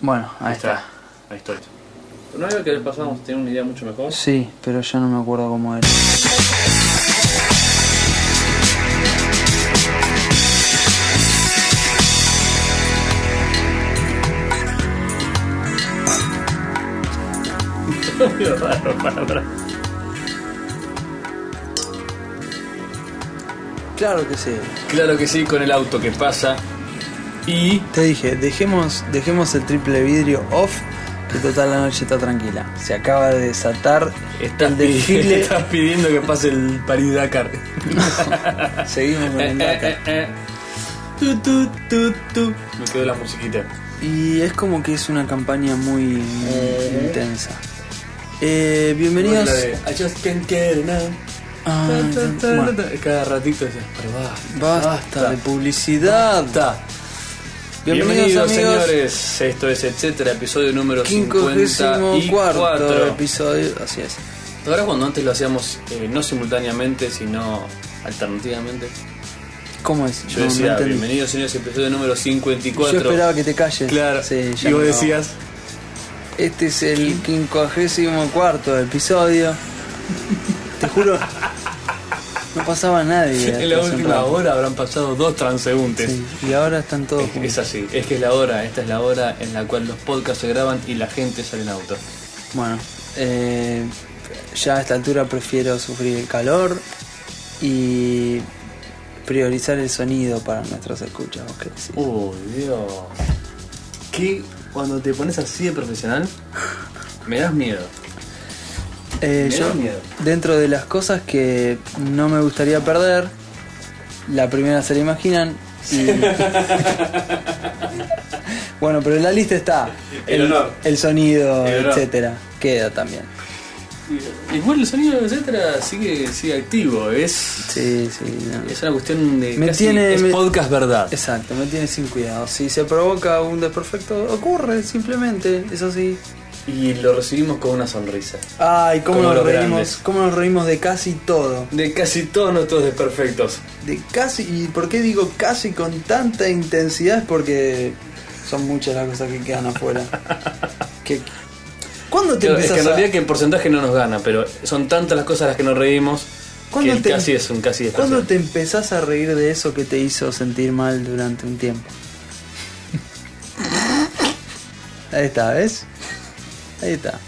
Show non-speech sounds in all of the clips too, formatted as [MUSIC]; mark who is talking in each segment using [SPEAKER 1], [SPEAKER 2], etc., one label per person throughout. [SPEAKER 1] Bueno, ahí está.
[SPEAKER 2] Ahí estoy.
[SPEAKER 3] Pero no había que el pasado tenía una idea mucho mejor.
[SPEAKER 1] Sí, pero ya no me acuerdo cómo era.
[SPEAKER 3] raro, para, para.
[SPEAKER 1] Claro que sí.
[SPEAKER 2] Claro que sí, con el auto que pasa. Y
[SPEAKER 1] Te dije, dejemos, dejemos el triple vidrio off, que total la noche está tranquila. Se acaba de desatar
[SPEAKER 2] estás,
[SPEAKER 1] el desfile.
[SPEAKER 2] pidi- [LAUGHS] estás pidiendo que pase el París Dakar.
[SPEAKER 1] Seguimos con
[SPEAKER 2] [LAUGHS]
[SPEAKER 1] el Dakar.
[SPEAKER 2] Tu, tu, tu, tu. Me quedó la musiquita.
[SPEAKER 1] Y es como que es una campaña muy intensa. Eh, bienvenidos.
[SPEAKER 2] La de, I just can't get enough.
[SPEAKER 1] Ah,
[SPEAKER 2] Ta, ta, ta,
[SPEAKER 1] bueno,
[SPEAKER 2] ta, ta. Cada ratito decía, pero basta.
[SPEAKER 1] basta, de publicidad.
[SPEAKER 2] Basta.
[SPEAKER 1] Bienvenidos,
[SPEAKER 2] Bienvenidos,
[SPEAKER 1] amigos.
[SPEAKER 2] señores. Esto es etcétera, episodio número
[SPEAKER 1] 54
[SPEAKER 2] 54.
[SPEAKER 1] episodio, así es.
[SPEAKER 2] ¿Te acuerdas cuando antes lo hacíamos eh, no simultáneamente, sino alternativamente?
[SPEAKER 1] ¿Cómo es?
[SPEAKER 2] Yo
[SPEAKER 1] No, no
[SPEAKER 2] decía,
[SPEAKER 1] entendí.
[SPEAKER 2] bienvenidos, señores, episodio número 54.
[SPEAKER 1] Yo esperaba que te calles.
[SPEAKER 2] Claro,
[SPEAKER 1] Sí, ya
[SPEAKER 2] y vos
[SPEAKER 1] no.
[SPEAKER 2] decías,
[SPEAKER 1] Este es el 54 episodio. Te juro, no pasaba
[SPEAKER 2] [LAUGHS]
[SPEAKER 1] nadie. hasta
[SPEAKER 2] en la
[SPEAKER 1] hace un
[SPEAKER 2] última
[SPEAKER 1] rato.
[SPEAKER 2] hora habrán pasado dos transeúntes.
[SPEAKER 1] Sí, y ahora están todos.
[SPEAKER 2] Es, es
[SPEAKER 1] juntos.
[SPEAKER 2] así, es que es la hora, esta es la hora en la cual los podcasts se graban y la gente sale en auto.
[SPEAKER 1] Bueno, eh, ya a esta altura prefiero sufrir el calor y priorizar el sonido para nuestros escuchas. ¿vos qué decís?
[SPEAKER 2] Uy, Dios. Que cuando te pones así de profesional, me das miedo.
[SPEAKER 1] Eh,
[SPEAKER 2] Me
[SPEAKER 1] yo,
[SPEAKER 2] da miedo.
[SPEAKER 1] dentro de las cosas que no me gustaría perder, la primera se la imaginan. y- [LAUGHS] bueno, pero en la lista está
[SPEAKER 2] El honor.
[SPEAKER 1] el sonido,
[SPEAKER 2] El honor.
[SPEAKER 1] etcétera. Queda también.
[SPEAKER 2] Igual el sonido, etcétera, sigue, sigue activo, es,
[SPEAKER 1] Sí, sí. no.
[SPEAKER 2] es una cuestión de
[SPEAKER 1] Me
[SPEAKER 2] casi-
[SPEAKER 1] tiene-
[SPEAKER 2] es
[SPEAKER 1] me-
[SPEAKER 2] podcast verdad.
[SPEAKER 1] Exacto, me tiene sin cuidado. Si se provoca un desperfecto, ocurre simplemente, eso sí.
[SPEAKER 2] Y lo recibimos con una sonrisa.
[SPEAKER 1] Ay, cómo
[SPEAKER 2] Como
[SPEAKER 1] nos
[SPEAKER 2] los
[SPEAKER 1] reímos,
[SPEAKER 2] grandes.
[SPEAKER 1] cómo nos reímos de casi todo.
[SPEAKER 2] De casi todos nuestros desperfectos.
[SPEAKER 1] De casi, y por qué digo casi con tanta intensidad es porque son muchas las cosas que quedan [LAUGHS] afuera. Que, ¿Cuándo te
[SPEAKER 2] Claro, es que en
[SPEAKER 1] empezás a-
[SPEAKER 2] realidad que en porcentaje no nos gana, pero son tantas las cosas las que nos reímos que
[SPEAKER 1] ¿Cuándo
[SPEAKER 2] el
[SPEAKER 1] te-
[SPEAKER 2] casi es un casi
[SPEAKER 1] ¿Cuándo
[SPEAKER 2] desperfecto.
[SPEAKER 1] te empezás a reír de eso que te hizo sentir mal durante un tiempo? [LAUGHS] Ahí está, ¿ves? Ahí está.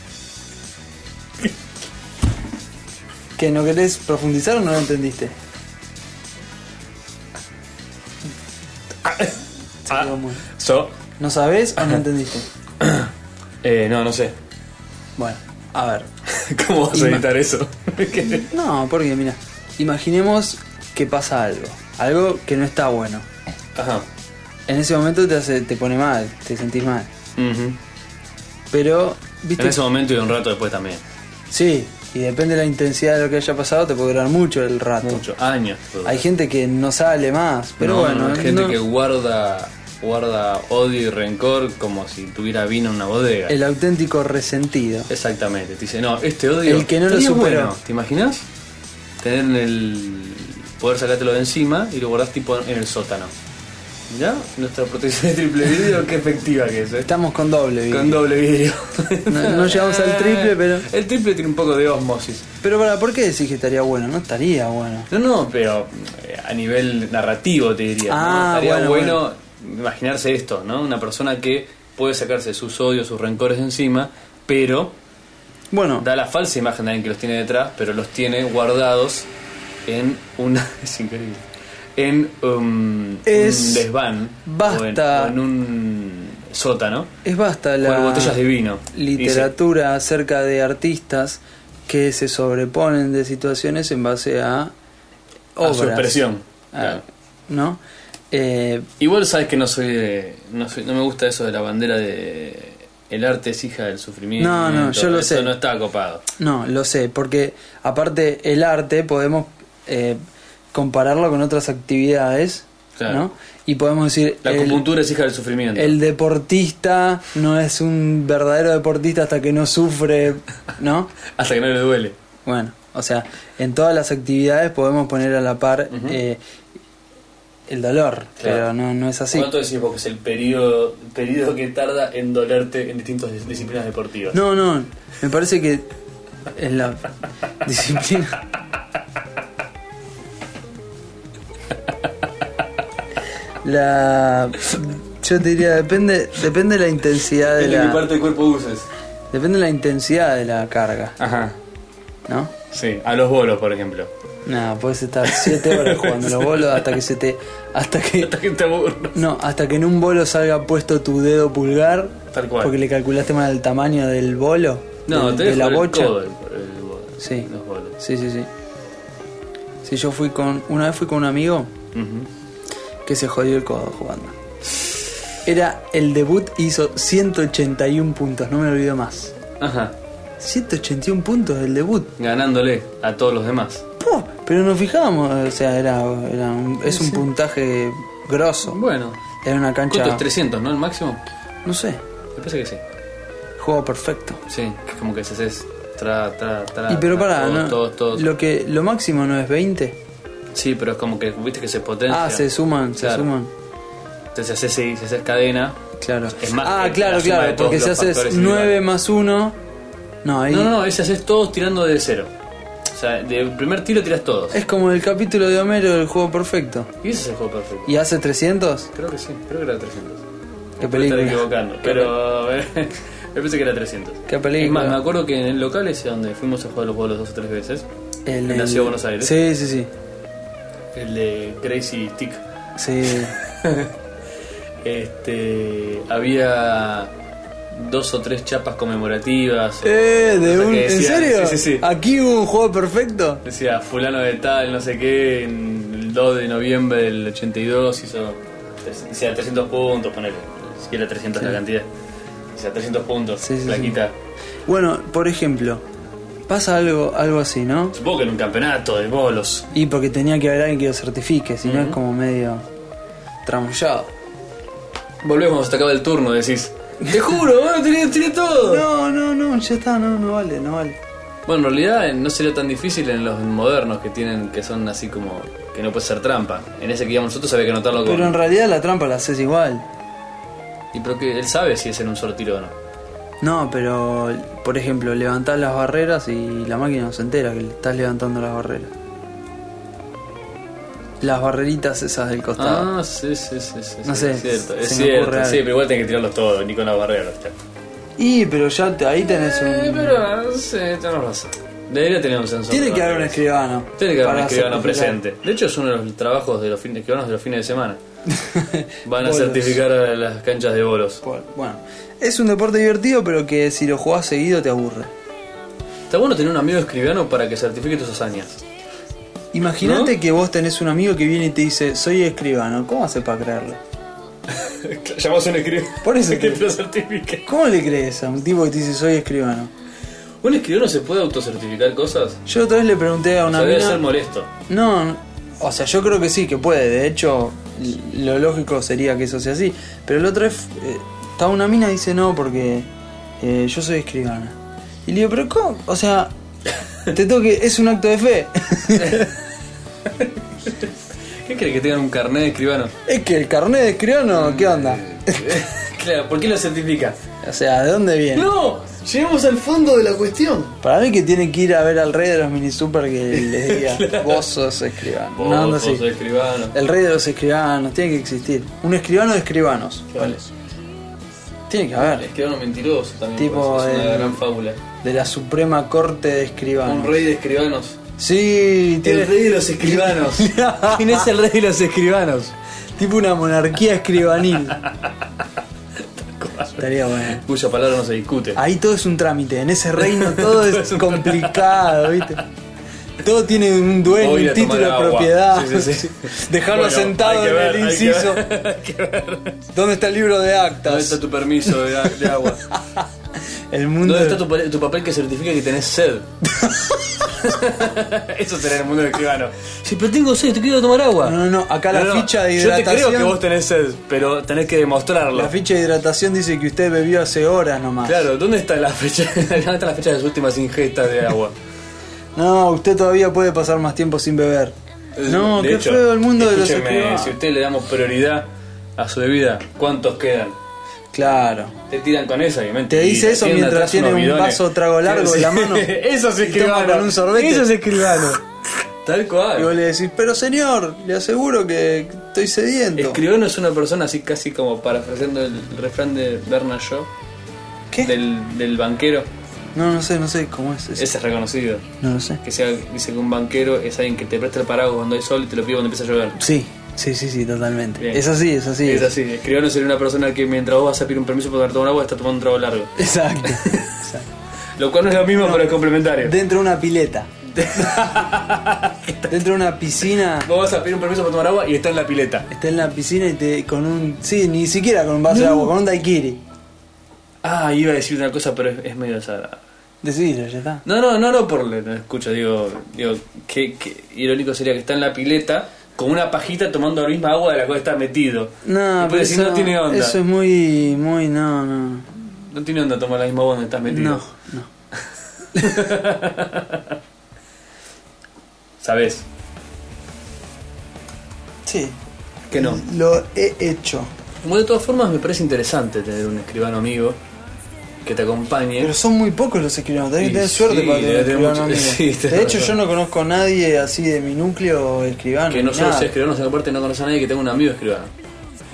[SPEAKER 1] ¿Que no querés profundizar o no lo entendiste? Te
[SPEAKER 2] Ah.
[SPEAKER 1] quedó mudo.
[SPEAKER 2] [LAUGHS] So,
[SPEAKER 1] ¿No sabés
[SPEAKER 2] [LAUGHS]
[SPEAKER 1] o no entendiste?
[SPEAKER 2] eh, no, no sé. [LAUGHS]
[SPEAKER 1] Bueno, a ver.
[SPEAKER 2] ¿Cómo vas a
[SPEAKER 1] Ima-
[SPEAKER 2] editar eso? [LAUGHS] Que-
[SPEAKER 1] No, porque mira, imaginemos que pasa algo, algo que no está bueno.
[SPEAKER 2] Ajá.
[SPEAKER 1] En ese momento te hace, te pone mal, te sentís mal.
[SPEAKER 2] Ujú.
[SPEAKER 1] Pero, viste,
[SPEAKER 2] En ese momento y un rato después también.
[SPEAKER 1] sí, y depende de la intensidad de lo que haya pasado, te puede durar mucho el rato.
[SPEAKER 2] Muchos años.
[SPEAKER 1] Hay gente que no sale más, pero
[SPEAKER 2] No,
[SPEAKER 1] bueno,
[SPEAKER 2] no, hay gente
[SPEAKER 1] no-
[SPEAKER 2] que guarda, guarda odio y rencor como si tuviera vino en una bodega.
[SPEAKER 1] el auténtico resentido.
[SPEAKER 2] Exactamente. Te dice, no, este odio.
[SPEAKER 1] El que no lo
[SPEAKER 2] estaría
[SPEAKER 1] superó.
[SPEAKER 2] bueno. ¿Te imaginas? Tener el poder sacártelo de encima y lo guardás tipo en el sótano. Mirá, nuestra protección de triple vidrio, qué efectiva que es. eh.
[SPEAKER 1] Estamos con doble, ¿viste?
[SPEAKER 2] Con doble vidrio.
[SPEAKER 1] No- no llegamos al triple, pero-
[SPEAKER 2] El triple tiene un poco de osmosis.
[SPEAKER 1] Pero para, ¿por qué decís que estaría bueno? No estaría bueno.
[SPEAKER 2] No, no, pero eh, a nivel narrativo te diría. ¿no?
[SPEAKER 1] Ah,
[SPEAKER 2] Estaría
[SPEAKER 1] bueno,
[SPEAKER 2] bueno, imaginarse esto, ¿no? Una persona que puede sacarse sus odios, sus rencores de encima, pero
[SPEAKER 1] Bueno,
[SPEAKER 2] da la falsa imagen de alguien que los tiene detrás, pero los tiene guardados en una. [LAUGHS] Es increíble. En um,
[SPEAKER 1] Es-
[SPEAKER 2] un desván.
[SPEAKER 1] basta.
[SPEAKER 2] O en, o en un sótano.
[SPEAKER 1] es basta la
[SPEAKER 2] o en botellas de vino.
[SPEAKER 1] literatura acerca de artistas que se sobreponen de situaciones en base a
[SPEAKER 2] A
[SPEAKER 1] obras.
[SPEAKER 2] su expresión.
[SPEAKER 1] Ah,
[SPEAKER 2] Claro.
[SPEAKER 1] ¿No? Eh,
[SPEAKER 2] Igual sabes que no soy, de- no soy- no me gusta eso de la bandera de el arte es hija del sufrimiento.
[SPEAKER 1] No, no, yo lo
[SPEAKER 2] Eso
[SPEAKER 1] sé.
[SPEAKER 2] no está copado.
[SPEAKER 1] no, lo sé, porque aparte el arte podemos eh, compararlo con otras actividades,
[SPEAKER 2] Claro.
[SPEAKER 1] ¿no? Y podemos decir,
[SPEAKER 2] La
[SPEAKER 1] el,
[SPEAKER 2] acupuntura es hija del sufrimiento.
[SPEAKER 1] el deportista no es un verdadero deportista hasta que no sufre, ¿no?
[SPEAKER 2] Hasta que no le duele.
[SPEAKER 1] Bueno, o sea, en todas las actividades podemos poner a la par eh, el dolor,
[SPEAKER 2] Claro.
[SPEAKER 1] pero no, no es así.
[SPEAKER 2] ¿Cuánto decís vos que es el periodo, periodo que tarda en dolerte en distintas dis- disciplinas deportivas?
[SPEAKER 1] No, no, me parece que en la disciplina. La. Yo te diría, depende, depende de la intensidad de
[SPEAKER 2] Depende de qué
[SPEAKER 1] la.
[SPEAKER 2] parte del cuerpo uses.
[SPEAKER 1] Depende de la intensidad de la carga,
[SPEAKER 2] Ajá.
[SPEAKER 1] ¿no?
[SPEAKER 2] Sí, a los bolos, por ejemplo. [LAUGHS]
[SPEAKER 1] Nada, puedes estar 7 horas jugando los bolos hasta que se te. hasta que.
[SPEAKER 2] Hasta que te aburro.
[SPEAKER 1] No, hasta que en un bolo salga puesto tu dedo pulgar.
[SPEAKER 2] Tal cual.
[SPEAKER 1] Porque le calculaste mal el tamaño del bolo.
[SPEAKER 2] No,
[SPEAKER 1] del-
[SPEAKER 2] te
[SPEAKER 1] de,
[SPEAKER 2] dejo
[SPEAKER 1] la
[SPEAKER 2] el
[SPEAKER 1] bocha.
[SPEAKER 2] codo, el- el bolo,
[SPEAKER 1] Sí.
[SPEAKER 2] Los bolos.
[SPEAKER 1] Sí, sí, sí. Sí, yo fui con. Una vez fui con un amigo
[SPEAKER 2] Ujú.
[SPEAKER 1] que se jodió el codo jugando. Era el debut y hizo 181 puntos, no me lo olvido más.
[SPEAKER 2] Ajá.
[SPEAKER 1] 181 puntos del debut.
[SPEAKER 2] Ganándole a todos los demás.
[SPEAKER 1] ¡Puh! Pero nos fijábamos, o sea, era, era un- es un puntaje grosso.
[SPEAKER 2] Bueno.
[SPEAKER 1] Era una
[SPEAKER 2] ¿Cuánto
[SPEAKER 1] cancha.
[SPEAKER 2] es 300, no? El máximo.
[SPEAKER 1] No sé,
[SPEAKER 2] Me parece que sí.
[SPEAKER 1] juego perfecto.
[SPEAKER 2] Sí, que es como que se haces. Tra, tra, tra.
[SPEAKER 1] Y pero
[SPEAKER 2] tra,
[SPEAKER 1] pará,
[SPEAKER 2] todo,
[SPEAKER 1] ¿no?
[SPEAKER 2] todo, todo.
[SPEAKER 1] Lo, que, lo máximo no es 20.
[SPEAKER 2] Sí, pero es como que viste que se potencia.
[SPEAKER 1] Ah, se suman, se
[SPEAKER 2] Claro.
[SPEAKER 1] suman.
[SPEAKER 2] Entonces haces, si haces cadena.
[SPEAKER 1] Claro.
[SPEAKER 2] Es más
[SPEAKER 1] ah,
[SPEAKER 2] que
[SPEAKER 1] claro,
[SPEAKER 2] la suma de
[SPEAKER 1] claro,
[SPEAKER 2] todos
[SPEAKER 1] porque
[SPEAKER 2] los
[SPEAKER 1] si haces
[SPEAKER 2] factores
[SPEAKER 1] 9
[SPEAKER 2] individuales.
[SPEAKER 1] más 1. No, ahí.
[SPEAKER 2] No, no, no, es haces todos tirando de cero. O sea, del primer tiro tiras todos.
[SPEAKER 1] Es como el capítulo de Homero del juego perfecto.
[SPEAKER 2] Y ese es el juego perfecto.
[SPEAKER 1] ¿Y hace 300?
[SPEAKER 2] Creo que sí, creo que era 300.
[SPEAKER 1] ¿Qué
[SPEAKER 2] Puedo estar
[SPEAKER 1] película?
[SPEAKER 2] equivocando, pero eh, [LAUGHS] me parece que era 300.
[SPEAKER 1] ¿Qué película?
[SPEAKER 2] Es más, me acuerdo que en el local ese donde fuimos a jugar los bolos dos o tres veces,
[SPEAKER 1] El,
[SPEAKER 2] en la
[SPEAKER 1] el-
[SPEAKER 2] ciudad de Buenos Aires.
[SPEAKER 1] Sí, sí, sí.
[SPEAKER 2] el de Crazy Tick,
[SPEAKER 1] Sí.
[SPEAKER 2] [LAUGHS] este, había dos o tres chapas conmemorativas. o-
[SPEAKER 1] eh, de
[SPEAKER 2] o sea,
[SPEAKER 1] un,
[SPEAKER 2] que
[SPEAKER 1] ¿En
[SPEAKER 2] decían-
[SPEAKER 1] serio?
[SPEAKER 2] Sí, sí, sí.
[SPEAKER 1] ¿Aquí hubo un juego perfecto?
[SPEAKER 2] Decía fulano de tal, no sé qué, en el 2 de noviembre del 82 hizo tres- decía 300 puntos, ponele, si era 300 la cantidad. Decía 300 puntos,
[SPEAKER 1] Sí, sí, sí.
[SPEAKER 2] plaquita.
[SPEAKER 1] Bueno, por ejemplo, pasa algo, algo así, ¿no?
[SPEAKER 2] Supongo que en un campeonato de bolos.
[SPEAKER 1] Y porque tenía que haber alguien que lo certifique, si no
[SPEAKER 2] Ujú.
[SPEAKER 1] es como medio tramullado.
[SPEAKER 2] Volvemos cuando se te acaba el turno, decís. Te juro, bueno, tiene, tiene todo.
[SPEAKER 1] No, no, no, ya está, no, no vale, no vale.
[SPEAKER 2] Bueno, en realidad eh, no sería tan difícil en los modernos que tienen, que son así como que no puede ser trampa. En ese que íbamos nosotros había que anotarlo con.
[SPEAKER 1] Pero en realidad la trampa la haces igual.
[SPEAKER 2] Y pero que él sabe si es en un solo tiro o no.
[SPEAKER 1] No, pero por ejemplo, levantás las barreras y la máquina no se entera que le estás levantando las barreras. Las barreritas esas del costado.
[SPEAKER 2] Ah, sí, sí, sí, sí.
[SPEAKER 1] No
[SPEAKER 2] sí,
[SPEAKER 1] sé,
[SPEAKER 2] Es cierto,
[SPEAKER 1] se
[SPEAKER 2] es
[SPEAKER 1] me
[SPEAKER 2] cierto.
[SPEAKER 1] ocurre algo.
[SPEAKER 2] Sí, pero igual tenés que tirarlos todos, ni con la barrera. Está.
[SPEAKER 1] Y pero ya te- ahí tenés
[SPEAKER 2] Eh,
[SPEAKER 1] un.
[SPEAKER 2] pero no sé, tenés razón. Debería tener un sensor.
[SPEAKER 1] Tiene
[SPEAKER 2] de
[SPEAKER 1] que haber un
[SPEAKER 2] barreras.
[SPEAKER 1] escribano.
[SPEAKER 2] Tiene que haber un
[SPEAKER 1] para
[SPEAKER 2] escribano
[SPEAKER 1] certificar.
[SPEAKER 2] presente. De hecho, es uno de los trabajos de los fines, escribanos de los fines de semana. Van a
[SPEAKER 1] Bolos.
[SPEAKER 2] certificar a las canchas de bolos.
[SPEAKER 1] [LAUGHS] Por- Bueno, es un deporte divertido, pero que si lo jugás seguido te aburre.
[SPEAKER 2] Está bueno tener un amigo escribano para que certifique tus hazañas.
[SPEAKER 1] Imagínate que vos tenés un amigo que viene y te dice, soy escribano, ¿cómo haces para creerlo?
[SPEAKER 2] [LAUGHS] Llamás a un escribano
[SPEAKER 1] Por eso
[SPEAKER 2] [LAUGHS] que
[SPEAKER 1] te-
[SPEAKER 2] te lo certifique.
[SPEAKER 1] ¿Cómo le crees a un tipo que te dice, soy escribano?
[SPEAKER 2] ¿Un escribano se puede autocertificar cosas?
[SPEAKER 1] Yo otra vez le pregunté a
[SPEAKER 2] O
[SPEAKER 1] una
[SPEAKER 2] sea, debe
[SPEAKER 1] mina-
[SPEAKER 2] ser molesto.
[SPEAKER 1] No, no. o sea, yo creo que sí, que puede. De hecho, l- lo lógico sería que eso sea así. Pero el otro es. eh, Estaba una mina y dice no, porque eh, yo soy escribana. Y le digo, pero ¿cómo? O sea, te tengo que. Es un acto de fe. [LAUGHS]
[SPEAKER 2] ¿Qué crees que tengan un carnet
[SPEAKER 1] [LAUGHS]
[SPEAKER 2] de escribano?
[SPEAKER 1] es que el carnet de escribano, ¿qué onda? [LAUGHS]
[SPEAKER 2] claro, ¿por qué lo certifica?
[SPEAKER 1] o sea, ¿de dónde viene?
[SPEAKER 2] No, lleguemos al fondo de la cuestión.
[SPEAKER 1] Para mí que tiene que ir a ver al rey de los mini super que les
[SPEAKER 2] [LAUGHS]
[SPEAKER 1] diga, vos sos escribano.
[SPEAKER 2] Vos,
[SPEAKER 1] Una onda
[SPEAKER 2] vos
[SPEAKER 1] así.
[SPEAKER 2] sos escribano.
[SPEAKER 1] El rey de los escribanos, tiene que existir. Un escribano de escribanos.
[SPEAKER 2] Vale.
[SPEAKER 1] Tiene que haber.
[SPEAKER 2] Escribano mentiroso también.
[SPEAKER 1] Tipo,
[SPEAKER 2] puede ser, es una
[SPEAKER 1] el-
[SPEAKER 2] gran fábula.
[SPEAKER 1] De la Suprema Corte de Escribanos.
[SPEAKER 2] Un rey de escribanos.
[SPEAKER 1] Sí, tiene-
[SPEAKER 2] El rey de
[SPEAKER 1] [LAUGHS]
[SPEAKER 2] los escribanos.
[SPEAKER 1] ¿Quién es el rey de los escribanos? Tipo una monarquía
[SPEAKER 2] [LAUGHS]
[SPEAKER 1] escribanil. Estaría bueno.
[SPEAKER 2] [LAUGHS] Cuya palabra no se discute.
[SPEAKER 1] Ahí todo es un trámite, en ese
[SPEAKER 2] [LAUGHS]
[SPEAKER 1] reino todo es complicado, ¿viste? Todo tiene un dueño,
[SPEAKER 2] Voy a
[SPEAKER 1] un título
[SPEAKER 2] tomar
[SPEAKER 1] de
[SPEAKER 2] agua.
[SPEAKER 1] propiedad.
[SPEAKER 2] Sí,
[SPEAKER 1] [LAUGHS]
[SPEAKER 2] sí, sí.
[SPEAKER 1] Dejarlo
[SPEAKER 2] Bueno,
[SPEAKER 1] sentado
[SPEAKER 2] hay que ver,
[SPEAKER 1] en el
[SPEAKER 2] hay que
[SPEAKER 1] inciso.
[SPEAKER 2] ver, [LAUGHS] hay que ver.
[SPEAKER 1] [LAUGHS] ¿Dónde está el libro de
[SPEAKER 2] ¿Dónde
[SPEAKER 1] actas?
[SPEAKER 2] está tu permiso de, de agua?
[SPEAKER 1] [LAUGHS] El mundo.
[SPEAKER 2] ¿Dónde está tu, pa- tu papel que certifica que
[SPEAKER 1] [LAUGHS]
[SPEAKER 2] tenés sed? [LAUGHS] Eso será en el mundo del escribano. Sí, pero tengo sed, te quiero tomar agua.
[SPEAKER 1] No, no, no, acá la ficha de
[SPEAKER 2] Yo te creo
[SPEAKER 1] hidratación-
[SPEAKER 2] que vos tenés sed, pero tenés que demostrarlo.
[SPEAKER 1] La ficha de hidratación dice que usted bebió hace horas nomás.
[SPEAKER 2] Claro, ¿dónde está la fecha? [LAUGHS] ¿Dónde están las fechas de sus últimas ingestas de agua?
[SPEAKER 1] No, usted todavía puede pasar más tiempo sin beber. [LAUGHS]
[SPEAKER 2] Eh,
[SPEAKER 1] No, qué feo el mundo de los
[SPEAKER 4] escúcheme,
[SPEAKER 1] escribanos.
[SPEAKER 4] Si usted le damos prioridad a su bebida, ¿cuántos quedan?
[SPEAKER 1] Claro.
[SPEAKER 4] Te tiran con esa, obviamente.
[SPEAKER 1] Te
[SPEAKER 4] y
[SPEAKER 1] dice
[SPEAKER 4] la
[SPEAKER 1] eso
[SPEAKER 4] tienda
[SPEAKER 1] mientras
[SPEAKER 4] atrás
[SPEAKER 1] tiene
[SPEAKER 4] unos
[SPEAKER 1] un
[SPEAKER 4] bidones.
[SPEAKER 1] vaso trago largo en la
[SPEAKER 2] [LAUGHS]
[SPEAKER 1] mano.
[SPEAKER 4] eso es
[SPEAKER 1] Y toma
[SPEAKER 4] escribano.
[SPEAKER 1] con un sorbete.
[SPEAKER 4] Eso es
[SPEAKER 1] escribano.
[SPEAKER 4] Tal
[SPEAKER 1] Y vos
[SPEAKER 4] cual.
[SPEAKER 1] le decís, pero señor, le aseguro que estoy sediento.
[SPEAKER 4] Escribano es una persona
[SPEAKER 2] Así casi como parafraseando el refrán de Bernard Shaw,
[SPEAKER 1] ¿Qué?
[SPEAKER 2] del, del banquero.
[SPEAKER 1] No, no sé, no sé cómo es eso.
[SPEAKER 2] Ese es reconocido.
[SPEAKER 1] No lo sé.
[SPEAKER 2] Que sea, dice que un banquero es alguien que te presta el paraguas cuando hay sol y te lo pide cuando empieza a llover.
[SPEAKER 1] Sí, sí, sí, sí, totalmente.
[SPEAKER 2] Bien.
[SPEAKER 1] Es así, es así.
[SPEAKER 2] Es así, escribano sería una persona que mientras vos vas a pedir un permiso para tomar un agua está tomando un trago largo. [LAUGHS]
[SPEAKER 1] Exacto. Exacto.
[SPEAKER 2] Lo cual no es lo mismo, pero es complementario.
[SPEAKER 1] Dentro de una
[SPEAKER 2] [LAUGHS]
[SPEAKER 1] pileta. Dentro de una piscina.
[SPEAKER 2] Vos vas a pedir un permiso para tomar agua y está en la pileta.
[SPEAKER 1] Está en la piscina y te con un. Sí, ni siquiera con un vaso de agua, con un daiquiri.
[SPEAKER 2] Ah, iba a decir una cosa, pero es, es medio desagradable.
[SPEAKER 1] Decidilo, ya está.
[SPEAKER 2] No, no, no, no por no escucho, digo, digo, qué, qué irónico sería que está en la pileta con una pajita tomando la misma agua de la cual está metido.
[SPEAKER 1] No,
[SPEAKER 2] Y puede decir,
[SPEAKER 1] eso,
[SPEAKER 2] no tiene onda.
[SPEAKER 1] Eso es muy. muy. no, no.
[SPEAKER 2] No tiene onda tomar la misma agua donde estás metido.
[SPEAKER 1] No, no.
[SPEAKER 2] [LAUGHS] ¿Sabes?
[SPEAKER 1] Sí.
[SPEAKER 2] Que no.
[SPEAKER 1] Lo he hecho.
[SPEAKER 2] Como de todas formas me parece interesante tener un escribano amigo que te acompañe.
[SPEAKER 1] Pero son muy pocos los escribanos, tenés
[SPEAKER 2] Y
[SPEAKER 1] que tener
[SPEAKER 2] sí,
[SPEAKER 1] suerte para tener
[SPEAKER 2] debe tener
[SPEAKER 1] escribano
[SPEAKER 2] mucho-
[SPEAKER 1] amigo.
[SPEAKER 2] [LAUGHS] sí, tenés
[SPEAKER 1] de hecho,
[SPEAKER 2] razón.
[SPEAKER 1] yo no conozco a nadie así de mi núcleo escribano.
[SPEAKER 2] Que no
[SPEAKER 1] ni
[SPEAKER 2] solo
[SPEAKER 1] nada.
[SPEAKER 2] sea escribano, sino que aparte no conoce a nadie que tenga un amigo escribano.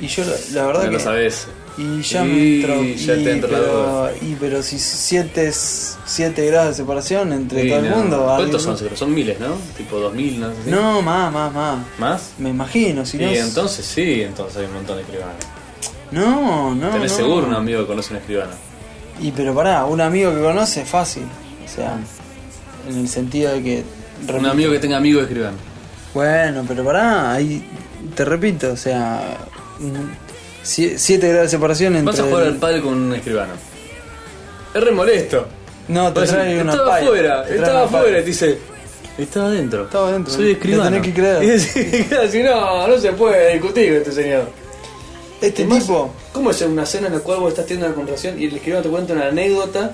[SPEAKER 1] Y yo, la, la verdad
[SPEAKER 2] Ya
[SPEAKER 1] que.
[SPEAKER 2] lo sabes.
[SPEAKER 1] Y ya me
[SPEAKER 2] Y
[SPEAKER 1] entró.
[SPEAKER 2] ya
[SPEAKER 1] y,
[SPEAKER 2] te entra la
[SPEAKER 1] pero,
[SPEAKER 2] duda.
[SPEAKER 1] y pero si sientes 7 grados de separación entre
[SPEAKER 2] Y
[SPEAKER 1] todo el
[SPEAKER 2] no.
[SPEAKER 1] mundo. alguien-
[SPEAKER 2] ¿Cuántos son? Son miles, ¿no? Tipo 2000, ¿no? sé si-
[SPEAKER 1] No, más, más, más.
[SPEAKER 2] ¿Más?
[SPEAKER 1] Me imagino, si
[SPEAKER 2] Y
[SPEAKER 1] no. es-
[SPEAKER 2] entonces sí, entonces hay un montón de escribanos.
[SPEAKER 1] No, no.
[SPEAKER 2] Tenés
[SPEAKER 1] no.
[SPEAKER 2] seguro un amigo que conoce un escribano.
[SPEAKER 1] Y pero pará, un amigo que conoce, fácil. O sea, en el sentido de que.
[SPEAKER 2] Un amigo que tenga amigos escribano.
[SPEAKER 1] Bueno, pero pará, ahí. Te repito, o sea. 7 grados de separación entre.
[SPEAKER 2] Vas a jugar
[SPEAKER 1] el-
[SPEAKER 2] al padre con un escribano. Es re molesto.
[SPEAKER 1] No, te
[SPEAKER 2] Vas a
[SPEAKER 1] trae
[SPEAKER 2] decir,
[SPEAKER 1] una
[SPEAKER 2] estaba
[SPEAKER 1] pala,
[SPEAKER 2] afuera,
[SPEAKER 1] te trae
[SPEAKER 2] estaba
[SPEAKER 1] una pala.
[SPEAKER 2] afuera, y te dice. Estaba adentro.
[SPEAKER 1] Estaba adentro,
[SPEAKER 2] Soy
[SPEAKER 1] le
[SPEAKER 2] escribano.
[SPEAKER 1] tenés que creer.
[SPEAKER 2] [LAUGHS] Y decís, claro, si no, no se puede discutir con este señor.
[SPEAKER 1] Este
[SPEAKER 2] Además,
[SPEAKER 1] tipo.
[SPEAKER 2] ¿Cómo es una cena en la cual vos estás teniendo una conversación y el escribano te cuenta una anécdota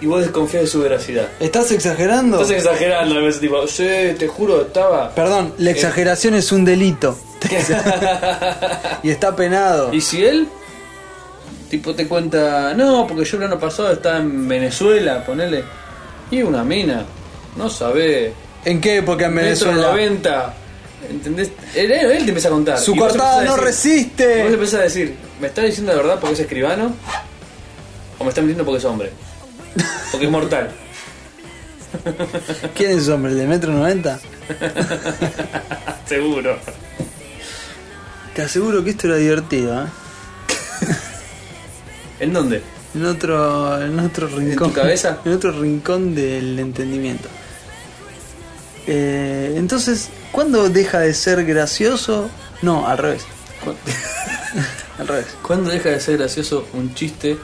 [SPEAKER 2] y vos desconfías de su veracidad?
[SPEAKER 1] ¿Estás exagerando?
[SPEAKER 2] Estás exagerando a veces, tipo, sí, te juro, estaba.
[SPEAKER 1] Perdón,
[SPEAKER 2] Eh.
[SPEAKER 1] la exageración es un
[SPEAKER 2] [LAUGHS]
[SPEAKER 1] delito. [LAUGHS] y está penado.
[SPEAKER 2] ¿Y si él? Tipo te cuenta, no, porque yo el año pasado estaba en Venezuela, ponele. Y una mina, no sabe.
[SPEAKER 1] ¿En qué época en
[SPEAKER 2] Metro
[SPEAKER 1] Venezuela?
[SPEAKER 2] 90. ¿Entendés? Él, él- él te empieza a contar.
[SPEAKER 1] Su
[SPEAKER 2] Y vos
[SPEAKER 1] cortada
[SPEAKER 2] empezás a
[SPEAKER 1] no
[SPEAKER 2] decir- Y vos
[SPEAKER 1] resiste.
[SPEAKER 2] empezás a decir, ¿me está diciendo la verdad porque es escribano? ¿O me está mintiendo porque es hombre? Porque es mortal.
[SPEAKER 1] ¿Quién es ese hombre? ¿El de metro 90?
[SPEAKER 2] Seguro.
[SPEAKER 1] Te aseguro que esto era divertido, ¿eh?
[SPEAKER 2] ¿En dónde?
[SPEAKER 1] En otro, en otro rincón.
[SPEAKER 2] tu cabeza?
[SPEAKER 1] [LAUGHS] En otro rincón del entendimiento. Eh, entonces, ¿cuándo deja de ser gracioso? No, al revés.
[SPEAKER 2] ¿Cu-
[SPEAKER 1] Al revés.
[SPEAKER 2] ¿Cuándo deja de ser gracioso un chiste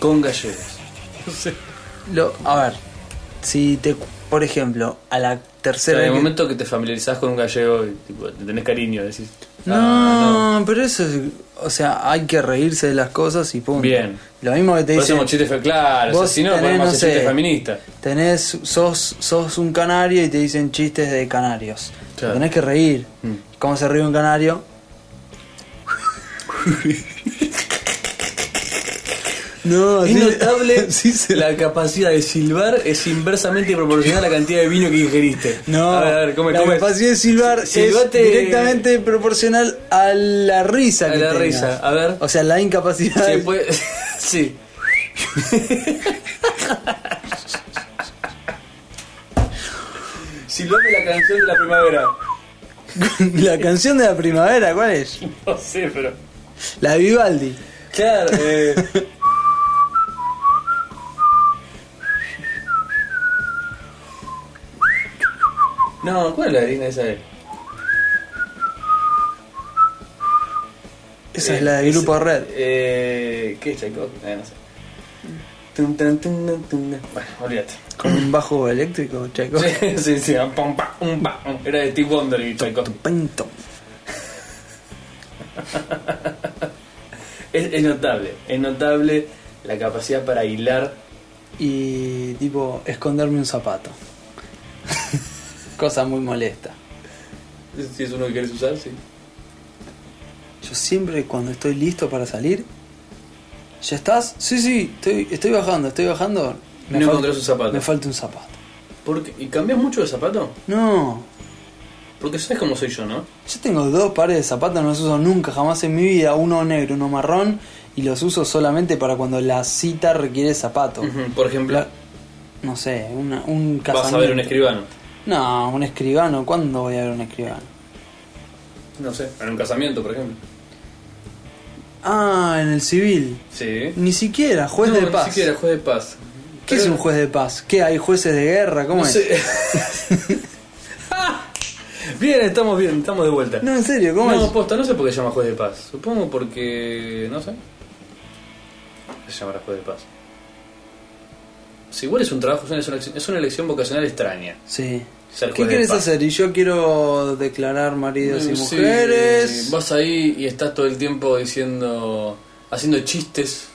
[SPEAKER 2] con gallegos?
[SPEAKER 1] Lo, a ver, si te. Por ejemplo, a la tercera
[SPEAKER 2] O sea, en
[SPEAKER 1] vez
[SPEAKER 2] el
[SPEAKER 1] que-
[SPEAKER 2] momento que te familiarizás con un gallego y tipo, te tenés cariño, decís. "Ah,
[SPEAKER 1] No, pero eso es. O sea, hay que reírse de las cosas y punto.
[SPEAKER 2] Bien.
[SPEAKER 1] Lo mismo que te
[SPEAKER 2] Por
[SPEAKER 1] dicen.
[SPEAKER 2] eso hacemos chistes fe- claro, o sea,
[SPEAKER 1] vos
[SPEAKER 2] si no,
[SPEAKER 1] tenés,
[SPEAKER 2] podemos
[SPEAKER 1] no
[SPEAKER 2] hacer chistes
[SPEAKER 1] sé,
[SPEAKER 2] feministas.
[SPEAKER 1] Tenés, sos, sos un canario y te dicen chistes de canarios. Te
[SPEAKER 2] Claro.
[SPEAKER 1] Tenés que reír.
[SPEAKER 2] Mm.
[SPEAKER 1] ¿Cómo se ríe un canario? [LAUGHS] no,
[SPEAKER 2] Es
[SPEAKER 1] así- [LAUGHS]
[SPEAKER 2] notable
[SPEAKER 1] así se-
[SPEAKER 2] la capacidad de silbar es inversamente proporcional a la cantidad de vino que ingeriste.
[SPEAKER 1] No,
[SPEAKER 2] a ver, a ver, come,
[SPEAKER 1] la
[SPEAKER 2] come.
[SPEAKER 1] capacidad de silbar
[SPEAKER 2] Silbate-
[SPEAKER 1] es directamente proporcional a la risa
[SPEAKER 2] A
[SPEAKER 1] que
[SPEAKER 2] la
[SPEAKER 1] tengas.
[SPEAKER 2] risa, a ver.
[SPEAKER 1] O sea, la incapacidad.
[SPEAKER 2] Se puede-
[SPEAKER 1] [LAUGHS]
[SPEAKER 2] sí. Silbame la canción de la primavera.
[SPEAKER 1] [LAUGHS] La canción de la primavera, ¿cuál es?
[SPEAKER 2] No sé, pero.
[SPEAKER 1] La de Vivaldi.
[SPEAKER 2] Claro, eh. No, ¿cuál es la harina esa? de-
[SPEAKER 1] Esa
[SPEAKER 2] Eh,
[SPEAKER 1] es la de Grupo Red.
[SPEAKER 2] Eh, ¿Qué es Tchaikovsky? Eh, no sé. Tun, tan, tun, tan, tun, tan. Bueno, olvídate.
[SPEAKER 1] Con un bajo eléctrico, chaco.
[SPEAKER 2] Sí, [LAUGHS] sí, sí. pam, pam, pum, pam. Era de Steve Wonder y Tchaikovsky.
[SPEAKER 1] Pinto.
[SPEAKER 2] Es, es notable, es notable la capacidad para hilar.
[SPEAKER 1] [LAUGHS] Y tipo, esconderme un zapato. Cosa muy molesta.
[SPEAKER 2] Si es uno que quieres usar, sí.
[SPEAKER 1] Yo siempre cuando estoy listo para salir. ¿Ya estás? Sí, sí, estoy, estoy bajando, estoy bajando.
[SPEAKER 2] No encontrás un zapato.
[SPEAKER 1] Me falta un zapato.
[SPEAKER 2] Porque, ¿Y cambias mucho de zapato?
[SPEAKER 1] No,
[SPEAKER 2] Porque sabes cómo soy yo, ¿no?
[SPEAKER 1] yo tengo dos pares de zapatos, no los uso nunca, jamás en mi vida. Uno negro, uno marrón. Y los uso solamente para cuando la cita requiere zapato.
[SPEAKER 2] Ujú, Por ejemplo,
[SPEAKER 1] La- no sé, una- un casamiento.
[SPEAKER 2] vas a ver un escribano.
[SPEAKER 1] No, un escribano. ¿Cuándo voy a ver un escribano?
[SPEAKER 2] No sé. En un casamiento, por ejemplo.
[SPEAKER 1] Ah, en el civil.
[SPEAKER 2] Sí.
[SPEAKER 1] Ni siquiera, juez
[SPEAKER 2] no,
[SPEAKER 1] de paz.
[SPEAKER 2] Ni siquiera juez de paz.
[SPEAKER 1] ¿Qué es un juez de paz? ¿Qué hay jueces de guerra? ¿Cómo
[SPEAKER 2] No
[SPEAKER 1] es?
[SPEAKER 2] sé. [LAUGHS] bien, estamos bien, estamos de vuelta.
[SPEAKER 1] No, en serio, ¿cómo
[SPEAKER 2] No,
[SPEAKER 1] es?
[SPEAKER 2] posta, no sé por qué se llama juez de paz. Supongo porque. no sé. Se llamará juez de paz. Si igual es un trabajo, es una elección, es una elección vocacional extraña.
[SPEAKER 1] Sí.
[SPEAKER 2] Ser juez
[SPEAKER 1] ¿Qué
[SPEAKER 2] de
[SPEAKER 1] quieres
[SPEAKER 2] paz.
[SPEAKER 1] hacer? Y yo quiero declarar maridos y
[SPEAKER 2] Mm, sí,
[SPEAKER 1] mujeres.
[SPEAKER 2] vas ahí y estás todo el tiempo diciendo. haciendo chistes.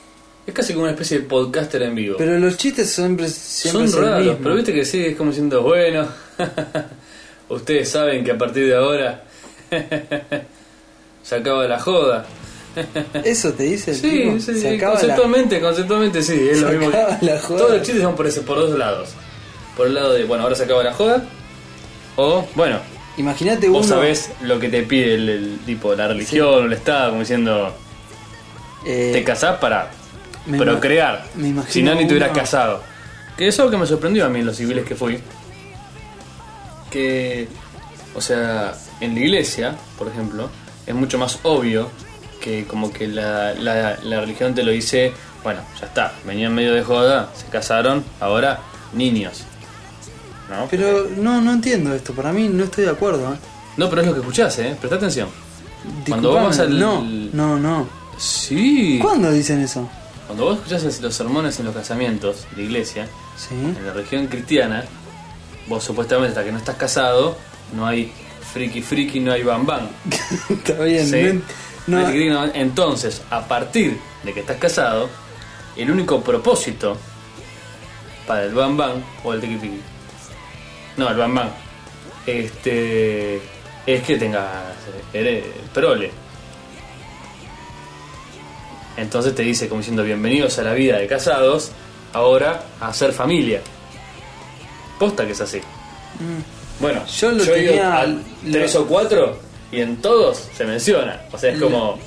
[SPEAKER 2] Es casi como una especie de podcaster en vivo.
[SPEAKER 1] Pero los chistes siempre, siempre
[SPEAKER 2] Son
[SPEAKER 1] es el
[SPEAKER 2] raros,
[SPEAKER 1] mismo.
[SPEAKER 2] pero viste que sí, es como diciendo, bueno, [LAUGHS] ustedes saben que a partir de ahora [LAUGHS] se acaba la joda.
[SPEAKER 1] Eso te dice el tipo.
[SPEAKER 2] Sí, sí,
[SPEAKER 1] Se
[SPEAKER 2] sí,
[SPEAKER 1] acaba la-
[SPEAKER 2] conceptualmente, conceptualmente sí, es
[SPEAKER 1] Se
[SPEAKER 2] lo mismo. que-
[SPEAKER 1] acaba la joda.
[SPEAKER 2] Todos los chistes son por, ese, por dos lados. Por el lado de, bueno, ahora se acaba la joda. O, bueno,
[SPEAKER 1] Imagínate uno.
[SPEAKER 2] vos sabés lo que te pide el, el tipo, la religión o el Estado, como diciendo,
[SPEAKER 1] eh,
[SPEAKER 2] te casás para
[SPEAKER 1] me
[SPEAKER 2] procrear.
[SPEAKER 1] me imagino
[SPEAKER 2] si no, ni te hubieras
[SPEAKER 1] uno-
[SPEAKER 2] casado. Que eso es lo que me sorprendió a mí en los civiles que fui. Que, o sea, en la iglesia, por ejemplo, es mucho más obvio que como que la, la- la religión te lo dice, bueno, ya está, venían medio de joda, se casaron, ahora niños. ¿No?
[SPEAKER 1] Pero no, no entiendo esto. Para mí no estoy de acuerdo. ¿eh?
[SPEAKER 2] no, pero es lo que escuchás, ¿eh? Presta atención. Cuando
[SPEAKER 1] Disculpame,
[SPEAKER 2] vamos al-
[SPEAKER 1] No, no, no.
[SPEAKER 2] Sí.
[SPEAKER 1] ¿Cuándo dicen eso?
[SPEAKER 2] Cuando vos escuchás los sermones en los casamientos de iglesia,
[SPEAKER 1] Sí.
[SPEAKER 2] En la religión cristiana, vos supuestamente hasta que no estás casado, no hay friki friki, no hay bam bam.
[SPEAKER 1] [LAUGHS] Está bien.
[SPEAKER 2] ¿sí?
[SPEAKER 1] No,
[SPEAKER 2] No hay
[SPEAKER 1] no,
[SPEAKER 2] friki, no- Entonces, a partir de que estás casado, el único propósito para el bam bam o el friki friki, no, el bam bam, este, es que tengas eh, eres prole. Entonces te dice, como diciendo, bienvenidos a la vida de casados, ahora a hacer familia. Posta que es así. Bueno,
[SPEAKER 1] Mm. Yo lo
[SPEAKER 2] he ido
[SPEAKER 1] tenía-
[SPEAKER 2] a tres o cuatro y en todos se menciona. O sea, es como,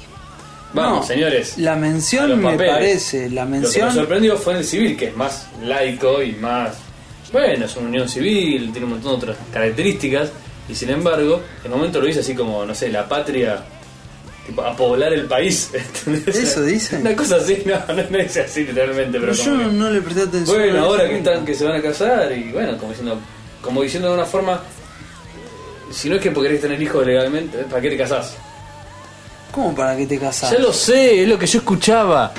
[SPEAKER 2] vamos,
[SPEAKER 1] Mm. no.
[SPEAKER 2] señores.
[SPEAKER 1] La
[SPEAKER 2] a
[SPEAKER 1] mención
[SPEAKER 2] los
[SPEAKER 1] me
[SPEAKER 2] papeles.
[SPEAKER 1] parece. La
[SPEAKER 2] Lo que me
[SPEAKER 1] mención.
[SPEAKER 2] sorprendió fue en el civil, que es más laico y más. Bueno, es una unión civil, tiene un montón de otras características. Y sin embargo, en el momento lo dice así como, no sé, la patria. Tipo, a poblar el país. [LAUGHS] ¿entendés?
[SPEAKER 1] ¿Eso dice?
[SPEAKER 2] Una cosa así, no, no, no dice así literalmente, pero.
[SPEAKER 1] Pero
[SPEAKER 2] como
[SPEAKER 1] yo
[SPEAKER 2] que-
[SPEAKER 1] no le presté atención.
[SPEAKER 2] bueno,
[SPEAKER 1] a
[SPEAKER 2] ahora
[SPEAKER 1] eso
[SPEAKER 2] que
[SPEAKER 1] nunca.
[SPEAKER 2] están, que se van a casar y bueno, como diciendo, como diciendo de una forma, si no es que porque querés tener hijos legalmente, ¿para qué te casás?
[SPEAKER 1] ¿Cómo para que te casas?
[SPEAKER 2] Ya lo sé, es lo que yo escuchaba.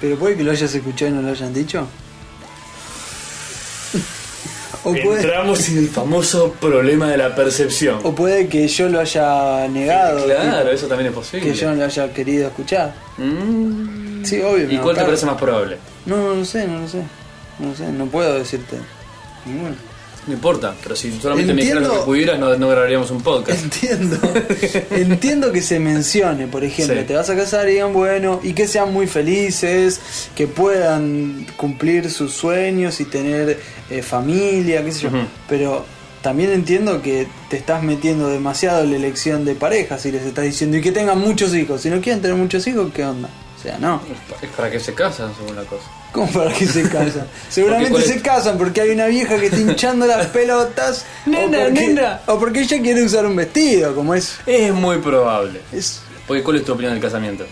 [SPEAKER 1] Pero puede que lo hayas escuchado y no lo hayan dicho. [LAUGHS] O puede,
[SPEAKER 2] Entramos en el famoso problema de la percepción.
[SPEAKER 1] o puede que yo lo haya negado.
[SPEAKER 2] Claro, eso también es posible.
[SPEAKER 1] Que yo no lo haya querido escuchar.
[SPEAKER 2] Mm.
[SPEAKER 1] Sí, obvio.
[SPEAKER 2] ¿Y
[SPEAKER 1] me
[SPEAKER 2] cuál te
[SPEAKER 1] bancaron.
[SPEAKER 2] parece más probable?
[SPEAKER 1] No, no lo sé, no lo sé. No lo sé, no puedo decirte. Ninguno.
[SPEAKER 2] No importa, pero si solamente me dijeras
[SPEAKER 1] Entiendo-
[SPEAKER 2] lo que pudieras, no, no grabaríamos un podcast.
[SPEAKER 1] Entiendo. Entiendo que se mencione, por ejemplo,
[SPEAKER 2] Sí.
[SPEAKER 1] te vas a casar y digan, bueno, y que sean muy felices, que puedan cumplir sus sueños y tener eh, familia, qué sé yo.
[SPEAKER 2] Ujú.
[SPEAKER 1] Pero también entiendo que te estás metiendo demasiado en la elección de parejas y les estás diciendo, y que tengan muchos hijos. Si no quieren tener muchos hijos, ¿qué onda? O sea, no.
[SPEAKER 2] Es para que se casan, según la cosa.
[SPEAKER 1] ¿Cómo para que se
[SPEAKER 2] [LAUGHS]
[SPEAKER 1] casan? Seguramente
[SPEAKER 2] cuál
[SPEAKER 1] se
[SPEAKER 2] es-
[SPEAKER 1] casan porque hay una vieja que está hinchando las pelotas.
[SPEAKER 2] [LAUGHS] Nena,
[SPEAKER 1] o porque,
[SPEAKER 2] nena.
[SPEAKER 1] O porque ella quiere usar un vestido, como es.
[SPEAKER 2] Es muy probable.
[SPEAKER 1] es
[SPEAKER 2] Porque, ¿cuál es tu opinión del casamiento?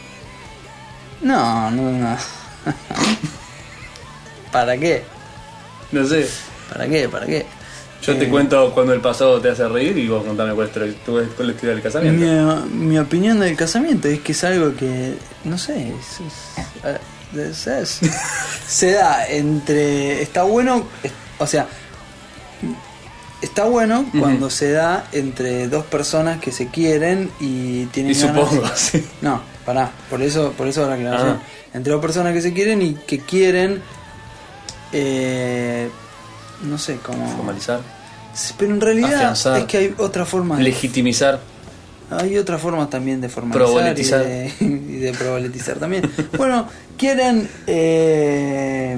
[SPEAKER 1] no, no, no. ¿Para qué?
[SPEAKER 2] No sé.
[SPEAKER 1] ¿Para qué? ¿Para qué?
[SPEAKER 2] Yo
[SPEAKER 1] Eh.
[SPEAKER 2] te cuento cuando el pasado te hace reír y vos contame cuál es tu, tu- cuál es tu idea del casamiento.
[SPEAKER 1] Mi, mi opinión del casamiento es que es algo que, no sé, es- es- es- es- se da entre... Está bueno, es- o sea, está bueno cuando se da entre dos personas que se quieren y tienen...
[SPEAKER 2] Y
[SPEAKER 1] ganas-
[SPEAKER 2] supongo, [LAUGHS] sí.
[SPEAKER 1] No, pará, por eso, por eso la aclaración.
[SPEAKER 2] Ah.
[SPEAKER 1] Entre dos personas que se quieren y que quieren... eh, no sé, cómo
[SPEAKER 2] Formalizar.
[SPEAKER 1] Pero en realidad
[SPEAKER 2] Afianzar.
[SPEAKER 1] es que hay otra forma de
[SPEAKER 2] Legitimizar.
[SPEAKER 1] Hay otras formas también de formalizar y
[SPEAKER 2] Proboletizar.
[SPEAKER 1] de, [LAUGHS] y de proboletizar también. bueno, quieren eh,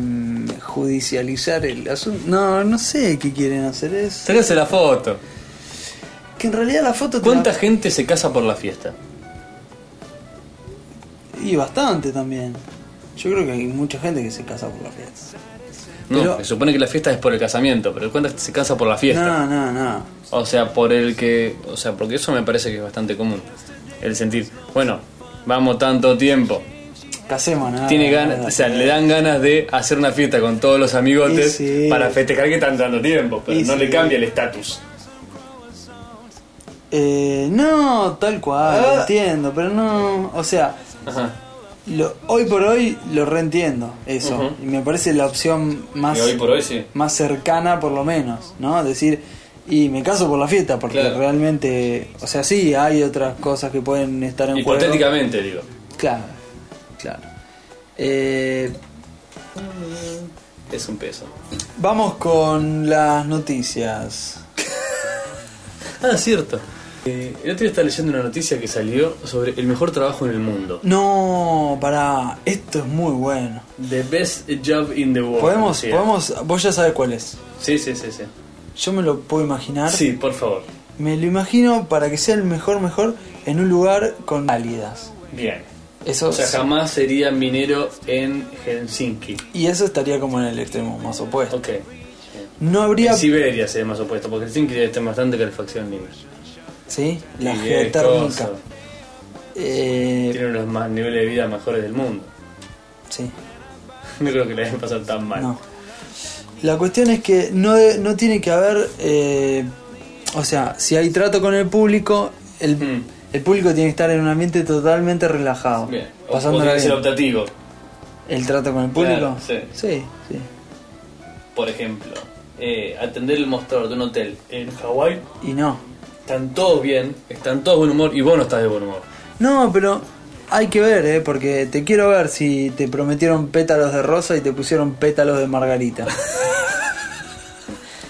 [SPEAKER 1] judicializar el asunto. No, no sé qué quieren hacer. Es
[SPEAKER 2] Sáquense la foto.
[SPEAKER 1] que en realidad la foto. te
[SPEAKER 2] ¿Cuánta
[SPEAKER 1] la-
[SPEAKER 2] gente se casa por la fiesta?
[SPEAKER 1] Y bastante también. Yo creo que hay mucha gente que se casa por la fiesta.
[SPEAKER 2] No,
[SPEAKER 1] Pero-
[SPEAKER 2] se supone que la fiesta es por el casamiento, pero ¿cuánta gente se casa por la fiesta?
[SPEAKER 1] No, no, no.
[SPEAKER 2] O sea, por el que. O sea, porque eso me parece que es bastante común. El sentir, bueno, vamos tanto tiempo.
[SPEAKER 1] Casemos, nada.
[SPEAKER 2] Tiene ganas, o sea, le dan ganas de hacer una fiesta con todos los amigotes
[SPEAKER 1] Y sí.
[SPEAKER 2] para festejar que están dando tiempo, pero
[SPEAKER 1] Y
[SPEAKER 2] no le
[SPEAKER 1] sí.
[SPEAKER 2] cambia el estatus.
[SPEAKER 1] Eh, no, tal cual,
[SPEAKER 2] Ah.
[SPEAKER 1] lo entiendo, pero no. O sea,
[SPEAKER 2] Ajá.
[SPEAKER 1] Lo- hoy por hoy lo reentiendo eso.
[SPEAKER 2] Ujú.
[SPEAKER 1] Y me parece la opción más,
[SPEAKER 2] Y hoy por hoy sí.
[SPEAKER 1] más cercana, por lo menos, ¿no? Decir, y me caso por la fiesta, porque
[SPEAKER 2] Claro.
[SPEAKER 1] realmente. O sea, sí, hay otras cosas que pueden estar en juego.
[SPEAKER 2] Hipotéticamente, digo.
[SPEAKER 1] Claro, claro. Eh,
[SPEAKER 2] Es un peso.
[SPEAKER 1] vamos con las noticias.
[SPEAKER 2] Ah, cierto. Eh, el otro día estaba leyendo una noticia que salió sobre el mejor trabajo en el mundo.
[SPEAKER 1] No, pará, esto es muy bueno.
[SPEAKER 2] The best job in the world.
[SPEAKER 1] Podemos,
[SPEAKER 2] decía.
[SPEAKER 1] podemos. Vos ya sabes cuál es.
[SPEAKER 2] Sí, sí, sí, sí.
[SPEAKER 1] Yo me lo puedo imaginar.
[SPEAKER 2] Sí, por favor.
[SPEAKER 1] Me lo imagino para que sea el mejor mejor en un lugar con cálidas.
[SPEAKER 2] Bien.
[SPEAKER 1] Eso
[SPEAKER 2] O sea,
[SPEAKER 1] sí.
[SPEAKER 2] jamás sería minero en Helsinki.
[SPEAKER 1] y eso estaría como en el extremo más opuesto.
[SPEAKER 2] Ok.
[SPEAKER 1] No habría,
[SPEAKER 2] En
[SPEAKER 1] ¿sí?
[SPEAKER 2] Siberia sería más opuesto, porque Helsinki debe tener bastante calefacción libre.
[SPEAKER 1] La
[SPEAKER 2] Y es
[SPEAKER 1] geotérmica.
[SPEAKER 2] coso.
[SPEAKER 1] Eh,
[SPEAKER 2] Tiene uno de los más niveles de vida mejores del mundo. [LAUGHS]
[SPEAKER 1] sí,
[SPEAKER 2] No creo que le hayan pasado tan mal.
[SPEAKER 1] no. La cuestión es que no, de- no tiene que haber, eh, o sea, si hay trato con el público, el,
[SPEAKER 2] Mm.
[SPEAKER 1] el público tiene que estar en un ambiente totalmente relajado,
[SPEAKER 2] Bien. O, o
[SPEAKER 1] pasándola
[SPEAKER 2] tiene que ser
[SPEAKER 1] bien.
[SPEAKER 2] optativo,
[SPEAKER 1] El trato con el público,
[SPEAKER 2] Claro, sí.
[SPEAKER 1] sí, sí.
[SPEAKER 2] por ejemplo. Eh, atender el mostrador de un hotel en Hawái.
[SPEAKER 1] y no.
[SPEAKER 2] Están todos bien, están todos de buen humor y vos no estás de buen humor.
[SPEAKER 1] No, pero hay que ver, ¿eh? Porque te quiero ver si te prometieron pétalos de rosa y te pusieron pétalos de
[SPEAKER 2] [LAUGHS]
[SPEAKER 1] margarita.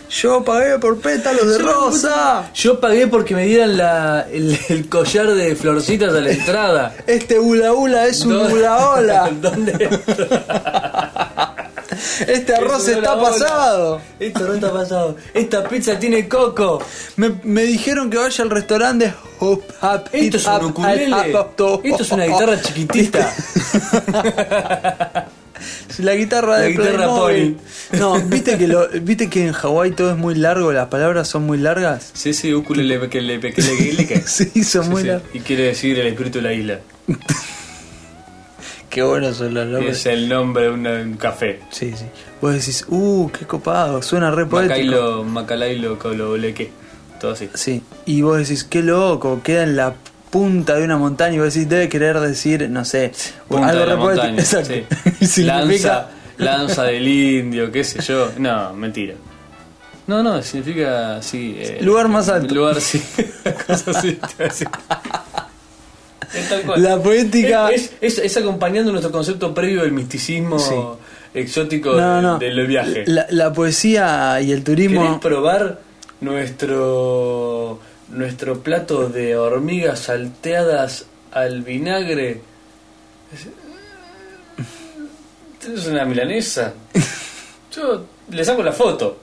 [SPEAKER 1] Yo pagué por pétalos de rosa.
[SPEAKER 2] Yo pagué porque me dieran la, el, el collar de florcitas a la entrada.
[SPEAKER 1] Este hula hula es un
[SPEAKER 2] ¿Dó-
[SPEAKER 1] hula hola.
[SPEAKER 2] [LAUGHS] ¿Dónde?
[SPEAKER 1] Este arroz
[SPEAKER 2] un hula
[SPEAKER 1] está
[SPEAKER 2] hola.
[SPEAKER 1] pasado.
[SPEAKER 2] Esto no está pasado. Esta pizza tiene coco.
[SPEAKER 1] Me, me dijeron que vaya al restaurante.
[SPEAKER 2] Esto es un ukulele. Esto es una guitarra
[SPEAKER 1] [LAUGHS]
[SPEAKER 2] chiquitita.
[SPEAKER 1] La guitarra
[SPEAKER 2] La
[SPEAKER 1] de
[SPEAKER 2] guitarra
[SPEAKER 1] Playmobil.
[SPEAKER 2] [LAUGHS]
[SPEAKER 1] No, viste que lo, viste que en Hawái todo es muy largo, las palabras son muy largas.
[SPEAKER 2] [LAUGHS] Sí, sí, ukulele que le que le [LAUGHS] que
[SPEAKER 1] [LAUGHS] Sí, son muy largas.
[SPEAKER 2] Y quiere decir el espíritu de la isla.
[SPEAKER 1] Qué buenos son los nombres.
[SPEAKER 2] Es el nombre de una- un café.
[SPEAKER 1] Sí, sí. Vos decís, uh, qué copado, suena re poético.
[SPEAKER 2] Macailo, Macalailo, Cololeque. Todo así.
[SPEAKER 1] Sí. Y vos decís, qué loco, queda en la punta de una montaña y vos decís, debe querer decir, no sé,
[SPEAKER 2] Punta
[SPEAKER 1] algo
[SPEAKER 2] de la
[SPEAKER 1] re poético. [LAUGHS]
[SPEAKER 2] montaña,
[SPEAKER 1] Exacto.
[SPEAKER 2] [LAUGHS] sí.
[SPEAKER 1] Y significa-
[SPEAKER 2] lanza, lanza del indio, qué sé yo. No, mentira. No, no, significa sí. eh,
[SPEAKER 1] Lugar más alto.
[SPEAKER 2] Lugar sí. [LAUGHS] Cosas así, te iba a decir. Es tal cual.
[SPEAKER 1] La poética-
[SPEAKER 2] Es, es- es acompañando nuestro concepto previo del misticismo
[SPEAKER 1] Sí.
[SPEAKER 2] exótico
[SPEAKER 1] No, no.
[SPEAKER 2] del del viaje.
[SPEAKER 1] La, la poesía y el
[SPEAKER 2] ¿Querés
[SPEAKER 1] turismo.
[SPEAKER 2] probar nuestro nuestro plato de hormigas salteadas al vinagre? ¿Tienes
[SPEAKER 1] [LAUGHS]
[SPEAKER 2] una milanesa? Yo le saco la foto.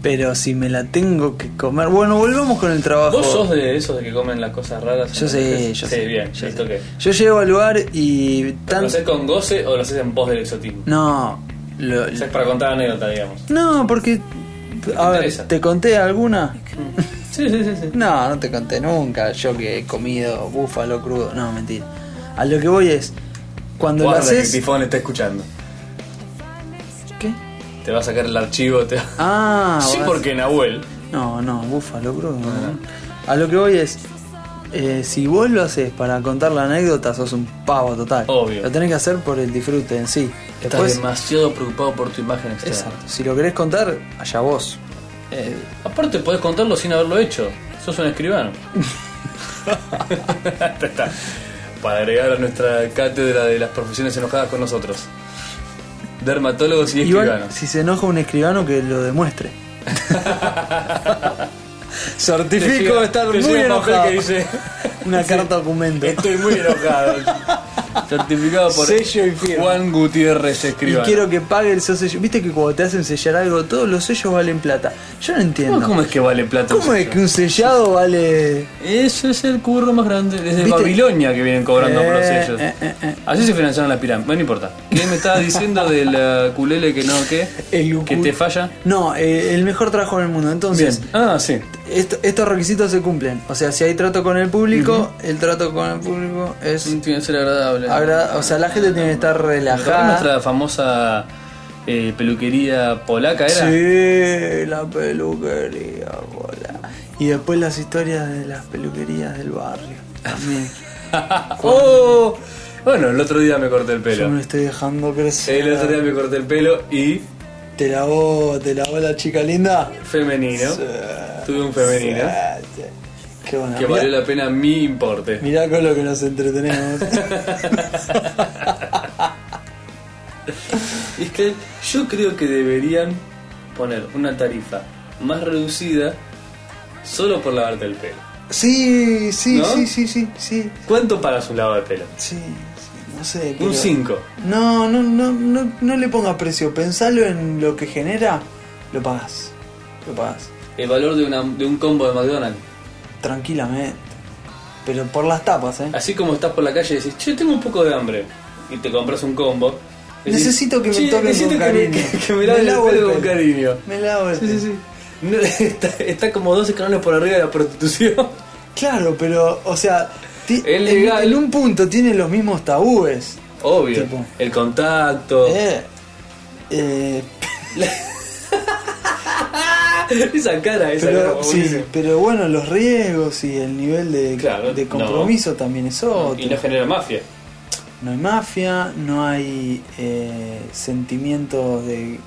[SPEAKER 1] Pero si me la tengo que comer. Bueno, volvamos con el trabajo.
[SPEAKER 2] ¿Vos sos de esos de que comen las cosas raras?
[SPEAKER 1] Yo sé, yo
[SPEAKER 2] Sí,
[SPEAKER 1] sé.
[SPEAKER 2] bien,
[SPEAKER 1] yo,
[SPEAKER 2] listo
[SPEAKER 1] sé.
[SPEAKER 2] que.
[SPEAKER 1] Yo llego al lugar y
[SPEAKER 2] ¿Pero
[SPEAKER 1] tan.
[SPEAKER 2] ¿Lo haces con goce o lo haces en pos del exotismo?
[SPEAKER 1] No. lo-
[SPEAKER 2] Lo haces para contar
[SPEAKER 1] [LAUGHS]
[SPEAKER 2] anécdota, digamos.
[SPEAKER 1] no, porque. A ver,
[SPEAKER 2] interesa?
[SPEAKER 1] ¿te conté alguna?
[SPEAKER 2] Sí, sí, sí. sí.
[SPEAKER 1] No, no te conté nunca. Yo que he comido búfalo crudo. No, mentira. A lo que voy es. Cuando lo
[SPEAKER 2] Guarda que el
[SPEAKER 1] haces.
[SPEAKER 2] tifón está escuchando.
[SPEAKER 1] ¿Qué?
[SPEAKER 2] Te va a sacar el archivo. Te... va-
[SPEAKER 1] Ah,
[SPEAKER 2] sí,
[SPEAKER 1] vas-
[SPEAKER 2] porque Nahuel.
[SPEAKER 1] No, no, búfalo crudo. no. A lo que voy es. eh, si vos lo haces para contar la anécdota, sos un pavo total.
[SPEAKER 2] Obvio.
[SPEAKER 1] Lo tenés que hacer por el disfrute en sí.
[SPEAKER 2] Estás
[SPEAKER 1] Después,
[SPEAKER 2] demasiado preocupado por tu imagen externa.
[SPEAKER 1] exacto. Si lo querés contar, allá vos. Eh,
[SPEAKER 2] Aparte, podés contarlo sin haberlo hecho. Sos un [LAUGHS] escribano. Está, está. Para agregar a nuestra cátedra de las profesiones enojadas con nosotros. Dermatólogos y
[SPEAKER 1] igual,
[SPEAKER 2] escribanos. [LAUGHS]
[SPEAKER 1] si se enoja un escribano, que lo demuestre. Certifico
[SPEAKER 2] Te llega-
[SPEAKER 1] estar
[SPEAKER 2] te
[SPEAKER 1] muy
[SPEAKER 2] llega un papel
[SPEAKER 1] enojado.
[SPEAKER 2] que dice-
[SPEAKER 1] [LAUGHS] Una carta documento.
[SPEAKER 2] Estoy muy enojado. [LAUGHS] Certificado por
[SPEAKER 1] Sello y firma.
[SPEAKER 2] Juan Gutiérrez
[SPEAKER 1] Y
[SPEAKER 2] Escribano.
[SPEAKER 1] quiero que pague el sello. Viste que cuando te hacen sellar algo, todos los sellos valen plata. Yo no entiendo.
[SPEAKER 2] ¿Cómo es que vale plata? un
[SPEAKER 1] ¿Cómo es
[SPEAKER 2] sello?
[SPEAKER 1] que un sellado vale.?
[SPEAKER 2] Ese es el curro más grande. Desde
[SPEAKER 1] ¿Viste?
[SPEAKER 2] Babilonia que vienen cobrando por los
[SPEAKER 1] Eh,
[SPEAKER 2] sellos.
[SPEAKER 1] eh, eh, eh.
[SPEAKER 2] Así se financiaron las pirámides. Bueno, no importa. ¿Qué me estabas diciendo de la culele que no, qué?
[SPEAKER 1] [LAUGHS] El ucu-
[SPEAKER 2] que te falla.
[SPEAKER 1] No, eh, el mejor trabajo del mundo. Entonces,
[SPEAKER 2] Bien. Ah, sí.
[SPEAKER 1] esto- estos requisitos se cumplen. O sea, si hay trato con el público, el trato con el público es.
[SPEAKER 2] Tiene que ser agradable.
[SPEAKER 1] agra- o sea, la gente tiene que estar
[SPEAKER 2] Acá
[SPEAKER 1] relajada.
[SPEAKER 2] Nuestra famosa eh, peluquería polaca era.
[SPEAKER 1] Sí, la peluquería, bola. Y después las historias de las peluquerías del barrio. También.
[SPEAKER 2] [LAUGHS] oh, bueno, el otro día me corté el
[SPEAKER 1] Yo me
[SPEAKER 2] pelo.
[SPEAKER 1] lo estoy dejando crecer.
[SPEAKER 2] El otro día me corté el pelo y
[SPEAKER 1] Te lavó, te lavó la chica linda.
[SPEAKER 2] femenino. Tuve un femenino.
[SPEAKER 1] Qué bueno.
[SPEAKER 2] Que
[SPEAKER 1] mirá,
[SPEAKER 2] valió la pena mi importe.
[SPEAKER 1] mirá con lo que nos
[SPEAKER 2] [LAUGHS]
[SPEAKER 1] entretenemos.
[SPEAKER 2] Es que yo creo que deberían poner una tarifa más reducida solo por lavarte el pelo.
[SPEAKER 1] sí, sí,
[SPEAKER 2] ¿No?
[SPEAKER 1] sí, sí, sí, sí,
[SPEAKER 2] ¿Cuánto pagas un lavado de pelo?
[SPEAKER 1] sí, sí, no sé. pero-
[SPEAKER 2] Un 5.
[SPEAKER 1] No, no, no, no, no le pongas precio. Pensalo en lo que genera, lo pagás. Lo pagás.
[SPEAKER 2] El valor de, una- de un combo de McDonald's.
[SPEAKER 1] Tranquilamente. Pero por las tapas, eh.
[SPEAKER 2] Así como estás por la calle y decís, che, tengo un poco de hambre. Y te compras un combo. Decís,
[SPEAKER 1] Necesito que me
[SPEAKER 2] "Che,
[SPEAKER 1] toquen
[SPEAKER 2] necesito
[SPEAKER 1] con
[SPEAKER 2] que me-
[SPEAKER 1] cariño.
[SPEAKER 2] [LAUGHS] Que, que me laven el
[SPEAKER 1] lavo
[SPEAKER 2] pelo con cariño.
[SPEAKER 1] Me lavo el
[SPEAKER 2] Sí, sí,
[SPEAKER 1] pelo.
[SPEAKER 2] sí. No, [LAUGHS] está, está como dos escalones por arriba de la prostitución. [LAUGHS]
[SPEAKER 1] Claro, pero, o sea, ti-
[SPEAKER 2] Es
[SPEAKER 1] en,
[SPEAKER 2] legal.
[SPEAKER 1] en un punto tiene los mismos tabúes.
[SPEAKER 2] Obvio.
[SPEAKER 1] Tipo.
[SPEAKER 2] El contacto.
[SPEAKER 1] Eh, eh,
[SPEAKER 2] [LAUGHS] Esa cara, esa cara.
[SPEAKER 1] pero,
[SPEAKER 2] buenísima.
[SPEAKER 1] sí, pero bueno, los riesgos y el nivel de,
[SPEAKER 2] Claro,
[SPEAKER 1] de
[SPEAKER 2] no.
[SPEAKER 1] compromiso también es otro.
[SPEAKER 2] Y no
[SPEAKER 1] No,
[SPEAKER 2] genera mafia.
[SPEAKER 1] hay mafia, no hay eh, sentimientos
[SPEAKER 2] [LAUGHS]
[SPEAKER 1] de,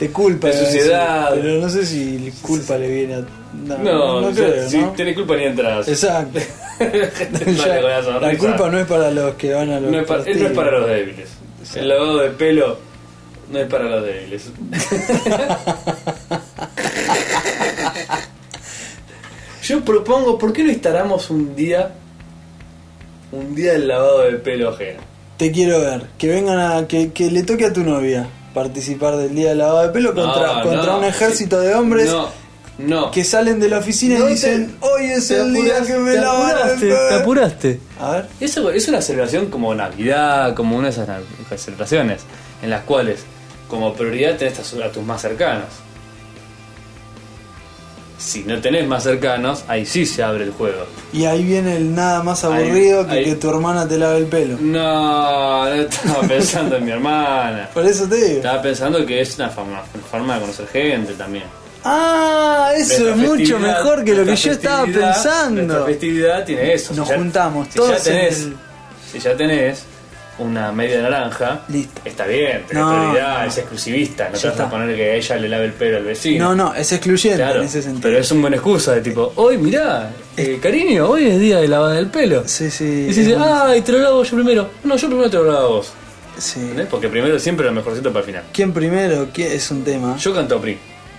[SPEAKER 1] de culpa.
[SPEAKER 2] De
[SPEAKER 1] iba a decir,
[SPEAKER 2] suciedad.
[SPEAKER 1] Pero no sé si culpa le viene a... No,
[SPEAKER 2] No,
[SPEAKER 1] no, no
[SPEAKER 2] o sea,
[SPEAKER 1] creo,
[SPEAKER 2] si
[SPEAKER 1] ¿no?
[SPEAKER 2] tenés culpa ni entras. [LAUGHS]
[SPEAKER 1] Exacto. [LAUGHS]
[SPEAKER 2] Dale
[SPEAKER 1] Ya,
[SPEAKER 2] con esa
[SPEAKER 1] la
[SPEAKER 2] sonrisa.
[SPEAKER 1] culpa no es para los que van a los
[SPEAKER 2] No es para, no es
[SPEAKER 1] partidos.
[SPEAKER 2] para los débiles.
[SPEAKER 1] Sí.
[SPEAKER 2] El lavado de pelo no es para los débiles. [LAUGHS] Yo propongo, ¿por qué no instalamos un día un día el lavado de pelo ajeno?
[SPEAKER 1] Te quiero ver. Que vengan a. Que, que le toque a tu novia participar del día del lavado de pelo contra,
[SPEAKER 2] No,
[SPEAKER 1] contra
[SPEAKER 2] no,
[SPEAKER 1] un ejército
[SPEAKER 2] sí.
[SPEAKER 1] de hombres
[SPEAKER 2] No, no.
[SPEAKER 1] que salen de la oficina
[SPEAKER 2] No
[SPEAKER 1] y
[SPEAKER 2] te-
[SPEAKER 1] dicen: Hoy es
[SPEAKER 2] te
[SPEAKER 1] el día
[SPEAKER 2] apuras-
[SPEAKER 1] que me
[SPEAKER 2] te
[SPEAKER 1] lavan el
[SPEAKER 2] apuraste,
[SPEAKER 1] pelo.
[SPEAKER 2] te apuraste.
[SPEAKER 1] A ver.
[SPEAKER 2] Eso es una celebración como Navidad, como una de esas na- esas celebraciones en las cuales como prioridad tenés a su- a tus más cercanos. Si no tenés más cercanos, ahí sí se abre el juego.
[SPEAKER 1] Y ahí viene el nada más
[SPEAKER 2] Ahí-
[SPEAKER 1] aburrido que
[SPEAKER 2] ahí-
[SPEAKER 1] que tu hermana te lave el pelo.
[SPEAKER 2] No, no estaba [LAUGHS] pensando en mi hermana.
[SPEAKER 1] Por eso te digo.
[SPEAKER 2] Estaba pensando que es una forma, una forma de conocer gente también.
[SPEAKER 1] Ah, eso
[SPEAKER 2] Nuestra
[SPEAKER 1] es mucho
[SPEAKER 2] festividad-
[SPEAKER 1] mejor que lo que
[SPEAKER 2] nuestra
[SPEAKER 1] yo estaba
[SPEAKER 2] festividad- Nuestra
[SPEAKER 1] pensando.
[SPEAKER 2] festividad tiene eso.
[SPEAKER 1] Nos
[SPEAKER 2] ya-
[SPEAKER 1] juntamos
[SPEAKER 2] si
[SPEAKER 1] todos
[SPEAKER 2] Ya
[SPEAKER 1] en
[SPEAKER 2] tenés,
[SPEAKER 1] el-
[SPEAKER 2] Si ya tenés una media naranja,
[SPEAKER 1] Listo.
[SPEAKER 2] está bien, tenés
[SPEAKER 1] No,
[SPEAKER 2] prioridad,
[SPEAKER 1] no.
[SPEAKER 2] es exclusivista. No
[SPEAKER 1] Ya
[SPEAKER 2] te vas
[SPEAKER 1] está.
[SPEAKER 2] a poner que a ella le lave el pelo al vecino.
[SPEAKER 1] No, no, es excluyente
[SPEAKER 2] claro.
[SPEAKER 1] en ese sentido.
[SPEAKER 2] Pero es una buena excusa de tipo, hoy mirá, eh, cariño, hoy es día de lavada del pelo.
[SPEAKER 1] Sí, sí.
[SPEAKER 2] Y se dice, "Ah".
[SPEAKER 1] es bueno.
[SPEAKER 2] ay, te lo lavo yo primero. No, yo primero te lo lavo a vos.
[SPEAKER 1] Sí.
[SPEAKER 2] ¿Entendés? Porque primero siempre lo mejorcito para el final.
[SPEAKER 1] ¿Quién primero? ¿Quién? Es un tema.
[SPEAKER 2] Yo canto PRI.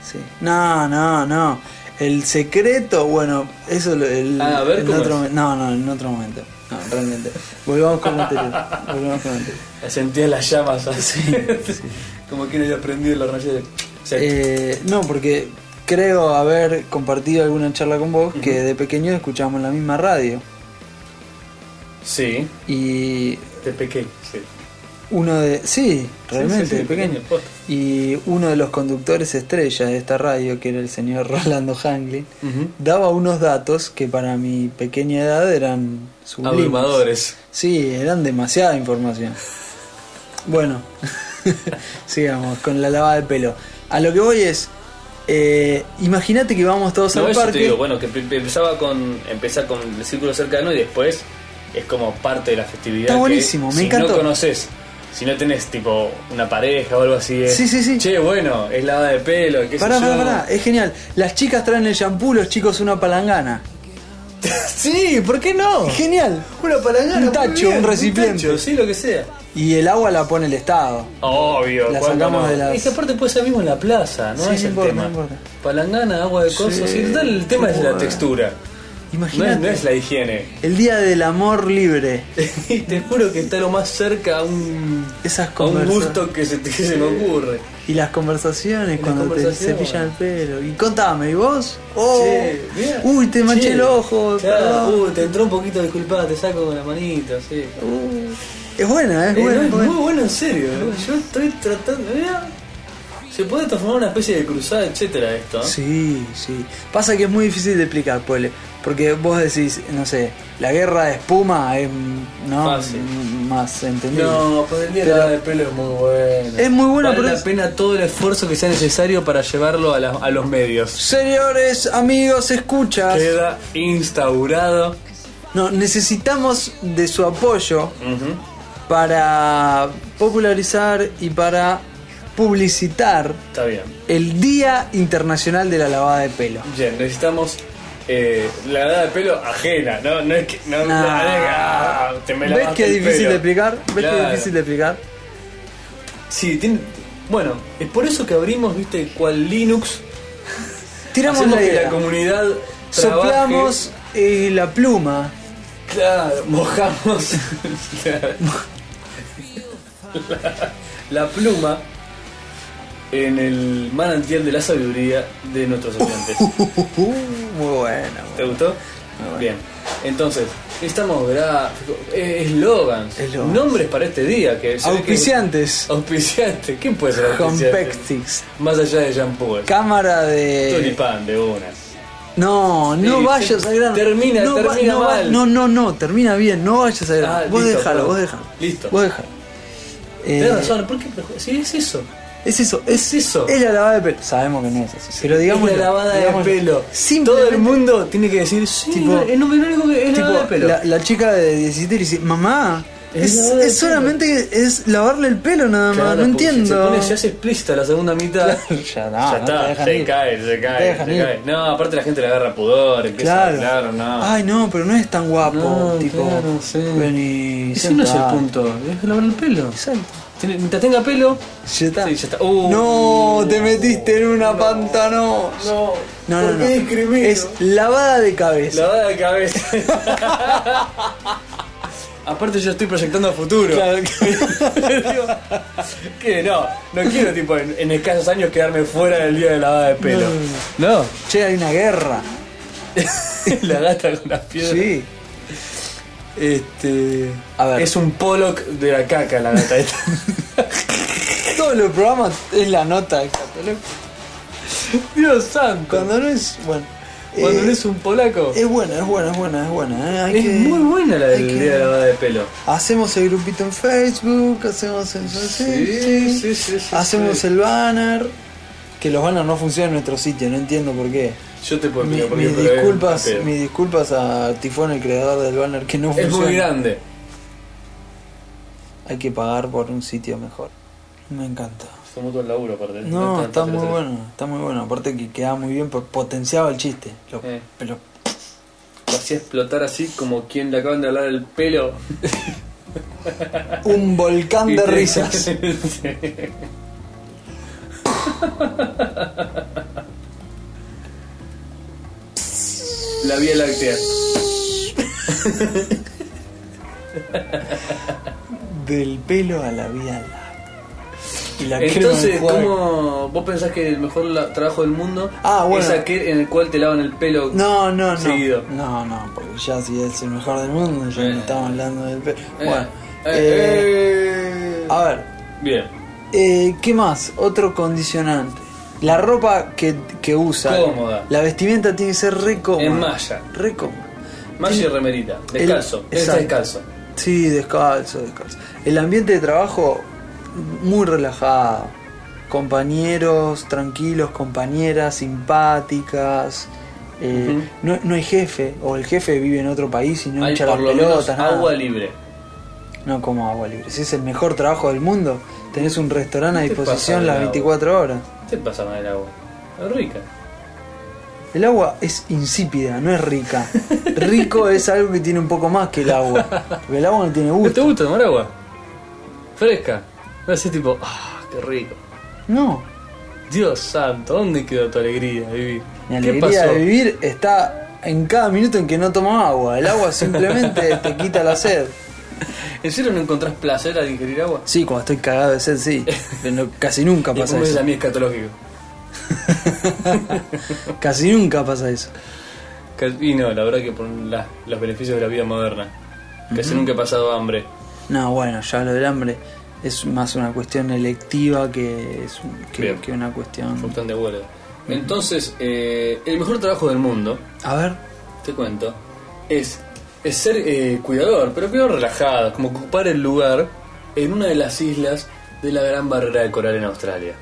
[SPEAKER 1] Sí. No, no, no. El secreto, bueno, eso lo- el,
[SPEAKER 2] Ah, a ver,
[SPEAKER 1] en
[SPEAKER 2] ¿cómo
[SPEAKER 1] otro
[SPEAKER 2] es?
[SPEAKER 1] mo- No, no, en otro momento. No, realmente. Volvamos con lo
[SPEAKER 2] [LAUGHS]
[SPEAKER 1] anterior. Volvamos con lo anterior.
[SPEAKER 2] Sentía las llamas [LAUGHS] así. Como que no había prendido la raya de. O sea,
[SPEAKER 1] Eh, no, porque creo haber compartido alguna charla con vos que de pequeño escuchábamos la misma radio.
[SPEAKER 2] Sí,
[SPEAKER 1] Y
[SPEAKER 2] de pequeño, sí.
[SPEAKER 1] uno de. Sí, realmente,
[SPEAKER 2] Sí, sí, sí,
[SPEAKER 1] de pequeño.
[SPEAKER 2] posta.
[SPEAKER 1] Y uno de los conductores estrella de esta radio, que era el señor [LAUGHS] Rolando Hanglin,
[SPEAKER 2] Ujú.
[SPEAKER 1] daba unos datos que para mi pequeña edad eran sublimes.
[SPEAKER 2] Abrumadores.
[SPEAKER 1] Sí, eran demasiada información.
[SPEAKER 2] [LAUGHS]
[SPEAKER 1] Bueno, sigamos con la lavada de pelo. A lo que voy es, eh, imagínate que vamos todos
[SPEAKER 2] No,
[SPEAKER 1] al
[SPEAKER 2] eso te
[SPEAKER 1] parque.
[SPEAKER 2] digo, bueno, que pri- empezaba con, empezar con el círculo cercano y después es como parte de la festividad.
[SPEAKER 1] Está
[SPEAKER 2] que
[SPEAKER 1] buenísimo, me
[SPEAKER 2] si
[SPEAKER 1] encantó.
[SPEAKER 2] no conoces, si no tenés tipo una pareja o algo así, es,
[SPEAKER 1] Sí, sí, sí.
[SPEAKER 2] Che, bueno, es lavada de pelo, qué sé
[SPEAKER 1] pará, pará,
[SPEAKER 2] yo".
[SPEAKER 1] pará, es genial. Las chicas traen el shampoo, los chicos una palangana.
[SPEAKER 2] Sí, ¿por qué no?
[SPEAKER 1] Genial.
[SPEAKER 2] Una palangana.
[SPEAKER 1] Un tacho,
[SPEAKER 2] muy bien,
[SPEAKER 1] un recipiente.
[SPEAKER 2] tacho, sí, lo que sea.
[SPEAKER 1] Y el agua la pone el Estado.
[SPEAKER 2] Obvio,
[SPEAKER 1] La
[SPEAKER 2] ¿cuándo
[SPEAKER 1] sacamos
[SPEAKER 2] no?
[SPEAKER 1] de las-
[SPEAKER 2] Es que aparte puede ser mismo en la plaza, no
[SPEAKER 1] Sí, no
[SPEAKER 2] es el
[SPEAKER 1] importa,
[SPEAKER 2] tema.
[SPEAKER 1] no importa.
[SPEAKER 2] Palangana, agua de coso,
[SPEAKER 1] Sí,
[SPEAKER 2] sí, total, el tema es la
[SPEAKER 1] bueno.
[SPEAKER 2] textura. No
[SPEAKER 1] Imagínate.
[SPEAKER 2] es, no es la
[SPEAKER 1] [LAUGHS]
[SPEAKER 2] higiene.
[SPEAKER 1] El día del amor libre.
[SPEAKER 2] Y te juro que está lo más cerca a un,
[SPEAKER 1] Esas
[SPEAKER 2] a un
[SPEAKER 1] conversa-
[SPEAKER 2] gusto que se, te- que se me ocurre.
[SPEAKER 1] Y las conversaciones
[SPEAKER 2] Y las
[SPEAKER 1] cuando
[SPEAKER 2] conversaciones.
[SPEAKER 1] te cepillan el pelo. Y contame, ¿y vos? Oh,
[SPEAKER 2] Che, bien.
[SPEAKER 1] uy, te manché
[SPEAKER 2] Che,
[SPEAKER 1] el ojo.
[SPEAKER 2] Claro,
[SPEAKER 1] perdón.
[SPEAKER 2] uh, te entró un poquito, disculpá, te saco con la manita, sí.
[SPEAKER 1] Uh, es buena, es
[SPEAKER 2] Eh,
[SPEAKER 1] buena.
[SPEAKER 2] no,
[SPEAKER 1] es
[SPEAKER 2] es
[SPEAKER 1] buena.
[SPEAKER 2] muy bueno, en serio. eh. Yo estoy tratando. mirá. se puede transformar en una especie de cruzada, etcétera, esto. ¿eh?
[SPEAKER 1] Sí, sí. Pasa que es muy difícil de explicar, Puele. Porque vos decís, no sé, la guerra de espuma es mm, ¿no?
[SPEAKER 2] Fácil.
[SPEAKER 1] Mm, más entendible.
[SPEAKER 2] No, pero el día de
[SPEAKER 1] Pero-
[SPEAKER 2] la de pelo es muy bueno.
[SPEAKER 1] Es muy bueno,
[SPEAKER 2] vale
[SPEAKER 1] pero
[SPEAKER 2] la
[SPEAKER 1] es-
[SPEAKER 2] pena todo el esfuerzo que sea necesario para llevarlo a, la- a los medios.
[SPEAKER 1] Señores, amigos, escuchas.
[SPEAKER 2] Queda instaurado.
[SPEAKER 1] No, necesitamos de su apoyo
[SPEAKER 2] Ujú.
[SPEAKER 1] para popularizar y para publicitar
[SPEAKER 2] Está bien.
[SPEAKER 1] el Día Internacional de la Lavada de Pelo.
[SPEAKER 2] Bien, necesitamos eh, la edad de pelo ajena, ¿no? No es que. No,
[SPEAKER 1] Nah.
[SPEAKER 2] no, ah, te me
[SPEAKER 1] ¿Ves
[SPEAKER 2] lavaste
[SPEAKER 1] que es
[SPEAKER 2] el
[SPEAKER 1] difícil
[SPEAKER 2] pelo.
[SPEAKER 1] de explicar? ¿Ves que es
[SPEAKER 2] Claro.
[SPEAKER 1] difícil de explicar?
[SPEAKER 2] Sí, tiene. Bueno, es por eso que abrimos, viste, cual Linux.
[SPEAKER 1] Tiramos
[SPEAKER 2] Hacemos
[SPEAKER 1] la
[SPEAKER 2] que
[SPEAKER 1] idea.
[SPEAKER 2] la comunidad. trabaje.
[SPEAKER 1] Soplamos eh, la
[SPEAKER 2] [LAUGHS]
[SPEAKER 1] pluma.
[SPEAKER 2] Claro, mojamos la, la- la pluma en el manantial de la sabiduría de nuestros oyentes.
[SPEAKER 1] Muy bueno.
[SPEAKER 2] ¿Te gustó? Bien. Entonces, necesitamos gráficos, eh, eslogans,
[SPEAKER 1] Eslogans.
[SPEAKER 2] nombres para este día. que se ve que-
[SPEAKER 1] Auspiciantes.
[SPEAKER 2] Auspiciante. ¿Quién puede ser auspiciante?
[SPEAKER 1] Compactix.
[SPEAKER 2] Más allá de Jean Paul.
[SPEAKER 1] Cámara de.
[SPEAKER 2] Tulipán de una.
[SPEAKER 1] Ah, No, no
[SPEAKER 2] Sí,
[SPEAKER 1] vayas
[SPEAKER 2] te-
[SPEAKER 1] al grano.
[SPEAKER 2] termina,
[SPEAKER 1] no, va-
[SPEAKER 2] termina
[SPEAKER 1] no, va-
[SPEAKER 2] mal.
[SPEAKER 1] No, no, no, termina bien. No vayas al grano.
[SPEAKER 2] Ah,
[SPEAKER 1] vos
[SPEAKER 2] listo,
[SPEAKER 1] déjalo,
[SPEAKER 2] perdón.
[SPEAKER 1] vos déjalo.
[SPEAKER 2] Listo.
[SPEAKER 1] Vos déjalo. Eh,
[SPEAKER 2] Tienes razón, ¿por qué? preju- Si es eso.
[SPEAKER 1] Es eso, es
[SPEAKER 2] Es eso.
[SPEAKER 1] Es la lavada de pelo. Sabemos que no es así. Pero digamos.
[SPEAKER 2] es la lavada de pelo.
[SPEAKER 1] Simplemente,
[SPEAKER 2] Todo el mundo tiene que decir, sí,
[SPEAKER 1] Tipo-
[SPEAKER 2] no, no, no, no, es
[SPEAKER 1] tipo,
[SPEAKER 2] lavada de pelo.
[SPEAKER 1] La, la chica de 17 le dice: Mamá,
[SPEAKER 2] Es
[SPEAKER 1] es,
[SPEAKER 2] lavada de
[SPEAKER 1] es
[SPEAKER 2] pelo".
[SPEAKER 1] solamente es lavarle el pelo nada más.
[SPEAKER 2] Claro,
[SPEAKER 1] no
[SPEAKER 2] porque
[SPEAKER 1] entiendo.
[SPEAKER 2] Se, pone, se hace explícita la segunda mitad.
[SPEAKER 1] [LAUGHS] ya
[SPEAKER 2] [LAUGHS]
[SPEAKER 1] no,
[SPEAKER 2] ya
[SPEAKER 1] no te
[SPEAKER 2] está,
[SPEAKER 1] dejan
[SPEAKER 2] se
[SPEAKER 1] ir.
[SPEAKER 2] cae,
[SPEAKER 1] No
[SPEAKER 2] se
[SPEAKER 1] te
[SPEAKER 2] cae,
[SPEAKER 1] dejan
[SPEAKER 2] se
[SPEAKER 1] ir.
[SPEAKER 2] cae. No, aparte la gente le agarra pudor, empieza
[SPEAKER 1] Claro.
[SPEAKER 2] a hablar, no.
[SPEAKER 1] Ay, no, pero no es tan guapo.
[SPEAKER 2] No,
[SPEAKER 1] tipo,
[SPEAKER 2] claro, sí.
[SPEAKER 1] vení.
[SPEAKER 2] Ese no es el
[SPEAKER 1] sentate.
[SPEAKER 2] punto, es lavar el pelo.
[SPEAKER 1] Exacto.
[SPEAKER 2] Tiene- Mientras tenga pelo,
[SPEAKER 1] Ya está.
[SPEAKER 2] Sí, ya está. Uh.
[SPEAKER 1] no, te metiste en una pantano.
[SPEAKER 2] no.
[SPEAKER 1] No, no,
[SPEAKER 2] ¿Por
[SPEAKER 1] no.
[SPEAKER 2] qué discrimino?
[SPEAKER 1] Es lavada de cabeza.
[SPEAKER 2] Lavada de cabeza. Aparte yo estoy proyectando a futuro.
[SPEAKER 1] Claro,
[SPEAKER 2] Digo, que no, no quiero tipo en, en escasos años quedarme fuera del día de lavada de pelo. No.
[SPEAKER 1] Che, hay una guerra.
[SPEAKER 2] [LAUGHS] la gata con las piedras.
[SPEAKER 1] Sí.
[SPEAKER 2] Este.
[SPEAKER 1] A ver.
[SPEAKER 2] Es un Pollock de la caca la
[SPEAKER 1] [LAUGHS]
[SPEAKER 2] gata esta.
[SPEAKER 1] Todos los programas es la nota. exacto, loco.
[SPEAKER 2] Dios santo. Cuando,
[SPEAKER 1] Cuando no es. Bueno. eh,
[SPEAKER 2] no es un polaco.
[SPEAKER 1] es buena, es buena, es buena, es buena. eh, hay
[SPEAKER 2] Es
[SPEAKER 1] que-
[SPEAKER 2] muy buena la
[SPEAKER 1] hay
[SPEAKER 2] del
[SPEAKER 1] que-
[SPEAKER 2] día de lavada de pelo.
[SPEAKER 1] Hacemos el grupito en Facebook, hacemos el.
[SPEAKER 2] sí, sí,
[SPEAKER 1] Hacemos
[SPEAKER 2] sí.
[SPEAKER 1] el banner. Que los banners no funcionan en nuestro sitio, no entiendo por qué.
[SPEAKER 2] Yo te puedo
[SPEAKER 1] Mi-
[SPEAKER 2] explicar por qué,
[SPEAKER 1] mis
[SPEAKER 2] pero es-
[SPEAKER 1] disculpas,
[SPEAKER 2] pero-
[SPEAKER 1] mis disculpas a Tifón, el creador del banner, que no
[SPEAKER 2] Es
[SPEAKER 1] funciona.
[SPEAKER 2] muy grande.
[SPEAKER 1] Hay que pagar por un sitio mejor. Me encanta.
[SPEAKER 2] Somos todo el laburo aparte.
[SPEAKER 1] No, está
[SPEAKER 2] tanto
[SPEAKER 1] muy
[SPEAKER 2] hacer-
[SPEAKER 1] bueno, está muy bueno. Aparte que queda muy bien, po- potenciaba el chiste. Lo-
[SPEAKER 2] Eh.
[SPEAKER 1] pero-
[SPEAKER 2] Lo hacía explotar así como quien le acaban de hablar el pelo.
[SPEAKER 1] un volcán
[SPEAKER 2] [LAUGHS]
[SPEAKER 1] de risas.
[SPEAKER 2] Sí. La Vía Láctea.
[SPEAKER 1] Del pelo a la vida láctea. Y la crema
[SPEAKER 2] Entonces,
[SPEAKER 1] del cuerpo.
[SPEAKER 2] ¿cómo vos pensás que el mejor la- trabajo del mundo
[SPEAKER 1] Ah, bueno.
[SPEAKER 2] es aquel en el cual te lavan el pelo? Eh,
[SPEAKER 1] No, no, no.
[SPEAKER 2] Seguido.
[SPEAKER 1] No, no, porque ya si es el mejor del mundo, ya
[SPEAKER 2] Eh.
[SPEAKER 1] no estamos hablando del pelo.
[SPEAKER 2] Eh,
[SPEAKER 1] Bueno, eh, ah.
[SPEAKER 2] eh, eh.
[SPEAKER 1] a ver.
[SPEAKER 2] Bien.
[SPEAKER 1] Eh, ¿Qué más? Otro condicionante. La ropa que, que usa.
[SPEAKER 2] Cómoda.
[SPEAKER 1] La vestimenta tiene que ser re cómoda.
[SPEAKER 2] En malla.
[SPEAKER 1] Re cómoda.
[SPEAKER 2] Malla y remerita. Descalzo.
[SPEAKER 1] El-
[SPEAKER 2] Es
[SPEAKER 1] exacto.
[SPEAKER 2] descalzo.
[SPEAKER 1] Sí, descalzo, descalzo. El ambiente de trabajo muy relajado. Compañeros tranquilos, compañeras simpáticas. Eh,
[SPEAKER 2] Ujú.
[SPEAKER 1] no, no hay jefe, o el jefe vive en otro país y no
[SPEAKER 2] Hay
[SPEAKER 1] hincha
[SPEAKER 2] por
[SPEAKER 1] las
[SPEAKER 2] lo menos
[SPEAKER 1] pelotas. nada.
[SPEAKER 2] agua libre.
[SPEAKER 1] No como agua libre. Si es el mejor trabajo del mundo, tenés un restaurante a
[SPEAKER 2] ¿Qué te
[SPEAKER 1] disposición
[SPEAKER 2] pasa
[SPEAKER 1] las
[SPEAKER 2] del agua?
[SPEAKER 1] 24 horas.
[SPEAKER 2] ¿Qué te pasa con el agua? Es rica.
[SPEAKER 1] El agua es insípida, no es
[SPEAKER 2] [LAUGHS]
[SPEAKER 1] rica. Rico es algo que tiene un poco más que el agua. Porque el agua no tiene
[SPEAKER 2] ¿No te
[SPEAKER 1] gusto.
[SPEAKER 2] gusta tomar agua? fresca. No así tipo, ah, qué rico.
[SPEAKER 1] No.
[SPEAKER 2] Dios santo, ¿dónde quedó tu alegría de vivir?
[SPEAKER 1] Mi alegría de vivir está en cada minuto en que no tomo agua. El agua
[SPEAKER 2] [LAUGHS]
[SPEAKER 1] simplemente te quita la sed.
[SPEAKER 2] ¿En serio no encontrás placer al ingerir agua?
[SPEAKER 1] Sí, cuando estoy cagado de sed, sí. Pero no- casi nunca
[SPEAKER 2] [LAUGHS] Y
[SPEAKER 1] pasa
[SPEAKER 2] como es
[SPEAKER 1] eso.
[SPEAKER 2] la mía escatológica.
[SPEAKER 1] [LAUGHS] Casi nunca pasa eso.
[SPEAKER 2] Cal- Y no, la verdad que por la- los beneficios de la vida moderna. Casi nunca he pasado hambre.
[SPEAKER 1] No, bueno, ya lo del hambre es más una cuestión electiva que, es un- que,
[SPEAKER 2] Bien.
[SPEAKER 1] que una cuestión...
[SPEAKER 2] Están de vuelo. Entonces, eh, el mejor trabajo del mundo,
[SPEAKER 1] A ver,
[SPEAKER 2] te cuento, es, es ser eh, cuidador, pero cuidador relajado, como ocupar el lugar en una de las islas de la gran barrera de coral en Australia.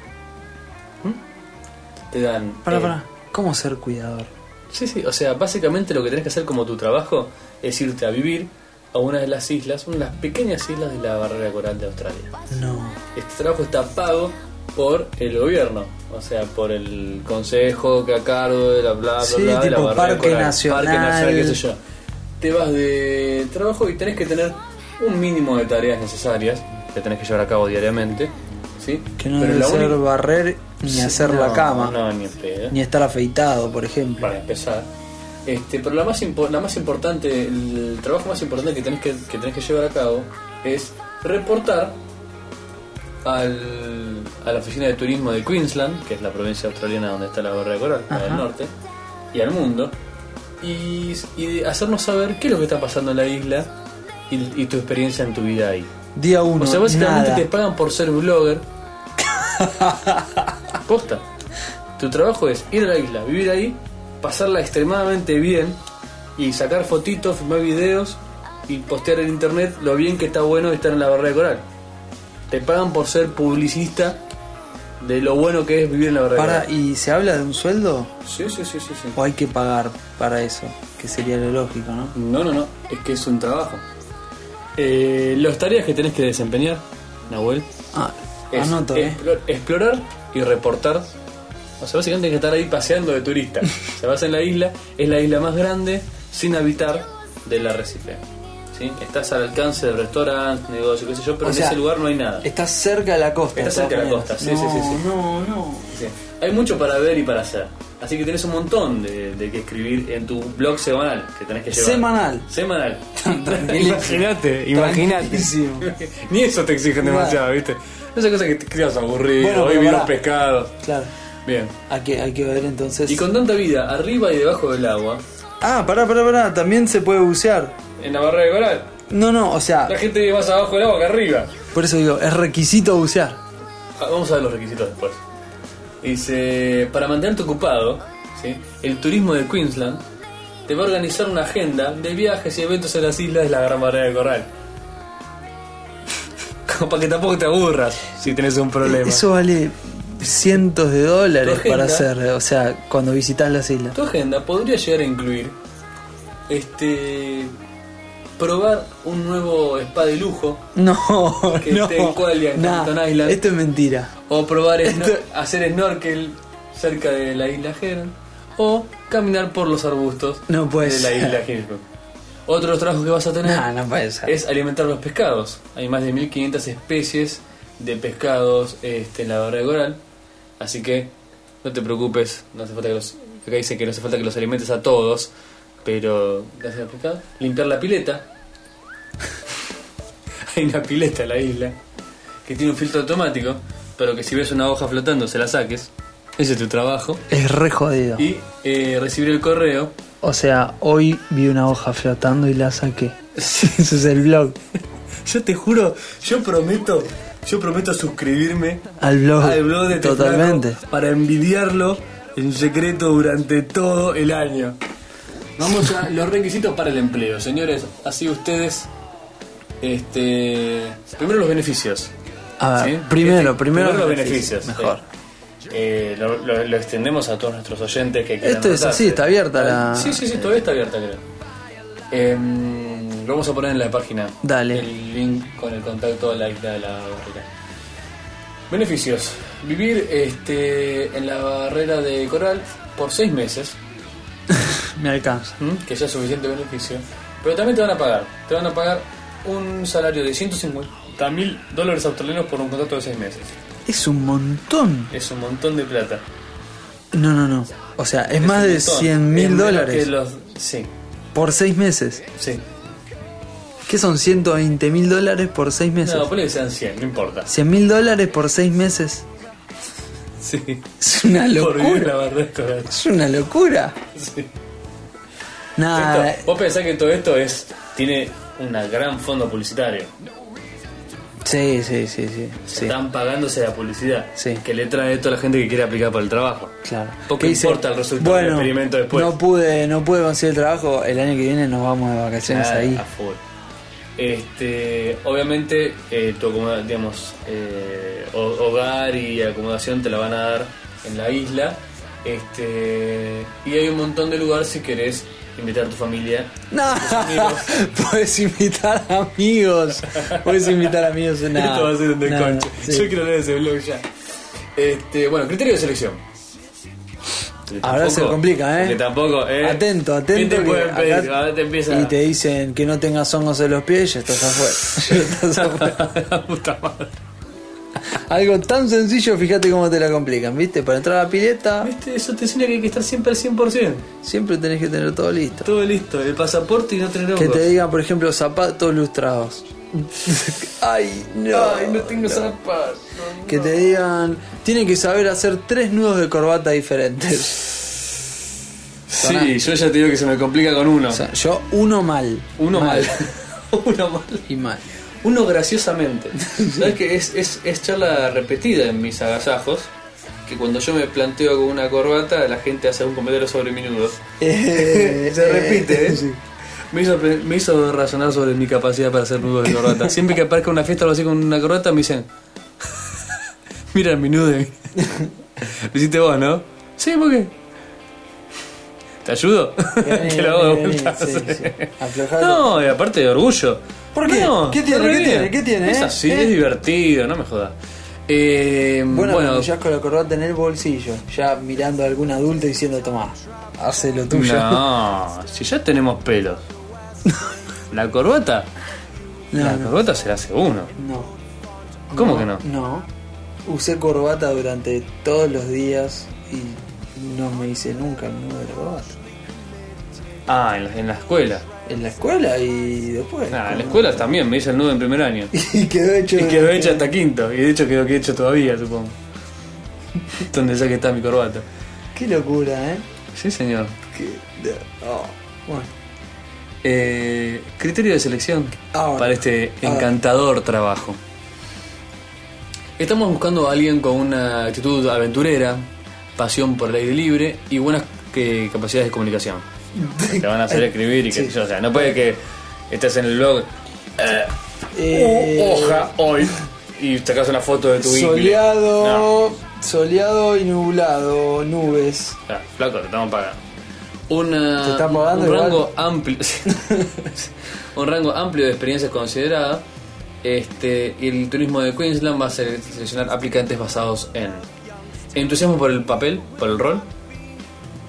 [SPEAKER 2] ¿Mm? Te dan.
[SPEAKER 1] para,
[SPEAKER 2] eh,
[SPEAKER 1] para. ¿Cómo ser cuidador?
[SPEAKER 2] Sí, sí, o sea, básicamente lo que tenés que hacer como tu trabajo es irte a vivir a una de las islas, una de las pequeñas islas de la barrera coral de Australia.
[SPEAKER 1] No.
[SPEAKER 2] Este trabajo está pago por el gobierno, o sea, por el consejo que a cargo de la bla bla
[SPEAKER 1] Sí,
[SPEAKER 2] bla, de la
[SPEAKER 1] tipo
[SPEAKER 2] barrera
[SPEAKER 1] parque
[SPEAKER 2] coral,
[SPEAKER 1] nacional.
[SPEAKER 2] parque nacional, qué sé yo. Te vas de trabajo y tenés que tener un mínimo de tareas necesarias que tenés que llevar a cabo diariamente, ¿sí?
[SPEAKER 1] Que no
[SPEAKER 2] Pero
[SPEAKER 1] debe
[SPEAKER 2] la
[SPEAKER 1] ser
[SPEAKER 2] única-
[SPEAKER 1] barrer ni
[SPEAKER 2] Sí,
[SPEAKER 1] hacer
[SPEAKER 2] no,
[SPEAKER 1] la cama.
[SPEAKER 2] No, ni en pedo
[SPEAKER 1] Ni estar afeitado, por ejemplo.
[SPEAKER 2] para empezar. Este, pero la más, impo- la más importante, el trabajo más importante que tenés que, que tenés que llevar a cabo es reportar al, a la oficina de turismo de Queensland, que es la provincia australiana donde está la barrera de coral, la del norte, y al mundo, y, y hacernos saber qué es lo que está pasando en la isla y, y tu experiencia en tu vida ahí.
[SPEAKER 1] Día uno,
[SPEAKER 2] O sea, básicamente
[SPEAKER 1] nada.
[SPEAKER 2] te pagan por
[SPEAKER 1] [LAUGHS]
[SPEAKER 2] ser blogger. Posta. Tu trabajo es ir a la isla, vivir ahí, pasarla extremadamente bien y sacar fotitos, filmar videos y postear en internet lo bien que está bueno de estar en la barrera de coral. Te pagan por ser publicista de lo bueno que es vivir en la barrera de
[SPEAKER 1] Para,
[SPEAKER 2] coral.
[SPEAKER 1] ¿y se habla de un sueldo?
[SPEAKER 2] Sí, sí, sí, sí, sí.
[SPEAKER 1] ¿O hay que pagar para eso? Que sería lo lógico, ¿no?
[SPEAKER 2] No, no, no, es que es un trabajo. Eh, las tareas que tenés que desempeñar, Nahuel,
[SPEAKER 1] Ah,
[SPEAKER 2] Es
[SPEAKER 1] anoto, ¿eh?
[SPEAKER 2] explo- explorar y reportar. O sea, básicamente hay que estar ahí paseando
[SPEAKER 1] [LAUGHS]
[SPEAKER 2] de turista. Se vas en la isla, es la isla más grande sin habitar del arrecife. ¿Sí? Estás al alcance de restaurantes, negocios, qué sé yo, pero
[SPEAKER 1] O
[SPEAKER 2] en
[SPEAKER 1] sea,
[SPEAKER 2] ese lugar no hay nada.
[SPEAKER 1] Estás cerca de la costa.
[SPEAKER 2] Estás
[SPEAKER 1] de todas
[SPEAKER 2] cerca de la
[SPEAKER 1] maneras.
[SPEAKER 2] costa, sí, sí, sí, sí.
[SPEAKER 1] No, no.
[SPEAKER 2] [LAUGHS] Sí. Hay mucho para ver y para hacer. Así que tenés un montón de, de que escribir en tu blog semanal que tenés que llevar.
[SPEAKER 1] Semanal. [LAUGHS]
[SPEAKER 2] Semanal.
[SPEAKER 3] Imagínate, imagínate.
[SPEAKER 1] Tranquilísimo.
[SPEAKER 2] [LAUGHS]
[SPEAKER 3] Ni eso te exigen
[SPEAKER 1] Claro.
[SPEAKER 3] demasiado, ¿viste? Esa cosa que te creas aburrido,
[SPEAKER 1] Bueno,
[SPEAKER 3] hoy
[SPEAKER 1] pero
[SPEAKER 3] vi unos
[SPEAKER 1] pará.
[SPEAKER 3] pescados.
[SPEAKER 1] Claro.
[SPEAKER 2] Bien.
[SPEAKER 1] Hay que, hay que ver entonces.
[SPEAKER 2] Y con tanta vida arriba y debajo del agua,
[SPEAKER 1] Ah, pará, pará, pará. También se puede bucear.
[SPEAKER 2] en la barrera de coral,
[SPEAKER 1] No, no, o sea,
[SPEAKER 2] la gente vive más abajo del agua que arriba.
[SPEAKER 1] por eso digo, es requisito bucear.
[SPEAKER 2] Ah, Vamos a ver los requisitos después. Dice, para mantenerte ocupado, ¿sí? el turismo de Queensland te va a organizar una agenda de viajes y eventos en las islas de la Gran Barrera de Corral. [LAUGHS] Como para que tampoco te aburras si tenés un problema.
[SPEAKER 1] Eso vale cientos de dólares
[SPEAKER 2] Tu agenda.
[SPEAKER 1] para hacer, eh, o sea, cuando visitas las islas.
[SPEAKER 2] Tu agenda podría llegar a incluir este probar un nuevo spa de lujo
[SPEAKER 1] No,
[SPEAKER 2] Que
[SPEAKER 1] no.
[SPEAKER 2] esté en Kuala, en
[SPEAKER 1] Nah,
[SPEAKER 2] Canton Island.
[SPEAKER 1] Esto es mentira.
[SPEAKER 2] O probar snor- hacer snorkel cerca de la isla Heron. O caminar por los arbustos
[SPEAKER 1] No puede
[SPEAKER 2] de la
[SPEAKER 1] ser.
[SPEAKER 2] isla Heron. Otro de los trabajos que vas a tener
[SPEAKER 1] No, no puede ser.
[SPEAKER 2] es alimentar los pescados. Hay más de 1500 especies de pescados este, en la barrera de coral. Así que no te preocupes. No hace falta que los. Acá dice que no hace falta que los alimentes a todos. Pero. Gracias al pescado. Limpiar la pileta. [LAUGHS] Hay una pileta en la isla que tiene un filtro automático. Pero que si ves una hoja flotando se la saques. Ese es tu trabajo.
[SPEAKER 1] Es re jodido.
[SPEAKER 2] Y eh, recibir el correo
[SPEAKER 1] O sea, hoy vi una hoja flotando y la
[SPEAKER 2] [LAUGHS]
[SPEAKER 1] saqué. Eso es el blog.
[SPEAKER 2] Yo te juro, yo prometo, yo prometo suscribirme
[SPEAKER 1] Al blog.
[SPEAKER 2] al Ah, blog de Te
[SPEAKER 1] totalmente.
[SPEAKER 2] Flaco para envidiarlo en secreto durante todo el año. Vamos a los requisitos para el empleo, señores. Así ustedes, este, primero los beneficios.
[SPEAKER 1] A ver,
[SPEAKER 2] ¿sí?
[SPEAKER 1] primero,
[SPEAKER 2] Este,
[SPEAKER 1] primero,
[SPEAKER 2] los beneficios.
[SPEAKER 1] Mejor.
[SPEAKER 2] sí. Eh, lo, lo- lo extendemos a todos nuestros oyentes que quieran
[SPEAKER 1] Esto es
[SPEAKER 2] anotarse.
[SPEAKER 1] así, está abierta la-
[SPEAKER 2] Sí, sí, sí, todavía está abierta, creo. Em, lo vamos a poner en la página.
[SPEAKER 1] Dale.
[SPEAKER 2] El link con el contacto a la isla de la barrera. Beneficios. Vivir este, en la barrera de coral por seis meses,
[SPEAKER 1] Me alcanza.
[SPEAKER 2] ¿m? que ya es suficiente beneficio. Pero también te van a pagar. Te van a pagar un salario de 150, 70 mil dólares australianos por un contrato de 6 meses.
[SPEAKER 1] Es un montón.
[SPEAKER 2] Es un montón de plata.
[SPEAKER 1] No, no, no. O sea, es,
[SPEAKER 2] un
[SPEAKER 1] más de
[SPEAKER 2] montón.
[SPEAKER 1] 100
[SPEAKER 2] Es
[SPEAKER 1] mil
[SPEAKER 2] menos
[SPEAKER 1] dólares
[SPEAKER 2] que los- Sí,
[SPEAKER 1] por seis meses.
[SPEAKER 2] sí.
[SPEAKER 1] ¿Qué son 120 mil dólares por seis meses?
[SPEAKER 2] No, ponle que sean 100, no importa. [LAUGHS]
[SPEAKER 1] 100 mil dólares por seis meses.
[SPEAKER 2] Sí.
[SPEAKER 1] Es una
[SPEAKER 2] Por vivir la
[SPEAKER 1] locura.
[SPEAKER 2] barra de coral.
[SPEAKER 1] Es una locura.
[SPEAKER 2] Sí.
[SPEAKER 1] Nada.
[SPEAKER 2] Esto- vos pensás que todo esto es tiene una gran fondo publicitario.
[SPEAKER 1] Sí, sí, sí, sí.
[SPEAKER 2] Se
[SPEAKER 1] sí.
[SPEAKER 2] Están pagándose la publicidad
[SPEAKER 1] Sí.
[SPEAKER 2] que le trae a toda la gente que quiere aplicar para el trabajo.
[SPEAKER 1] Claro.
[SPEAKER 2] Poco
[SPEAKER 1] Que dice,
[SPEAKER 2] importa el resultado del experimento después.
[SPEAKER 1] No pude, no pude conseguir trabajo. El año que viene nos vamos de vacaciones
[SPEAKER 2] Claro,
[SPEAKER 1] ahí.
[SPEAKER 2] a full. Este, obviamente, eh, tu acomoda- digamos, eh, ho- hogar y acomodación te la van a dar en la isla. Este, y hay un montón de lugares si querés invitar a tu familia. [LAUGHS]
[SPEAKER 1] No, [LAUGHS] puedes invitar amigos. Puedes invitar
[SPEAKER 2] [LAUGHS]
[SPEAKER 1] amigos en nada.
[SPEAKER 2] Esto va a ser un
[SPEAKER 1] No,
[SPEAKER 2] desconche.
[SPEAKER 1] no, sí.
[SPEAKER 2] Yo quiero leer ese blog ya. Este, bueno, criterio de selección. Que
[SPEAKER 1] Ahora
[SPEAKER 2] tampoco-
[SPEAKER 1] se complica, ¿eh?
[SPEAKER 2] Que tampoco, ¿eh?
[SPEAKER 1] Atento,
[SPEAKER 2] ¿Qué
[SPEAKER 1] atento.
[SPEAKER 2] te
[SPEAKER 1] que
[SPEAKER 2] pueden
[SPEAKER 1] acá-
[SPEAKER 2] pedir? Ahora te empieza.
[SPEAKER 1] Y
[SPEAKER 2] [LAUGHS]
[SPEAKER 1] te dicen que no tengas hongos en los pies, ya estás afuera. [LAUGHS] Ya estás afuera.
[SPEAKER 2] Puta madre.
[SPEAKER 1] Algo tan sencillo, fíjate cómo te la complican, ¿viste? Para entrar a la pileta
[SPEAKER 2] ¿Viste? Este, Eso te enseña que hay que estar siempre al 100%.
[SPEAKER 1] siempre tenés que tener todo listo.
[SPEAKER 2] Todo listo, el pasaporte y no tener
[SPEAKER 1] Que
[SPEAKER 2] hongos.
[SPEAKER 1] te digan, por ejemplo, zapatos
[SPEAKER 2] [LAUGHS]
[SPEAKER 1] lustrados. Ay, no.
[SPEAKER 2] Ay, no tengo zapatos.
[SPEAKER 1] Que te digan, tienen que saber hacer tres nudos de corbata diferentes.
[SPEAKER 2] Sí, yo ya te digo que se me complica con uno.
[SPEAKER 1] O sea, yo uno mal.
[SPEAKER 2] uno mal. [LAUGHS] uno mal.
[SPEAKER 1] Y mal. [LAUGHS]
[SPEAKER 2] Uno graciosamente. ¿Sabes que es, es, es charla repetida en mis agasajos? Que cuando yo me planteo con una corbata, la gente hace un comentario sobre mi nudo.
[SPEAKER 1] Eh,
[SPEAKER 2] Se repite, ¿eh? [LAUGHS]
[SPEAKER 1] sí.
[SPEAKER 2] Me hizo, pe- me hizo razonar sobre mi capacidad para hacer nudos de corbata. Siempre que aparezca una fiesta o algo así con una corbata, me dicen: [LAUGHS] Mira mi [LAUGHS] nudo de mí. Lo hiciste vos, ¿no? Sí, ¿por qué? ¿Te ayudo? [LAUGHS]
[SPEAKER 1] Vení,
[SPEAKER 2] Te lo hago de
[SPEAKER 1] vení,
[SPEAKER 2] vuelta.
[SPEAKER 1] sí, sí. Aflojalo.
[SPEAKER 2] No, y aparte de orgullo.
[SPEAKER 1] ¿Por qué?
[SPEAKER 2] No,
[SPEAKER 1] ¿Qué tiene?
[SPEAKER 2] re
[SPEAKER 1] ¿Qué
[SPEAKER 2] bien.
[SPEAKER 1] tiene? ¿Qué tiene,
[SPEAKER 2] Es
[SPEAKER 1] eh?
[SPEAKER 2] así,
[SPEAKER 1] ¿Eh?
[SPEAKER 2] es divertido, no me jodas. Eh,
[SPEAKER 1] Bueno,
[SPEAKER 2] bueno,
[SPEAKER 1] cuando ya con la corbata en el bolsillo, ya mirando a algún adulto diciendo, tomá, hace lo tuyo.
[SPEAKER 2] no, si ya
[SPEAKER 1] [LAUGHS]
[SPEAKER 2] tenemos pelos. La corbata, la
[SPEAKER 1] no, no.
[SPEAKER 2] corbata se la hace uno.
[SPEAKER 1] no.
[SPEAKER 2] ¿Cómo que no?
[SPEAKER 1] No. Usé corbata durante todos los días y no me hice nunca el nudo de la corbata.
[SPEAKER 2] Ah, en la, en la escuela.
[SPEAKER 1] En la escuela y después.
[SPEAKER 2] Ah, en la escuela también me hice el nudo en primer año.
[SPEAKER 1] [LAUGHS] Y quedó hecho.
[SPEAKER 2] Y quedó hecho hasta quinto. Y de hecho quedó que hecho todavía, supongo. [LAUGHS] Donde ya que está mi corbata.
[SPEAKER 1] Qué locura, ¿eh?
[SPEAKER 2] Sí, señor.
[SPEAKER 1] Qué- oh, Bueno.
[SPEAKER 2] Eh, criterio de selección
[SPEAKER 1] Ahora.
[SPEAKER 2] para este
[SPEAKER 1] Ahora.
[SPEAKER 2] encantador trabajo. Estamos buscando a alguien con una actitud aventurera, pasión por el aire libre y buenas que, capacidades de comunicación. Te van a hacer escribir y que
[SPEAKER 1] Sí.
[SPEAKER 2] o sea, no puede que estés en el blog eh,
[SPEAKER 1] [LAUGHS] Eh,
[SPEAKER 2] uh, hoja hoy y sacas una foto de tu ingle. No.
[SPEAKER 1] Soleado. Soleado y nublado, nubes.
[SPEAKER 2] Ah, flaco, te estamos pagando. Una,
[SPEAKER 1] Te están pagando
[SPEAKER 2] un
[SPEAKER 1] igual.
[SPEAKER 2] rango amplio. [LAUGHS] un rango amplio de experiencias consideradas. Este, y el turismo de Queensland va a sele- seleccionar aplicantes basados en entusiasmo por el papel, por el rol,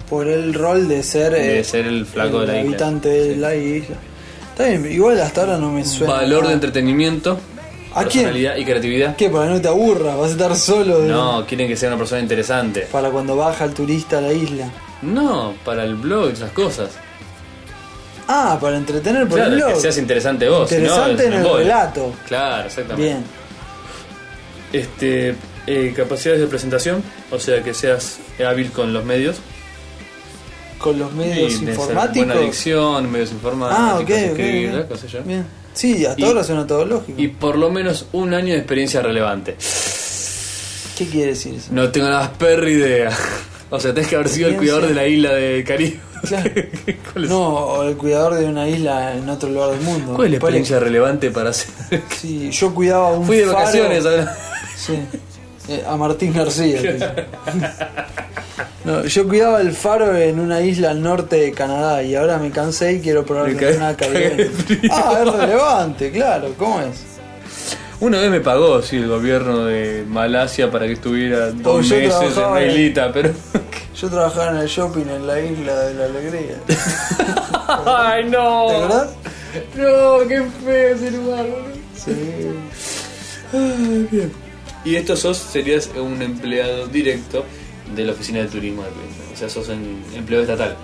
[SPEAKER 1] Por el rol de ser.
[SPEAKER 2] de
[SPEAKER 1] eh,
[SPEAKER 2] ser el flaco de
[SPEAKER 1] el
[SPEAKER 2] la isla.
[SPEAKER 1] habitante de la isla. Está bien, igual hasta ahora no me suena.
[SPEAKER 2] Valor de
[SPEAKER 1] nada.
[SPEAKER 2] entretenimiento,
[SPEAKER 1] ¿A quién?
[SPEAKER 2] personalidad y creatividad.
[SPEAKER 1] ¿Qué? Para que no te aburras, vas a estar solo. de-
[SPEAKER 2] No, quieren que sea una persona interesante.
[SPEAKER 1] Para cuando baja el turista a la isla.
[SPEAKER 2] No, para el blog y esas cosas.
[SPEAKER 1] Ah, para entretener por
[SPEAKER 2] Claro,
[SPEAKER 1] el blog.
[SPEAKER 2] que seas interesante vos. si no,
[SPEAKER 1] Interesante
[SPEAKER 2] es
[SPEAKER 1] en
[SPEAKER 2] un
[SPEAKER 1] el
[SPEAKER 2] embole.
[SPEAKER 1] relato.
[SPEAKER 2] Claro, exactamente.
[SPEAKER 1] Bien.
[SPEAKER 2] Este, eh, capacidades de presentación, o sea que seas hábil con los medios.
[SPEAKER 1] Con los medios
[SPEAKER 2] Y de ser
[SPEAKER 1] informáticos.
[SPEAKER 2] Buena dicción, medios informáticos,
[SPEAKER 1] ah, ok. ok,
[SPEAKER 2] escribir,
[SPEAKER 1] bien.
[SPEAKER 2] qué sé yo.
[SPEAKER 1] Bien. Sí, hasta
[SPEAKER 2] Y-
[SPEAKER 1] ahora suena todo lógico.
[SPEAKER 2] Y por lo menos un año de experiencia relevante.
[SPEAKER 1] ¿Qué quiere decir eso?
[SPEAKER 2] No tengo la más perra idea. [LAUGHS] O sea, tenés que haber sido el
[SPEAKER 1] Experiencia.
[SPEAKER 2] cuidador de la isla de Caribe.
[SPEAKER 1] Claro.
[SPEAKER 2] [LAUGHS] ¿Cuál, es,
[SPEAKER 1] No, o el cuidador de una isla en otro lugar del mundo.
[SPEAKER 2] cuál es la
[SPEAKER 1] Ponele-
[SPEAKER 2] experiencia relevante para hacer?
[SPEAKER 1] Sí, yo cuidaba un
[SPEAKER 2] Fui de
[SPEAKER 1] faro-
[SPEAKER 2] vacaciones. ahora.
[SPEAKER 1] Sí. Eh, a Martín García. te dice. No, yo cuidaba el faro en una isla al norte de Canadá y ahora me cansé y quiero probar
[SPEAKER 2] Me cagué-
[SPEAKER 1] una
[SPEAKER 2] cagué
[SPEAKER 1] caribeña.
[SPEAKER 2] de frío.
[SPEAKER 1] Ah, es relevante, claro, ¿cómo es?
[SPEAKER 2] Una vez me pagó, sí, el gobierno de Malasia para que estuviera
[SPEAKER 1] Oh,
[SPEAKER 2] dos
[SPEAKER 1] yo
[SPEAKER 2] meses en
[SPEAKER 1] trabajaba
[SPEAKER 2] la
[SPEAKER 1] en-
[SPEAKER 2] islita, pero... [LAUGHS]
[SPEAKER 1] Yo trabajaba en el shopping en la isla de la alegría.
[SPEAKER 2] ¡Ay, no! Oh.
[SPEAKER 1] ¿Te acordás?
[SPEAKER 2] No, qué feo ese lugar, boludo.
[SPEAKER 1] Sí.
[SPEAKER 2] Y esto sos, serías un empleado directo de la oficina de turismo de Queensland. O sea, sos un empleado estatal.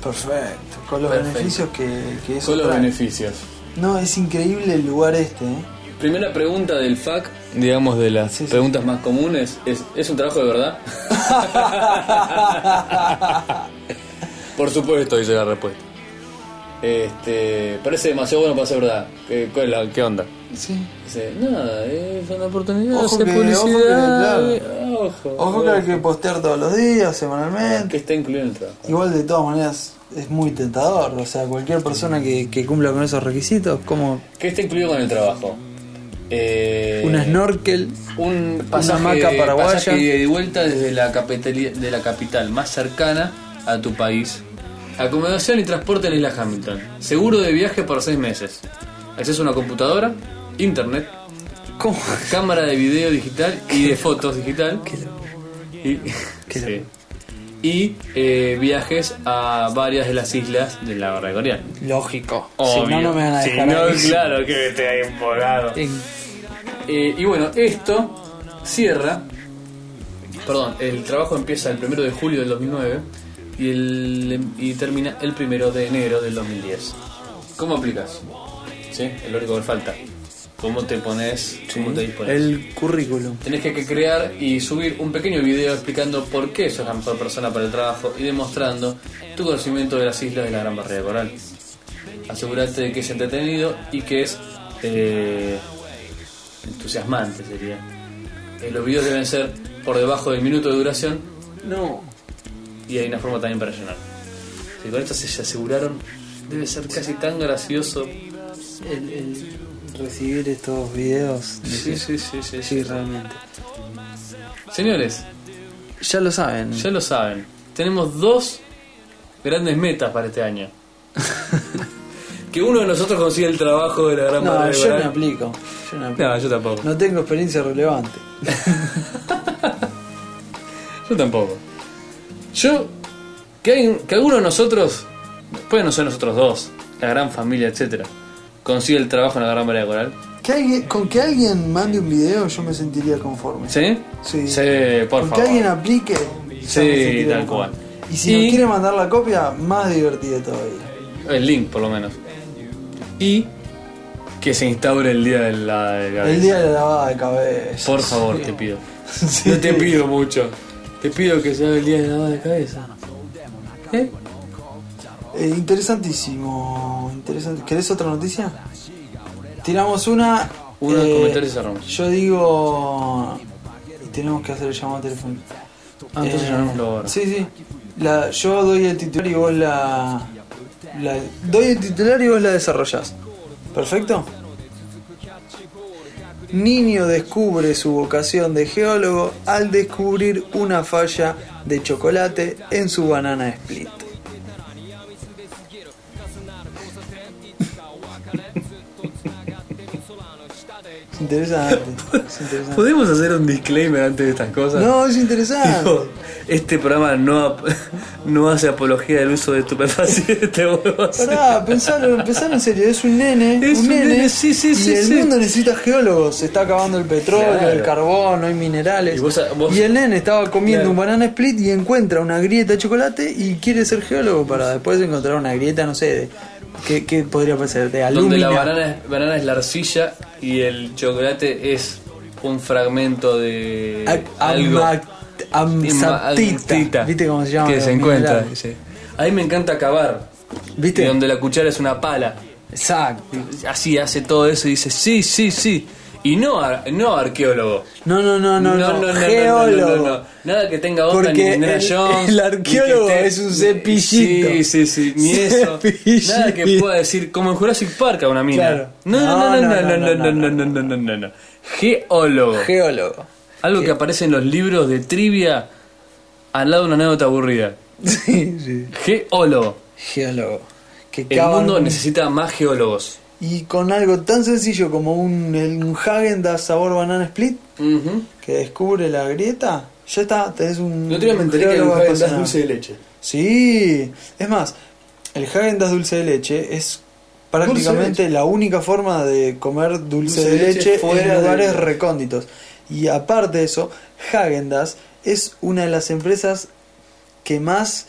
[SPEAKER 1] Perfecto, con los
[SPEAKER 2] Perfecto.
[SPEAKER 1] beneficios que, que eso
[SPEAKER 2] Son los
[SPEAKER 1] trae.
[SPEAKER 2] beneficios.
[SPEAKER 1] No, es increíble el lugar este, ¿eh?
[SPEAKER 2] Primera pregunta del FAC, digamos de las
[SPEAKER 1] Sí, sí.
[SPEAKER 2] preguntas más comunes, es, ¿es un trabajo
[SPEAKER 1] [LAUGHS]
[SPEAKER 2] de verdad? Por supuesto, dice la respuesta. Este, parece demasiado bueno para ser verdad. ¿Qué, cuál es la- qué onda?
[SPEAKER 1] Sí.
[SPEAKER 2] Dice, nada, es una oportunidad,
[SPEAKER 1] Ojo
[SPEAKER 2] hacer
[SPEAKER 1] que-
[SPEAKER 2] publicidad.
[SPEAKER 1] ojo que,
[SPEAKER 2] eh, Ojo,
[SPEAKER 1] Ojo que hay que postear todos los días, semanalmente.
[SPEAKER 2] que está incluido en el trabajo.
[SPEAKER 1] Igual de todas maneras es muy tentador, o sea, cualquier persona que, que cumpla con esos requisitos, como
[SPEAKER 2] ¿Qué está incluido con el trabajo? Eh,
[SPEAKER 1] un snorkel,
[SPEAKER 2] un
[SPEAKER 1] Una
[SPEAKER 2] pasaje,
[SPEAKER 1] hamaca paraguaya.
[SPEAKER 2] pasaje de ida y vuelta desde la capital, de la capital más cercana a tu país. Acomodación y transporte en la isla Hamilton. Seguro de viaje por seis meses. Acceso a una computadora, internet,
[SPEAKER 1] ¿cómo?
[SPEAKER 2] cámara de video digital y de fotos digital. Y,
[SPEAKER 1] Qué
[SPEAKER 2] Sí. Y, eh, viajes a varias de las islas de la barra de Coreal.
[SPEAKER 1] Lógico. Si no,
[SPEAKER 5] Obvio.
[SPEAKER 1] no me van a
[SPEAKER 5] Si
[SPEAKER 1] dejar
[SPEAKER 5] no,
[SPEAKER 1] ahí.
[SPEAKER 5] claro que estoy ahí empolgado.
[SPEAKER 1] En-
[SPEAKER 2] Eh, y bueno, esto cierra. Perdón, el trabajo empieza el primero de julio del 2009 y, el, y termina el primero de enero del 2010. ¿Cómo aplicas? ¿Sí? Es lo único que falta. ¿Cómo te pones? ¿Cómo te dispones?
[SPEAKER 1] el currículum.
[SPEAKER 2] Tenés que crear y subir un pequeño video explicando por qué sos la mejor persona para el trabajo y demostrando tu conocimiento de las islas de la Gran Barrera de Coral. Asegurarte de que es entretenido y que es eh, entusiasmante sería. Eh, los videos deben ser por debajo del minuto de duración
[SPEAKER 1] No.
[SPEAKER 2] y hay una forma también para llenar. Si con esto se aseguraron, debe ser casi tan gracioso.
[SPEAKER 1] El, el recibir estos videos.
[SPEAKER 2] Sí, sí, sí, sí.
[SPEAKER 1] Sí, realmente.
[SPEAKER 2] Señores,
[SPEAKER 1] Ya lo saben.
[SPEAKER 2] Ya lo saben, tenemos dos grandes metas para
[SPEAKER 1] [LAUGHS]
[SPEAKER 2] este año. que uno de nosotros consiga el trabajo de la gran
[SPEAKER 1] No,
[SPEAKER 2] madre
[SPEAKER 1] yo
[SPEAKER 2] de
[SPEAKER 1] no aplico. Yo no aplico.
[SPEAKER 2] No, yo tampoco.
[SPEAKER 1] No tengo experiencia relevante.
[SPEAKER 2] Yo tampoco. Yo, que, hay- que alguno de nosotros, pueden no ser nosotros dos, la gran familia, etcétera, consiga el trabajo en la gran Barrera de coral.
[SPEAKER 1] Que alguien- con que alguien mande un video yo me sentiría conforme.
[SPEAKER 2] ¿Sí?
[SPEAKER 1] Sí.
[SPEAKER 2] por
[SPEAKER 1] con que
[SPEAKER 2] favor.
[SPEAKER 1] alguien aplique. ya
[SPEAKER 2] Sí,
[SPEAKER 1] me sentiría
[SPEAKER 2] tal
[SPEAKER 1] conforme.
[SPEAKER 2] cual.
[SPEAKER 1] Y si no
[SPEAKER 2] Y-
[SPEAKER 1] quiere mandar la copia, más divertido todavía.
[SPEAKER 2] El link, por lo menos. Y que se instaure el día de la. de la-
[SPEAKER 1] El día de la lavada de cabeza.
[SPEAKER 2] [LAUGHS] Por favor, te pido.
[SPEAKER 1] Sí.
[SPEAKER 2] No te pido mucho. Te pido que sea el día de lavado de cabeza. ¿Eh?
[SPEAKER 1] Eh, interesantísimo. Interesante. ¿Querés otra noticia? Tiramos una.
[SPEAKER 2] Uno de
[SPEAKER 1] eh,
[SPEAKER 2] comentarios y cerramos.
[SPEAKER 1] Yo digo. Y tenemos que hacer el llamado telefónico.
[SPEAKER 2] Ah,
[SPEAKER 1] Eh,
[SPEAKER 2] entonces llamémoslo ahora.
[SPEAKER 1] Sí, sí. La, yo doy el titular y vos la, la. Doy el titular y vos la desarrollás. ¿Perfecto? Niño descubre su vocación de geólogo al descubrir una falla de chocolate en su banana split. [LAUGHS] Es interesante. es
[SPEAKER 2] [LAUGHS]
[SPEAKER 1] interesante.
[SPEAKER 2] ¿Podemos hacer un disclaimer antes de estas cosas?
[SPEAKER 1] No, es interesante.
[SPEAKER 2] Tipo, Este programa no, ap- [LAUGHS] no hace apología del uso de estupefacientes, [LAUGHS] este huevos.
[SPEAKER 1] Pará, pensalo, pensalo en serio, es un nene,
[SPEAKER 2] Es un nene, sí, sí,
[SPEAKER 1] y
[SPEAKER 2] sí,
[SPEAKER 1] el
[SPEAKER 2] sí.
[SPEAKER 1] mundo necesita geólogos, se está acabando el petróleo,
[SPEAKER 2] Claro.
[SPEAKER 1] el carbón, no hay minerales.
[SPEAKER 2] Y vos- ah, vos-
[SPEAKER 1] Y el nene estaba comiendo
[SPEAKER 2] Claro.
[SPEAKER 1] un banana split y encuentra una grieta de chocolate y quiere ser geólogo para después encontrar una grieta, no sé, de ¿qué, qué podría parecer? De
[SPEAKER 2] Donde
[SPEAKER 1] alumina.
[SPEAKER 2] la banana es, banana es la arcilla y el chocolate es un fragmento de
[SPEAKER 1] A-
[SPEAKER 2] algo.
[SPEAKER 1] ama- amsatita.
[SPEAKER 2] Tita.
[SPEAKER 1] ¿Viste cómo se llama?
[SPEAKER 2] Que
[SPEAKER 1] Los
[SPEAKER 2] se encuentra.
[SPEAKER 1] minerales.
[SPEAKER 2] sí. A mí me encanta cavar.
[SPEAKER 1] ¿Viste?
[SPEAKER 2] Y donde la cuchara es una pala.
[SPEAKER 1] Exacto.
[SPEAKER 2] Así hace todo eso y dice, sí, sí, sí. Y no, ar- no arqueólogo.
[SPEAKER 1] No, no, no, no, no, geólogo.
[SPEAKER 2] no, no. Nada que tenga onda
[SPEAKER 1] Porque
[SPEAKER 2] ni Indiana
[SPEAKER 1] el-
[SPEAKER 2] Jones.
[SPEAKER 1] el
[SPEAKER 2] ni que
[SPEAKER 1] arqueólogo es un cepillito.
[SPEAKER 2] Sí, sí, sí.
[SPEAKER 1] [LAUGHS]
[SPEAKER 2] Ni eso.
[SPEAKER 1] Cepillito.
[SPEAKER 2] Nada que pueda decir como en Jurassic Park a una mina.
[SPEAKER 1] Claro.
[SPEAKER 2] No, no, no, no, no, no,
[SPEAKER 1] no,
[SPEAKER 2] no, no, no, no, no, no. Geólogo.
[SPEAKER 1] Geólogo. [LAUGHS]
[SPEAKER 2] Algo que aparece en los libros de trivia al lado de una anécdota aburrida.
[SPEAKER 1] Sí, sí.
[SPEAKER 2] Geólogo.
[SPEAKER 1] geólogo. Que
[SPEAKER 2] El
[SPEAKER 1] cavan
[SPEAKER 2] mundo necesita más geólogos.
[SPEAKER 1] y con algo tan sencillo como un, el- un Hagen da sabor banana split
[SPEAKER 2] Ujú.
[SPEAKER 1] que descubre la grieta, ya está, tenés un.
[SPEAKER 2] El otro día me enteré que el
[SPEAKER 1] geólogo
[SPEAKER 2] Häagen-Dazs
[SPEAKER 1] apasionado.
[SPEAKER 2] dulce de leche.
[SPEAKER 1] Sí, es más, el Hagen das dulce de leche es prácticamente la única forma de comer dulce,
[SPEAKER 3] Dulce
[SPEAKER 1] de
[SPEAKER 3] de
[SPEAKER 1] leche,
[SPEAKER 3] leche fuera
[SPEAKER 1] en
[SPEAKER 3] de-
[SPEAKER 1] lugares recónditos. Y aparte de eso, Häagen-Dazs es una de las empresas que más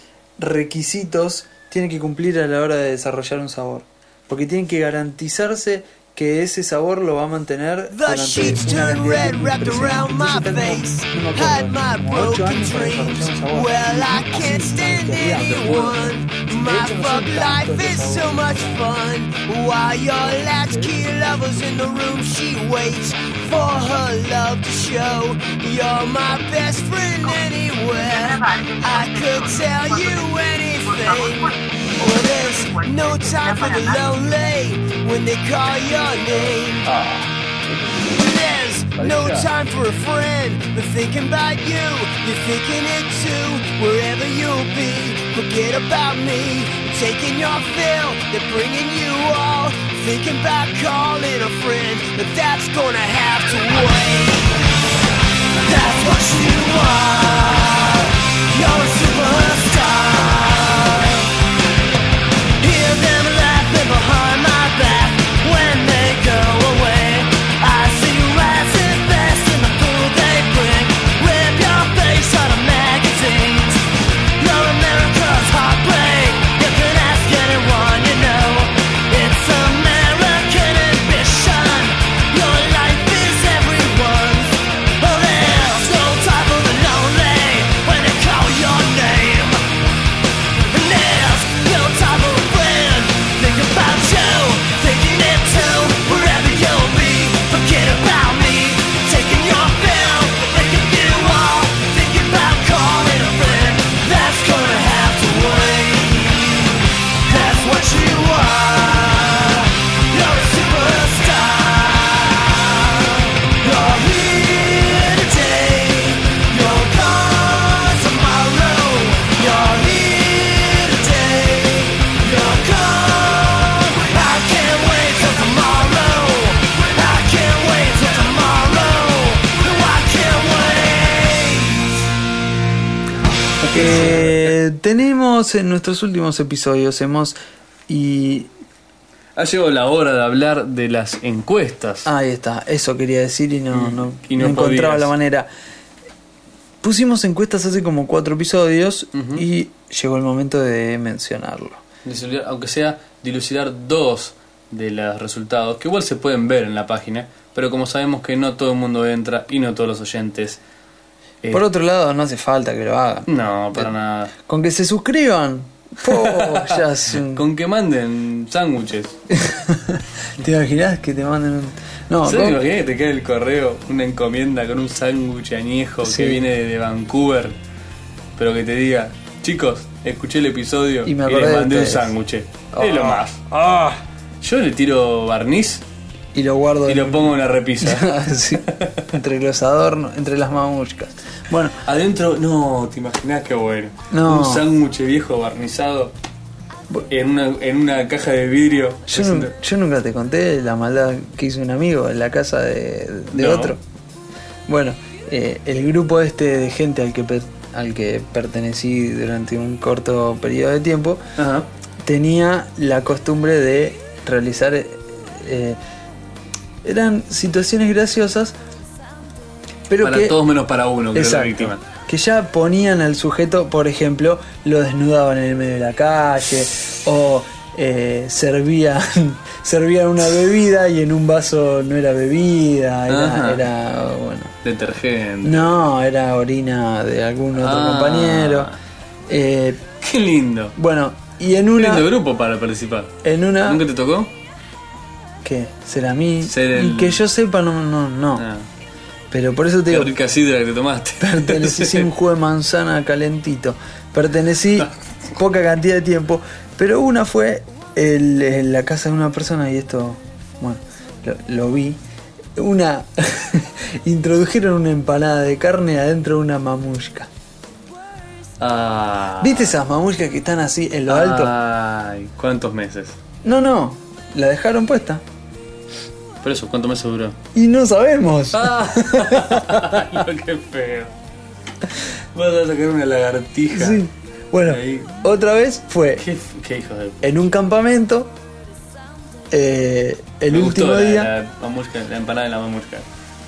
[SPEAKER 1] requisitos tiene que cumplir a la hora de desarrollar un sabor. Porque tienen que garantizarse que ese sabor lo va a mantener
[SPEAKER 6] The
[SPEAKER 1] durante
[SPEAKER 6] sheets
[SPEAKER 1] una
[SPEAKER 6] turn
[SPEAKER 1] cantidad
[SPEAKER 6] red wrapped
[SPEAKER 1] impresionante.
[SPEAKER 6] around my
[SPEAKER 1] Entonces, tenemos,
[SPEAKER 6] face.
[SPEAKER 1] no me acuerdo,
[SPEAKER 6] Hide my
[SPEAKER 1] como ocho
[SPEAKER 6] broken
[SPEAKER 1] años para
[SPEAKER 6] dreams.
[SPEAKER 1] desarrollar un sabor.
[SPEAKER 6] Well, I
[SPEAKER 1] Así
[SPEAKER 6] can't
[SPEAKER 1] es,
[SPEAKER 6] stand
[SPEAKER 1] en realidad,
[SPEAKER 6] anyone. My
[SPEAKER 1] hecho, no
[SPEAKER 6] fuck
[SPEAKER 1] son
[SPEAKER 6] life
[SPEAKER 1] tantos
[SPEAKER 6] is
[SPEAKER 1] los
[SPEAKER 6] so
[SPEAKER 1] sabores.
[SPEAKER 6] much fun. While your latchkey lover's in the room, she waits for her love to show. You're my best friend anywhere. I could tell you anything. Well, there's no time for the lonely when they call your name. There's no time for a friend, but thinking about you, you're thinking it too. Wherever you'll be, forget about me. Taking your fill, they're bringing you all. Thinking about calling a friend, but that's gonna have to wait. That's what you are. You're a superstar. Hear them laughing behind my back when they go away. I see you as invest in the fool they bring. Rip your face out of magazines. You're America's heartbreak. You can ask anyone you know. It's American ambition. Your life is everyone's. Oh, there's no time for the lonely when they call your name.
[SPEAKER 1] Eh, tenemos en nuestros últimos episodios hemos y
[SPEAKER 2] Ha llegado la hora de hablar de las encuestas.
[SPEAKER 1] ah, ahí está, eso quería decir y no, no,
[SPEAKER 2] y no
[SPEAKER 1] no encontraba
[SPEAKER 2] podías.
[SPEAKER 1] la manera. Pusimos encuestas hace como cuatro episodios y llegó el momento de mencionarlo.
[SPEAKER 2] dilucidar- aunque sea dilucidar dos de los resultados, que igual se pueden ver en la página, pero como sabemos que no todo el mundo entra y no todos los oyentes. eh,
[SPEAKER 1] Por otro lado, no hace falta que lo hagan.
[SPEAKER 2] no, para nada.
[SPEAKER 1] Con que se
[SPEAKER 2] [LAUGHS]
[SPEAKER 1] suscriban. po, ya es un-
[SPEAKER 2] Con que manden sándwiches.
[SPEAKER 1] [LAUGHS] ¿Te imaginas que te manden un... No,
[SPEAKER 2] ¿Sabes?
[SPEAKER 1] con-
[SPEAKER 2] Imagina que te queda el correo una encomienda con un sándwich añejo
[SPEAKER 1] Sí.
[SPEAKER 2] que viene de Vancouver, pero que te diga, chicos, escuché el episodio
[SPEAKER 1] Y
[SPEAKER 2] y,
[SPEAKER 1] me
[SPEAKER 2] les
[SPEAKER 1] acordé de
[SPEAKER 2] mandé un
[SPEAKER 1] ustedes". Ah.
[SPEAKER 2] sándwich. Es lo más. Yo le tiro barniz
[SPEAKER 1] y lo guardo
[SPEAKER 2] y lo
[SPEAKER 1] en-
[SPEAKER 2] pongo en la [LAUGHS] repisa.
[SPEAKER 1] Sí, [LAUGHS] entre los adornos, entre las mamushkas. Bueno,
[SPEAKER 2] Adentro, no, te imaginas qué bueno.
[SPEAKER 1] No.
[SPEAKER 2] Un sándwich viejo barnizado en una, en una caja de vidrio.
[SPEAKER 1] Yo,
[SPEAKER 2] Haciendo-
[SPEAKER 1] nun- yo nunca te conté la maldad que hizo un amigo en la casa de, de
[SPEAKER 2] No.
[SPEAKER 1] otro. Bueno, eh, el grupo este de gente al que, per- al que pertenecí durante un corto periodo de tiempo
[SPEAKER 2] Ajá.
[SPEAKER 1] tenía la costumbre de realizar... eh, eh, eran situaciones graciosas, pero
[SPEAKER 2] Para
[SPEAKER 1] que...
[SPEAKER 2] todos menos para uno, que era la
[SPEAKER 1] Exacto.
[SPEAKER 2] víctima.
[SPEAKER 1] Que ya ponían al sujeto, por ejemplo, lo desnudaban en el medio de la calle o eh, servían, [LAUGHS] servían una bebida y en un vaso no era bebida, era,
[SPEAKER 2] Ajá.
[SPEAKER 1] era, bueno,
[SPEAKER 2] Detergente.
[SPEAKER 1] no, era orina de algún otro
[SPEAKER 2] Ah.
[SPEAKER 1] compañero. Eh,
[SPEAKER 2] Qué lindo.
[SPEAKER 1] bueno, y en
[SPEAKER 2] Qué
[SPEAKER 1] una,
[SPEAKER 2] lindo grupo para participar.
[SPEAKER 1] en una,
[SPEAKER 2] ¿Nunca te tocó?
[SPEAKER 1] ¿qué? ¿Será a mí?
[SPEAKER 2] Ser el-
[SPEAKER 1] Y que yo sepa, no, no, no.
[SPEAKER 2] Ah,
[SPEAKER 1] Pero por eso te
[SPEAKER 2] qué
[SPEAKER 1] digo,
[SPEAKER 2] rica sidra que te [LAUGHS] tomaste.
[SPEAKER 1] Pertenecí sin un jugo de manzana calentito. Pertenecí
[SPEAKER 2] Ah.
[SPEAKER 1] poca cantidad de tiempo, pero una fue el- en la casa de una persona y esto, bueno, lo, lo vi. Una [LAUGHS] introdujeron una empanada de carne adentro de una mamushka.
[SPEAKER 2] Ah.
[SPEAKER 1] ¿Viste esas mamushkas que están así en lo alto?
[SPEAKER 2] Ay, ¿cuántos meses?
[SPEAKER 1] No, no, la dejaron puesta.
[SPEAKER 2] Pero eso, ¿cuántos meses duró?
[SPEAKER 1] Y no sabemos.
[SPEAKER 2] [LAUGHS] Ah, lo que feo. Vas a sacar una lagartija.
[SPEAKER 1] [LAUGHS] Sí. Bueno,
[SPEAKER 2] Ahí.
[SPEAKER 1] otra vez fue
[SPEAKER 2] ¿Qué, qué hijo de
[SPEAKER 1] en un campamento eh, el
[SPEAKER 2] Me
[SPEAKER 1] último
[SPEAKER 2] gustó la-
[SPEAKER 1] día.
[SPEAKER 2] La, mamushka, la empanada de la mamushka.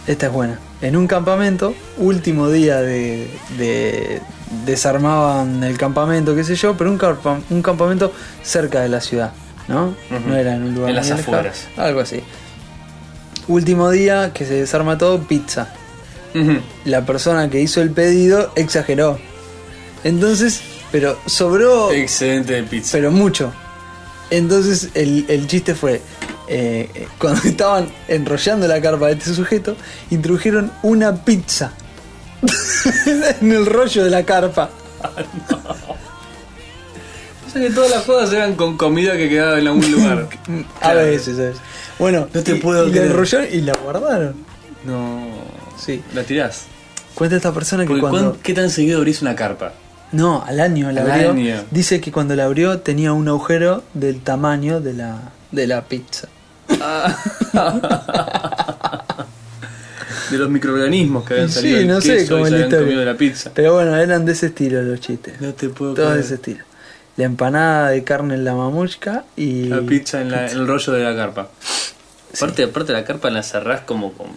[SPEAKER 1] Esta es buena. En un campamento, último día de, de- desarmaban el campamento, qué sé yo, pero un, carpa- un campamento cerca de la ciudad, ¿no?
[SPEAKER 2] Ujú.
[SPEAKER 1] No era en un lugar
[SPEAKER 2] En las
[SPEAKER 1] muy alejado,
[SPEAKER 2] afueras.
[SPEAKER 1] algo así. Último día que se desarma todo, pizza.
[SPEAKER 2] Ujú.
[SPEAKER 1] La persona que hizo el pedido exageró. Entonces, pero sobró
[SPEAKER 2] Excedente de Oh. pizza.
[SPEAKER 1] pero mucho. Entonces el, el chiste fue, eh, eh, cuando [LAUGHS] estaban enrollando la carpa de este sujeto, introdujeron una pizza [LAUGHS] en el rollo de la carpa.
[SPEAKER 2] Pasa que todas las jodas eran con comida que quedaba en algún lugar.
[SPEAKER 1] [LAUGHS] A
[SPEAKER 2] Claro.
[SPEAKER 1] veces, a veces. Bueno,
[SPEAKER 2] No te
[SPEAKER 1] y-
[SPEAKER 2] puedo
[SPEAKER 1] y la
[SPEAKER 2] creer.
[SPEAKER 1] enrollaron y la guardaron.
[SPEAKER 2] No.
[SPEAKER 1] Sí.
[SPEAKER 2] La tirás.
[SPEAKER 1] Cuenta esta persona que
[SPEAKER 2] Porque
[SPEAKER 1] cuando...
[SPEAKER 2] cuán- ¿Qué tan seguido abrís
[SPEAKER 1] [LAUGHS]
[SPEAKER 2] una carpa?
[SPEAKER 1] No, al año la
[SPEAKER 2] Al
[SPEAKER 1] abrió.
[SPEAKER 2] año.
[SPEAKER 1] Dice que cuando la abrió tenía un agujero del tamaño de la, de la pizza.
[SPEAKER 2] De los microorganismos que habían
[SPEAKER 1] Sí,
[SPEAKER 2] salido. del
[SPEAKER 1] no sé
[SPEAKER 2] queso y
[SPEAKER 1] cómo
[SPEAKER 2] se
[SPEAKER 1] la
[SPEAKER 2] habían
[SPEAKER 1] historia.
[SPEAKER 2] comido de la pizza.
[SPEAKER 1] Pero bueno, eran de ese estilo los chistes.
[SPEAKER 2] No te puedo
[SPEAKER 1] Todo de
[SPEAKER 2] creer.
[SPEAKER 1] ese estilo. La empanada de carne en la mamushka y.
[SPEAKER 2] La pizza en, la- en el rollo de la carpa. Aparte, aparte la carpa la cerrás como con,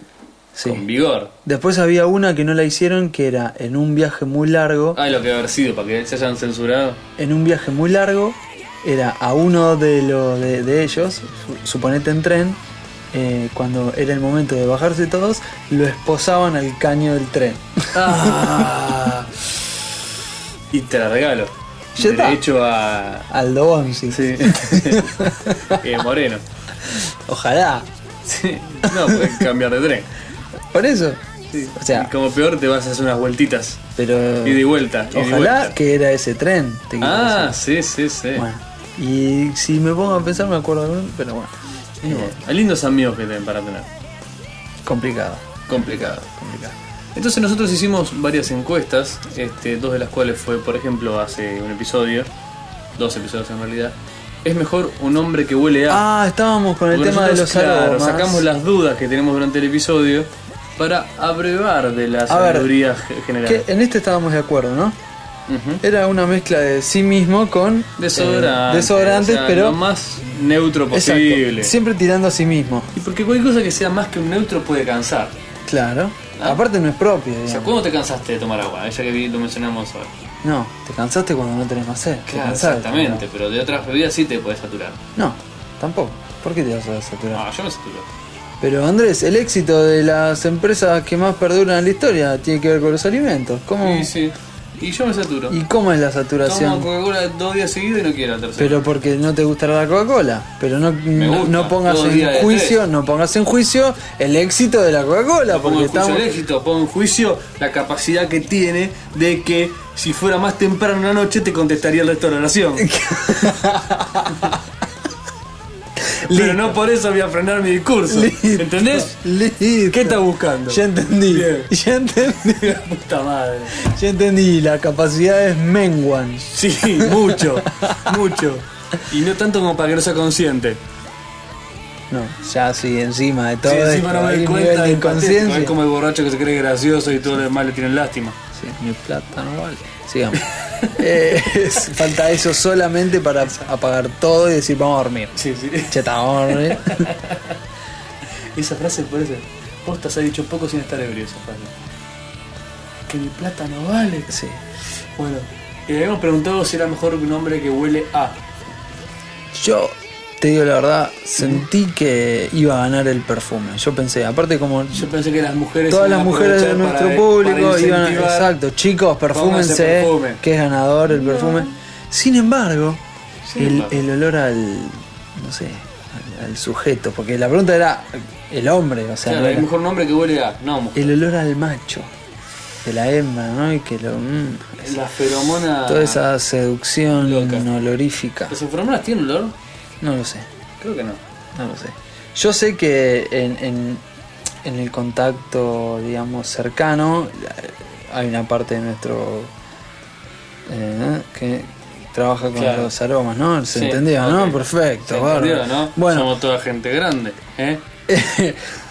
[SPEAKER 1] Sí.
[SPEAKER 2] con vigor.
[SPEAKER 1] Después había una que no la hicieron, que era en un viaje muy largo.
[SPEAKER 2] Ah, lo que haber sido, para que se hayan censurado.
[SPEAKER 1] En un viaje muy largo, era a uno de, lo, de, de ellos, su- suponete en tren, eh, cuando era el momento de bajarse todos, lo esposaban al caño del tren.
[SPEAKER 2] Ah. Y te la regalo.
[SPEAKER 1] Ya está.
[SPEAKER 2] Derecho a.
[SPEAKER 1] [LAUGHS] Aldo Bonzi.
[SPEAKER 2] Sí. Eh, moreno.
[SPEAKER 1] [LAUGHS] Ojalá.
[SPEAKER 2] Sí. No, puedes cambiar de tren.
[SPEAKER 1] Por eso. O
[SPEAKER 2] Y
[SPEAKER 1] sea,
[SPEAKER 2] como peor te vas a hacer unas vueltitas.
[SPEAKER 1] pero.
[SPEAKER 2] Y de vuelta. ida y
[SPEAKER 1] Ojalá
[SPEAKER 2] vuelta.
[SPEAKER 1] que era ese tren. te quiero
[SPEAKER 2] Ah, sí, sí, sí.
[SPEAKER 1] Bueno, y si me pongo a pensar me acuerdo de un- pero bueno,
[SPEAKER 2] Eh, Hay lindos amigos que tienen para tener.
[SPEAKER 1] complicado.
[SPEAKER 2] Complicado. Entonces nosotros hicimos varias encuestas, este, dos de las cuales fue, por ejemplo, hace un episodio, dos episodios en realidad. ¿Es mejor un hombre que huele a...
[SPEAKER 1] Ah, estábamos con el
[SPEAKER 2] Porque
[SPEAKER 1] tema de los
[SPEAKER 2] nosotros, claro,
[SPEAKER 1] aromas.
[SPEAKER 2] Sacamos las dudas que tenemos durante el episodio para abrevar de la
[SPEAKER 1] A ver,
[SPEAKER 2] sabiduría ge- general.
[SPEAKER 1] Que en este estábamos de acuerdo, ¿no?
[SPEAKER 2] Ujú.
[SPEAKER 1] Era una mezcla de sí mismo con eh,
[SPEAKER 2] Desodorantes.
[SPEAKER 1] desodorantes,
[SPEAKER 2] o sea,
[SPEAKER 1] pero
[SPEAKER 2] Lo más neutro
[SPEAKER 1] Exacto,
[SPEAKER 2] posible.
[SPEAKER 1] siempre tirando a sí mismo.
[SPEAKER 2] Y porque cualquier cosa que sea más que un neutro puede cansar.
[SPEAKER 1] Claro.
[SPEAKER 2] Ah.
[SPEAKER 1] Aparte no es propio.
[SPEAKER 2] O sea,
[SPEAKER 1] digamos.
[SPEAKER 2] ¿cuándo te cansaste de tomar agua? Ya que vi- lo mencionamos ahora.
[SPEAKER 1] No, te cansaste cuando no tenés más sed. te
[SPEAKER 2] Claro,
[SPEAKER 1] cansaste,
[SPEAKER 2] exactamente, pero de otras bebidas sí te puedes saturar.
[SPEAKER 1] No, No, tampoco. ¿Por qué te vas a saturar?
[SPEAKER 2] No, yo me saturo.
[SPEAKER 1] Pero Andrés, el éxito de las empresas que más perduran en la historia tiene que ver con los alimentos. ¿Cómo?
[SPEAKER 2] Sí, sí. Y yo me saturo.
[SPEAKER 1] Ah. ¿Y cómo es la
[SPEAKER 2] Tomo
[SPEAKER 1] saturación?
[SPEAKER 2] Coca-Cola dos días seguidos y no quiero la tercera.
[SPEAKER 1] Pero porque no te gustará la Coca-Cola. Pero no, no-
[SPEAKER 2] gusta.
[SPEAKER 1] no pongas
[SPEAKER 2] Todo día de
[SPEAKER 1] en juicio,
[SPEAKER 2] tres.
[SPEAKER 1] no pongas en juicio el éxito de la Coca-Cola.
[SPEAKER 2] No pongo
[SPEAKER 1] Porque
[SPEAKER 2] en juicio
[SPEAKER 1] estamos.
[SPEAKER 2] el éxito, pongo en juicio la capacidad que tiene de que si fuera más temprano en la noche te contestaría el resto de
[SPEAKER 1] [LAUGHS]
[SPEAKER 2] la oración. Pero no por eso voy a frenar mi discurso.
[SPEAKER 1] [LAUGHS] Listo.
[SPEAKER 2] [LAUGHS] ¿Entendés?
[SPEAKER 1] Listo.
[SPEAKER 2] ¿Qué estás buscando?
[SPEAKER 1] Ya entendí.
[SPEAKER 2] [LAUGHS] Bien.
[SPEAKER 1] [LAUGHS] Ya entendí.
[SPEAKER 2] La puta madre.
[SPEAKER 1] Ya entendí. Las capacidades menguan.
[SPEAKER 2] Sí, mucho, mucho. Y no tanto como para que no sea consciente.
[SPEAKER 1] No, ya sí, encima de todo.
[SPEAKER 2] sí, encima
[SPEAKER 1] esto,
[SPEAKER 2] no me
[SPEAKER 1] hay
[SPEAKER 2] doy
[SPEAKER 1] un
[SPEAKER 2] cuenta
[SPEAKER 1] nivel
[SPEAKER 2] de
[SPEAKER 1] de conciencia.
[SPEAKER 2] inconsciencia. Es como el borracho que se cree gracioso y todo lo demás le tienen lástima.
[SPEAKER 1] Sí, mi plata no vale. Sigamos. [LAUGHS] Eh, es- falta eso solamente para apagar todo y decir vamos a dormir.
[SPEAKER 2] Sí, [LAUGHS] sí.
[SPEAKER 1] Cheta, vamos a dormir.
[SPEAKER 2] Esa frase parece. Postas ha dicho poco sin estar ebrio esa frase. [LAUGHS] Que mi plata no vale.
[SPEAKER 1] Sí.
[SPEAKER 2] Bueno, y le habíamos preguntado si era mejor un hombre que huele a.
[SPEAKER 1] Yo te digo la verdad, sentí que iba a ganar el perfume. Yo pensé, aparte como
[SPEAKER 2] Yo pensé que las mujeres.
[SPEAKER 1] todas las
[SPEAKER 2] iban a
[SPEAKER 1] mujeres de
[SPEAKER 2] aprovechar
[SPEAKER 1] nuestro
[SPEAKER 2] para-
[SPEAKER 1] público
[SPEAKER 2] para
[SPEAKER 1] iban a...
[SPEAKER 2] incentivar.
[SPEAKER 1] Exacto, chicos, perfúmense, eh.
[SPEAKER 2] perfume.
[SPEAKER 1] que es ganador el perfume. Sin embargo,
[SPEAKER 2] Sin
[SPEAKER 1] el,
[SPEAKER 2] embargo.
[SPEAKER 1] el olor al, no sé, al, al sujeto, porque la pregunta era el hombre, o sea,
[SPEAKER 2] Claro,
[SPEAKER 1] no
[SPEAKER 2] el
[SPEAKER 1] era-
[SPEAKER 2] mejor nombre que huele a. No, mujer.
[SPEAKER 1] el olor al macho, de la hembra, ¿no? Y que lo... mm,
[SPEAKER 2] La feromona.
[SPEAKER 1] toda esa seducción
[SPEAKER 2] Loca.
[SPEAKER 1] olorífica.
[SPEAKER 2] ¿Las feromonas tienen olor?
[SPEAKER 1] No lo sé.
[SPEAKER 2] Creo que no.
[SPEAKER 1] No lo sé. Yo sé que en, en- en el contacto, digamos, cercano, la- hay una parte de nuestro. eh, que trabaja con
[SPEAKER 2] Claro.
[SPEAKER 1] los aromas, ¿no? Se
[SPEAKER 2] Sí, Ah,
[SPEAKER 1] entendió,
[SPEAKER 2] ok.
[SPEAKER 1] ¿no? Perfecto,
[SPEAKER 2] Se
[SPEAKER 1] bárbaro.
[SPEAKER 2] entendió, ¿no?
[SPEAKER 1] Bueno, [LAUGHS]
[SPEAKER 2] Somos toda gente grande, ¿eh?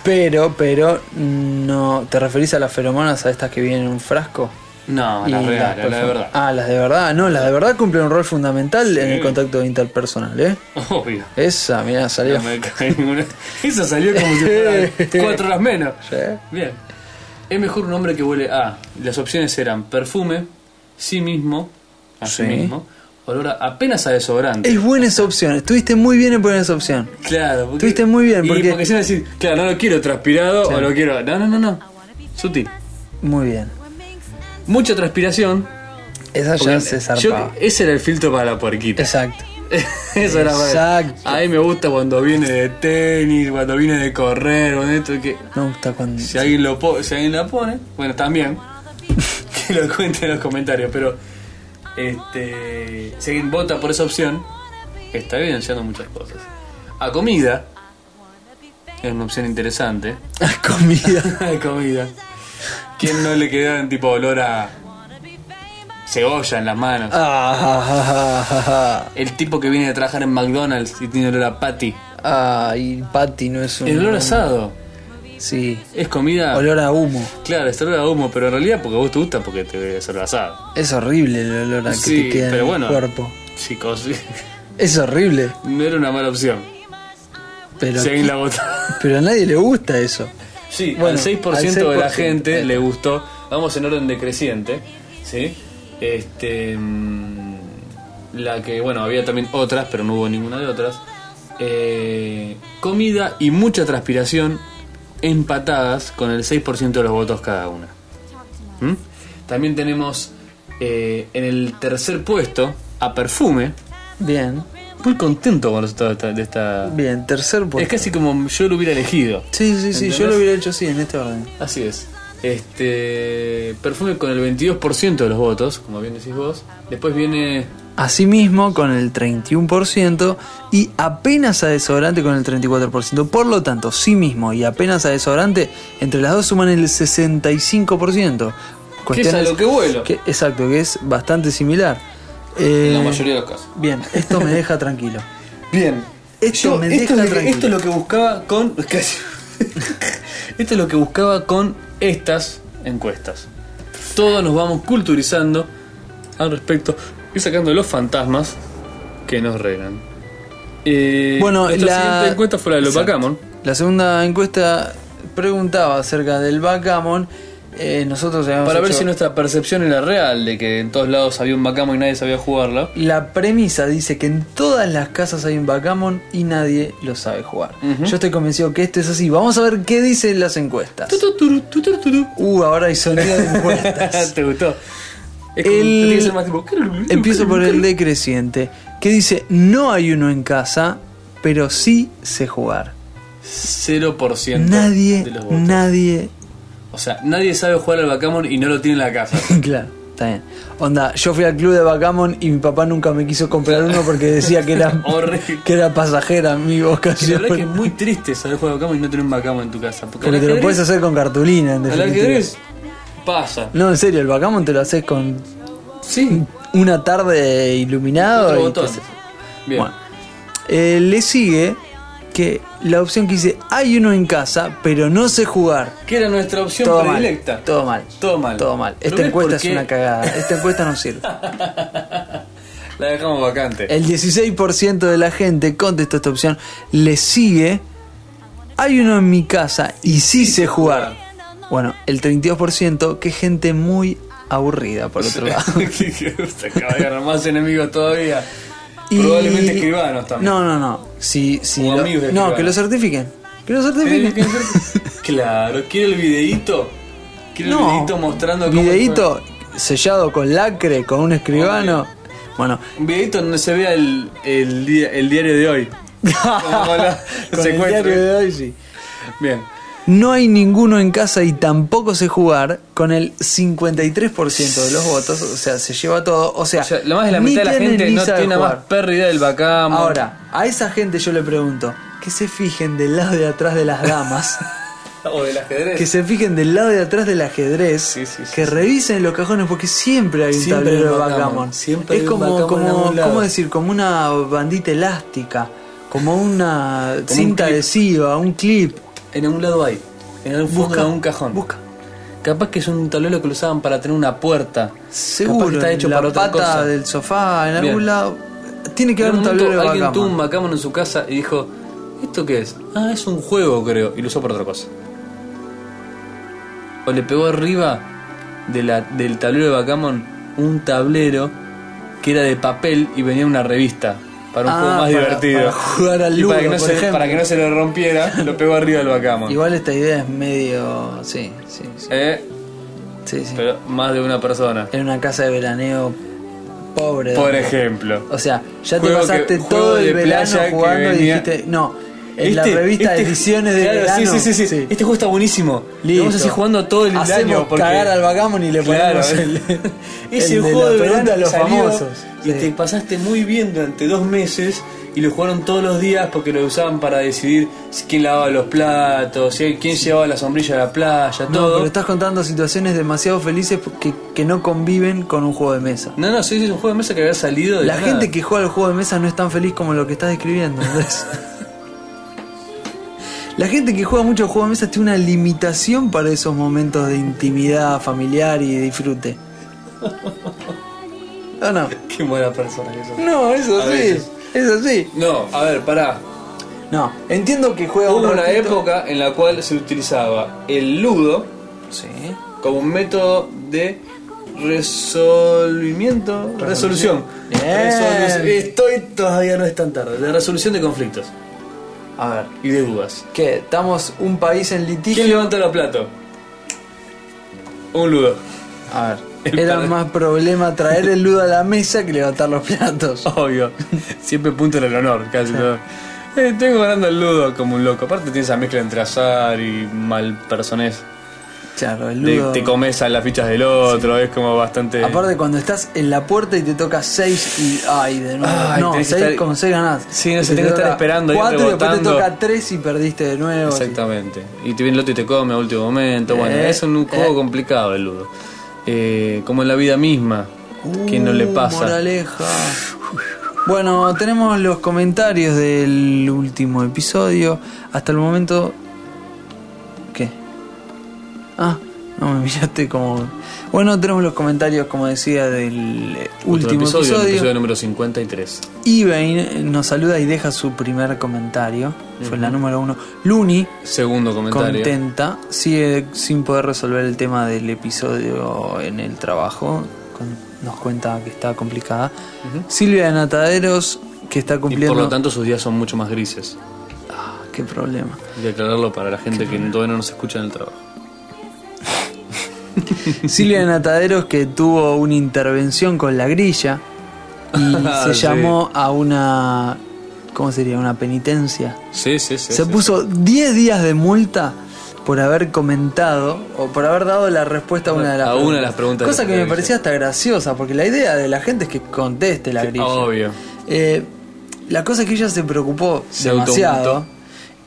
[SPEAKER 1] pero, pero, no. ¿Te referís a las feromonas, a estas que vienen en un frasco?
[SPEAKER 2] No,
[SPEAKER 1] Y
[SPEAKER 2] la real,
[SPEAKER 1] las
[SPEAKER 2] la, de
[SPEAKER 1] perso-
[SPEAKER 2] verdad.
[SPEAKER 1] Ah, las de verdad, no, las de verdad cumplen un rol fundamental en el contacto interpersonal, ¿eh?
[SPEAKER 2] Obvio.
[SPEAKER 1] Esa, mirá, salió.
[SPEAKER 2] No me cae ninguna. Esa salió como
[SPEAKER 1] [LAUGHS]
[SPEAKER 2] si fuera cuatro horas menos.
[SPEAKER 1] Sí.
[SPEAKER 2] Bien. Es mejor un hombre que huele a. Las opciones eran perfume, sí mismo, a
[SPEAKER 1] Sí.
[SPEAKER 2] sí, mismo, olor a apenas a desodorante.
[SPEAKER 1] Es buena esa opción, estuviste muy bien en poner esa opción.
[SPEAKER 2] Claro, porque.
[SPEAKER 1] Estuviste muy bien,
[SPEAKER 2] y
[SPEAKER 1] porque-
[SPEAKER 2] porque si no decís, claro, no lo quiero transpirado o lo quiero. No, no, no, no. Sutil.
[SPEAKER 1] Muy bien.
[SPEAKER 2] Mucha transpiración.
[SPEAKER 1] Esa ya
[SPEAKER 2] porque
[SPEAKER 1] se
[SPEAKER 2] yo-
[SPEAKER 1] zarpaba.
[SPEAKER 2] ese era el filtro para la puerquita.
[SPEAKER 1] Exacto.
[SPEAKER 2] [LAUGHS] Eso era para-
[SPEAKER 1] Exacto.
[SPEAKER 2] A mí me gusta cuando viene de tenis, cuando viene de correr, cuando esto que.
[SPEAKER 1] No me gusta cuando. [LAUGHS]
[SPEAKER 2] Si alguien lo po- si alguien la pone, bueno también. [LAUGHS] que lo cuente en los comentarios, pero este si alguien vota por esa opción, está evidenciando muchas cosas. A comida es una opción interesante. [LAUGHS]
[SPEAKER 1] comida.
[SPEAKER 2] A comida. ¿Quién no le quedan tipo olor a cebolla en las manos?
[SPEAKER 1] Ah,
[SPEAKER 2] El tipo que viene de trabajar en McDonald's y tiene olor a patty.
[SPEAKER 1] y Patty ah. no es un.
[SPEAKER 2] El olor Ah. asado
[SPEAKER 1] Sí.
[SPEAKER 2] es comida.
[SPEAKER 1] Mm. Olor a humo.
[SPEAKER 2] Claro, es olor a humo, pero en realidad porque a vos te gusta porque te es olor a asado.
[SPEAKER 1] Es horrible el olor a que
[SPEAKER 2] Sí,
[SPEAKER 1] te queda
[SPEAKER 2] pero
[SPEAKER 1] en
[SPEAKER 2] bueno.
[SPEAKER 1] el cuerpo.
[SPEAKER 2] Chicos, [LAUGHS]
[SPEAKER 1] Es horrible.
[SPEAKER 2] no era una mala opción.
[SPEAKER 1] Pero,
[SPEAKER 2] Si alguien la votó.
[SPEAKER 1] pero a nadie le gusta eso.
[SPEAKER 2] Sí,
[SPEAKER 1] Bueno,
[SPEAKER 2] al 6%,
[SPEAKER 1] al
[SPEAKER 2] de la
[SPEAKER 1] 6%,
[SPEAKER 2] gente
[SPEAKER 1] eh.
[SPEAKER 2] le gustó. Vamos en orden decreciente. ¿Sí? Este. mm, La que, bueno, había también otras, pero no hubo ninguna de otras. Eh, comida y mucha transpiración empatadas con el 6% de los votos cada una. ¿Mm? También tenemos eh, en el tercer puesto a perfume.
[SPEAKER 1] Bien,
[SPEAKER 2] Muy contento con los resultados de esta- de esta.
[SPEAKER 1] bien. Tercer
[SPEAKER 2] Es
[SPEAKER 1] puesto.
[SPEAKER 2] casi como yo lo hubiera elegido.
[SPEAKER 1] Sí, sí, sí. Yo
[SPEAKER 2] ¿Entendés?
[SPEAKER 1] lo hubiera hecho así, en este orden.
[SPEAKER 2] Así es. Este perfume con el 22% de los votos, como bien decís vos. Después viene
[SPEAKER 1] Asimismo, con el 31% y apenas a desodorante con el 34%. Por lo tanto, sí mismo y apenas a desodorante, entre las dos suman el 65%.
[SPEAKER 2] ¿Qué es a lo que vuelo?
[SPEAKER 1] que- exacto, que es bastante similar. Eh,
[SPEAKER 3] En la mayoría de los casos.
[SPEAKER 1] Bien, esto me deja tranquilo.
[SPEAKER 2] Bien.
[SPEAKER 1] Esto me deja
[SPEAKER 2] esto, es lo que,
[SPEAKER 1] tranquilo.
[SPEAKER 2] esto es lo que buscaba con [LAUGHS] casi- Esto es lo que buscaba con estas encuestas. Todos nos vamos culturizando al respecto y sacando los fantasmas que nos regan. Eh,
[SPEAKER 1] Bueno,
[SPEAKER 2] nuestra
[SPEAKER 1] la-
[SPEAKER 2] siguiente encuesta fue la de los
[SPEAKER 1] Exacto.
[SPEAKER 2] Backgammon.
[SPEAKER 1] La segunda encuesta preguntaba acerca del backgammon. Eh, nosotros habíamos
[SPEAKER 2] Para ver
[SPEAKER 1] hecho-
[SPEAKER 2] si nuestra percepción era real de que en todos lados había un bacamo y nadie sabía jugarlo.
[SPEAKER 1] La premisa dice que en todas las casas hay un backgammon y nadie lo sabe jugar. Yo estoy convencido que esto es así. Vamos a ver qué dicen las encuestas.
[SPEAKER 2] Tu, tu, tu, tu, tu, tu, tu.
[SPEAKER 1] Uh, ahora hay sonido de encuestas.
[SPEAKER 2] [LAUGHS] ¿Te gustó? Es
[SPEAKER 1] El-
[SPEAKER 2] tiene que ser más tipo-
[SPEAKER 1] Empiezo por el decreciente, que dice no hay uno en casa, pero sí sé jugar.
[SPEAKER 2] 0%
[SPEAKER 1] Nadie,
[SPEAKER 2] de los votos.
[SPEAKER 1] nadie. [LAUGHS]
[SPEAKER 2] O sea, nadie sabe jugar al backgammon y no lo tiene en la casa.
[SPEAKER 1] [LAUGHS] Claro, está bien. Onda, yo fui al club de backgammon y mi papá nunca me quiso comprar uno porque decía que era,
[SPEAKER 2] [LAUGHS] Horrible.
[SPEAKER 1] que era pasajera, amigo.
[SPEAKER 2] Y la
[SPEAKER 1] ocasión.
[SPEAKER 2] verdad es que es muy triste saber jugar al backgammon y no tener un backgammon en tu casa. Porque
[SPEAKER 1] Pero
[SPEAKER 2] al
[SPEAKER 1] te lo
[SPEAKER 2] ajedrez-
[SPEAKER 1] puedes hacer con cartulina, en
[SPEAKER 2] Al
[SPEAKER 1] definitiva.
[SPEAKER 2] ajedrez pasa.
[SPEAKER 1] No, en serio, el backgammon te lo haces con
[SPEAKER 2] Sí.
[SPEAKER 1] una tarde iluminado.
[SPEAKER 2] Otro
[SPEAKER 1] y te
[SPEAKER 2] botón.
[SPEAKER 1] haces-
[SPEAKER 2] Bien.
[SPEAKER 1] Bueno. Eh, le sigue que la opción que dice hay uno en casa, pero no sé jugar.
[SPEAKER 2] ¿Qué era nuestra opción
[SPEAKER 1] Todo mal,
[SPEAKER 2] predilecta?
[SPEAKER 1] todo mal.
[SPEAKER 2] Todo mal.
[SPEAKER 1] Todo mal.
[SPEAKER 2] ¿Pero
[SPEAKER 1] Esta
[SPEAKER 2] ves
[SPEAKER 1] encuesta
[SPEAKER 2] por
[SPEAKER 1] es
[SPEAKER 2] qué?
[SPEAKER 1] una cagada.
[SPEAKER 2] [LAUGHS]
[SPEAKER 1] Esta encuesta no sirve.
[SPEAKER 2] La dejamos vacante.
[SPEAKER 1] El 16% de la gente contestó esta opción. Le sigue hay uno en mi casa y sí sé jugar. Bueno, el 32% que gente muy aburrida por otro
[SPEAKER 2] [LAUGHS]
[SPEAKER 1] lado.
[SPEAKER 2] Se acaba de ganar más enemigos todavía.
[SPEAKER 1] Y-
[SPEAKER 2] Probablemente escribanos también.
[SPEAKER 1] No, no, no. Si, si
[SPEAKER 2] O
[SPEAKER 1] lo-
[SPEAKER 2] amigos de
[SPEAKER 1] no,
[SPEAKER 2] escribanos.
[SPEAKER 1] que lo certifiquen. Que lo
[SPEAKER 2] ¿Tiene que
[SPEAKER 1] certifiquen. [LAUGHS]
[SPEAKER 2] ser? Eh, [LAUGHS] claro, quiero el videíto. Quiero el
[SPEAKER 1] no.
[SPEAKER 2] videíto mostrando cómo.
[SPEAKER 1] Videíto sellado con lacre, con un escribano. Bueno.
[SPEAKER 2] Un videíto donde se vea el, el, dia- el diario de [LAUGHS] hoy.
[SPEAKER 1] [LAUGHS]
[SPEAKER 2] Como la- [LAUGHS]
[SPEAKER 1] Con
[SPEAKER 2] se
[SPEAKER 1] el
[SPEAKER 2] encuentra.
[SPEAKER 1] diario de hoy, sí.
[SPEAKER 2] Bien.
[SPEAKER 1] No hay ninguno en casa y tampoco sé jugar con el 53% de los votos. O sea, se lleva todo. O sea,
[SPEAKER 2] O sea, lo más de la
[SPEAKER 1] ni
[SPEAKER 2] mitad de la
[SPEAKER 1] tienen
[SPEAKER 2] gente
[SPEAKER 1] ni
[SPEAKER 2] no
[SPEAKER 1] saben
[SPEAKER 2] tiene la más
[SPEAKER 1] jugar.
[SPEAKER 2] perra idea del bacamo.
[SPEAKER 1] Ahora, a esa gente yo le pregunto que se fijen del lado de atrás de las
[SPEAKER 2] [LAUGHS]
[SPEAKER 1] damas.
[SPEAKER 2] O del ajedrez.
[SPEAKER 1] Que se fijen del lado de atrás del ajedrez.
[SPEAKER 2] Sí, sí, sí,
[SPEAKER 1] que
[SPEAKER 2] sí.
[SPEAKER 1] revisen los cajones porque siempre hay un
[SPEAKER 2] Siempre hay
[SPEAKER 1] tablero
[SPEAKER 2] un
[SPEAKER 1] de
[SPEAKER 2] backgammon,
[SPEAKER 1] backgammon.
[SPEAKER 2] siempre
[SPEAKER 1] es
[SPEAKER 2] hay un
[SPEAKER 1] como,
[SPEAKER 2] backgammon en
[SPEAKER 1] como
[SPEAKER 2] algún lado.
[SPEAKER 1] ¿cómo decir? Como una bandita elástica. Como una
[SPEAKER 2] Como un
[SPEAKER 1] cinta
[SPEAKER 2] clip.
[SPEAKER 1] adhesiva, un clip.
[SPEAKER 2] En algún lado hay. En algún fondo, en algún cajón.
[SPEAKER 1] Busca.
[SPEAKER 2] Capaz que es un tablero que lo usaban para tener una puerta.
[SPEAKER 1] Seguro,
[SPEAKER 2] Capaz que está hecho
[SPEAKER 1] la
[SPEAKER 2] para otra
[SPEAKER 1] pata
[SPEAKER 2] cosa.
[SPEAKER 1] del sofá, en algún
[SPEAKER 2] Bien.
[SPEAKER 1] lado. Tiene que
[SPEAKER 2] En
[SPEAKER 1] haber un
[SPEAKER 2] un momento
[SPEAKER 1] tablero de
[SPEAKER 2] alguien
[SPEAKER 1] Bacama.
[SPEAKER 2] tuvo un Backgammon en su casa y dijo, ¿esto qué es? Ah, es un juego, creo. Y lo usó para otra cosa. O le pegó arriba de la- del tablero de Backgammon un tablero que era de papel y venía una revista. Para un
[SPEAKER 1] Ah,
[SPEAKER 2] juego más
[SPEAKER 1] para-
[SPEAKER 2] divertido.
[SPEAKER 1] para jugar al
[SPEAKER 2] Y
[SPEAKER 1] Ludo,
[SPEAKER 2] para, que no
[SPEAKER 1] por
[SPEAKER 2] se,
[SPEAKER 1] ejemplo.
[SPEAKER 2] para que no se le rompiera, lo pegó arriba del Backgammon.
[SPEAKER 1] Igual esta idea es medio. Sí, sí, sí.
[SPEAKER 2] Eh,
[SPEAKER 1] sí, sí.
[SPEAKER 2] Pero más de una persona.
[SPEAKER 1] En una casa de veraneo pobre.
[SPEAKER 2] Por
[SPEAKER 1] donde-
[SPEAKER 2] ejemplo.
[SPEAKER 1] O sea, ya te
[SPEAKER 2] Juego que-
[SPEAKER 1] pasaste
[SPEAKER 2] juego
[SPEAKER 1] todo
[SPEAKER 2] de
[SPEAKER 1] el verano
[SPEAKER 2] playa que
[SPEAKER 1] jugando y
[SPEAKER 2] venía-
[SPEAKER 1] dijiste. No, en la
[SPEAKER 2] Este-
[SPEAKER 1] revista de
[SPEAKER 2] este-
[SPEAKER 1] ediciones de
[SPEAKER 2] claro, sí,
[SPEAKER 1] verano.
[SPEAKER 2] Sí, sí, sí, Este juego está buenísimo. Lo vamos a seguir jugando todo el
[SPEAKER 1] Hacemos
[SPEAKER 2] año. Porque...
[SPEAKER 1] cagar al Bagamon y le
[SPEAKER 2] Claro,
[SPEAKER 1] ponemos
[SPEAKER 2] [LAUGHS]
[SPEAKER 1] el,
[SPEAKER 2] es
[SPEAKER 1] el
[SPEAKER 2] el,
[SPEAKER 1] de
[SPEAKER 2] juego
[SPEAKER 1] la
[SPEAKER 2] de
[SPEAKER 1] pregunta a
[SPEAKER 2] verano
[SPEAKER 1] los
[SPEAKER 2] que salió
[SPEAKER 1] famosos.
[SPEAKER 2] Y
[SPEAKER 1] Sí.
[SPEAKER 2] te pasaste muy bien durante dos meses y lo jugaron todos los días porque lo usaban para decidir si- quién lavaba los platos, si- quién llevaba la sombrilla a la playa,
[SPEAKER 1] No,
[SPEAKER 2] todo.
[SPEAKER 1] pero estás contando situaciones demasiado felices que, que no conviven con un juego de mesa.
[SPEAKER 2] No, no, sí, sí, es un juego de mesa que había salido de
[SPEAKER 1] La
[SPEAKER 2] nada.
[SPEAKER 1] gente que juega al juego de mesa no es tan feliz como lo que estás describiendo, Andrés. [LAUGHS] La gente que juega mucho al juego de mesa tiene una limitación para esos momentos de intimidad familiar y disfrute. ¿O no?
[SPEAKER 2] [LAUGHS] Qué buena persona que sos.
[SPEAKER 1] No, eso
[SPEAKER 2] A
[SPEAKER 1] sí.
[SPEAKER 2] veces.
[SPEAKER 1] Eso sí.
[SPEAKER 2] No, a ver, pará.
[SPEAKER 1] No, entiendo que juega un
[SPEAKER 2] Hubo una
[SPEAKER 1] ratito-
[SPEAKER 2] época en la cual se utilizaba el ludo
[SPEAKER 1] Sí.
[SPEAKER 2] como un método de resolvimiento, resolución.
[SPEAKER 1] Bien.
[SPEAKER 2] Resolu- Estoy todavía no es tan tarde. De resolución de conflictos
[SPEAKER 1] A ver,
[SPEAKER 2] y de dudas.
[SPEAKER 1] ¿qué? Estamos un país en
[SPEAKER 2] ¿Quién
[SPEAKER 1] litigio.
[SPEAKER 2] levanta la plata? Un ludo.
[SPEAKER 1] A ver, [LAUGHS]
[SPEAKER 2] El [LAUGHS]
[SPEAKER 1] era
[SPEAKER 2] padre.
[SPEAKER 1] más problema traer el ludo a la mesa que levantar los
[SPEAKER 2] [LAUGHS]
[SPEAKER 1] platos.
[SPEAKER 2] Obvio. Siempre punto en el honor, casi todo. Eh, tengo ganando el ludo como un loco. Aparte tiene esa mezcla entre azar y mal personés.
[SPEAKER 1] Claro, el
[SPEAKER 2] De-
[SPEAKER 1] ludo.
[SPEAKER 2] te comes a las fichas del otro, es como bastante.
[SPEAKER 1] Aparte cuando estás en la puerta y te toca 6 y ay de nuevo.
[SPEAKER 2] Ay,
[SPEAKER 1] no,
[SPEAKER 2] tenés que
[SPEAKER 1] 6
[SPEAKER 2] estar-
[SPEAKER 1] con 6 ganás.
[SPEAKER 2] Sí, no sé, tenés que estar esperando ahí
[SPEAKER 1] 4 y después te
[SPEAKER 2] rebotando.
[SPEAKER 1] toca 3 y perdiste de nuevo.
[SPEAKER 2] Exactamente. Y te viene el otro y te come a último momento. Bueno,
[SPEAKER 1] Eh,
[SPEAKER 2] es un juego
[SPEAKER 1] eh.
[SPEAKER 2] complicado el ludo. Eh, como en la vida misma,
[SPEAKER 1] así.
[SPEAKER 2] que no le
[SPEAKER 1] Uh,
[SPEAKER 2] pasa.
[SPEAKER 1] Moraleja. Bueno, tenemos los comentarios del último episodio. Hasta el momento. ¿Qué? Ah, no me miraste como. Bueno, tenemos los comentarios, como decía, del eh,
[SPEAKER 2] Otro
[SPEAKER 1] último
[SPEAKER 2] episodio, el
[SPEAKER 1] episodio.
[SPEAKER 2] episodio número 53.
[SPEAKER 1] Ibain nos saluda y deja su primer comentario. Fue la número uno. Luni,
[SPEAKER 2] Segundo comentario.
[SPEAKER 1] contenta, sigue sin poder resolver el tema del episodio en el trabajo. Con- nos cuenta que está complicada. Silvia de Nataderos, que está
[SPEAKER 2] y por
[SPEAKER 1] cumpliendo.
[SPEAKER 2] lo tanto sus días son mucho más grises.
[SPEAKER 1] Ah, qué
[SPEAKER 2] [LAUGHS]
[SPEAKER 1] problema.
[SPEAKER 2] Hay que aclararlo para la gente que todavía no nos escucha en el trabajo.
[SPEAKER 1] Silvia de Nataderos, que tuvo una intervención con la grilla
[SPEAKER 2] [LAUGHS]
[SPEAKER 1] y
[SPEAKER 2] Ah,
[SPEAKER 1] se
[SPEAKER 2] sí.
[SPEAKER 1] llamó a una. ¿Cómo sería? Una penitencia.
[SPEAKER 2] Sí, sí, sí.
[SPEAKER 1] Se
[SPEAKER 2] sí.
[SPEAKER 1] puso 10 días de multa por haber comentado o por haber dado la respuesta a una de las
[SPEAKER 2] A
[SPEAKER 1] preguntas.
[SPEAKER 2] una de las preguntas
[SPEAKER 1] Cosa
[SPEAKER 2] de la
[SPEAKER 1] que me
[SPEAKER 2] grilla.
[SPEAKER 1] parecía hasta graciosa, porque la idea de la gente es que conteste la
[SPEAKER 2] Sí,
[SPEAKER 1] grilla.
[SPEAKER 2] obvio.
[SPEAKER 1] Eh, la cosa es que ella se preocupó
[SPEAKER 2] Se
[SPEAKER 1] demasiado
[SPEAKER 2] automultó.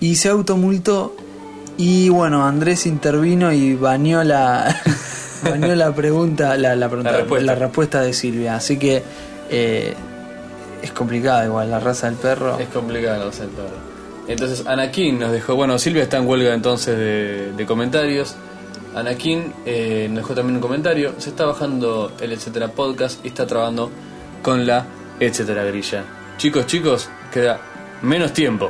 [SPEAKER 1] y se automultó. Y bueno, Andrés intervino y bañó la, [LAUGHS] bañó la pregunta, la, la pregunta,
[SPEAKER 2] La respuesta.
[SPEAKER 1] respuesta de Silvia. Así que eh, es complicada igual la raza del perro.
[SPEAKER 2] Es complicado, o sea, claro. Entonces, Anakin nos dejó. Bueno, Silvia está en huelga entonces de, de comentarios. Anakin eh, nos dejó también un comentario. Se está bajando el etcétera podcast y está trabajando con la etcétera grilla. Chicos, chicos, queda menos tiempo.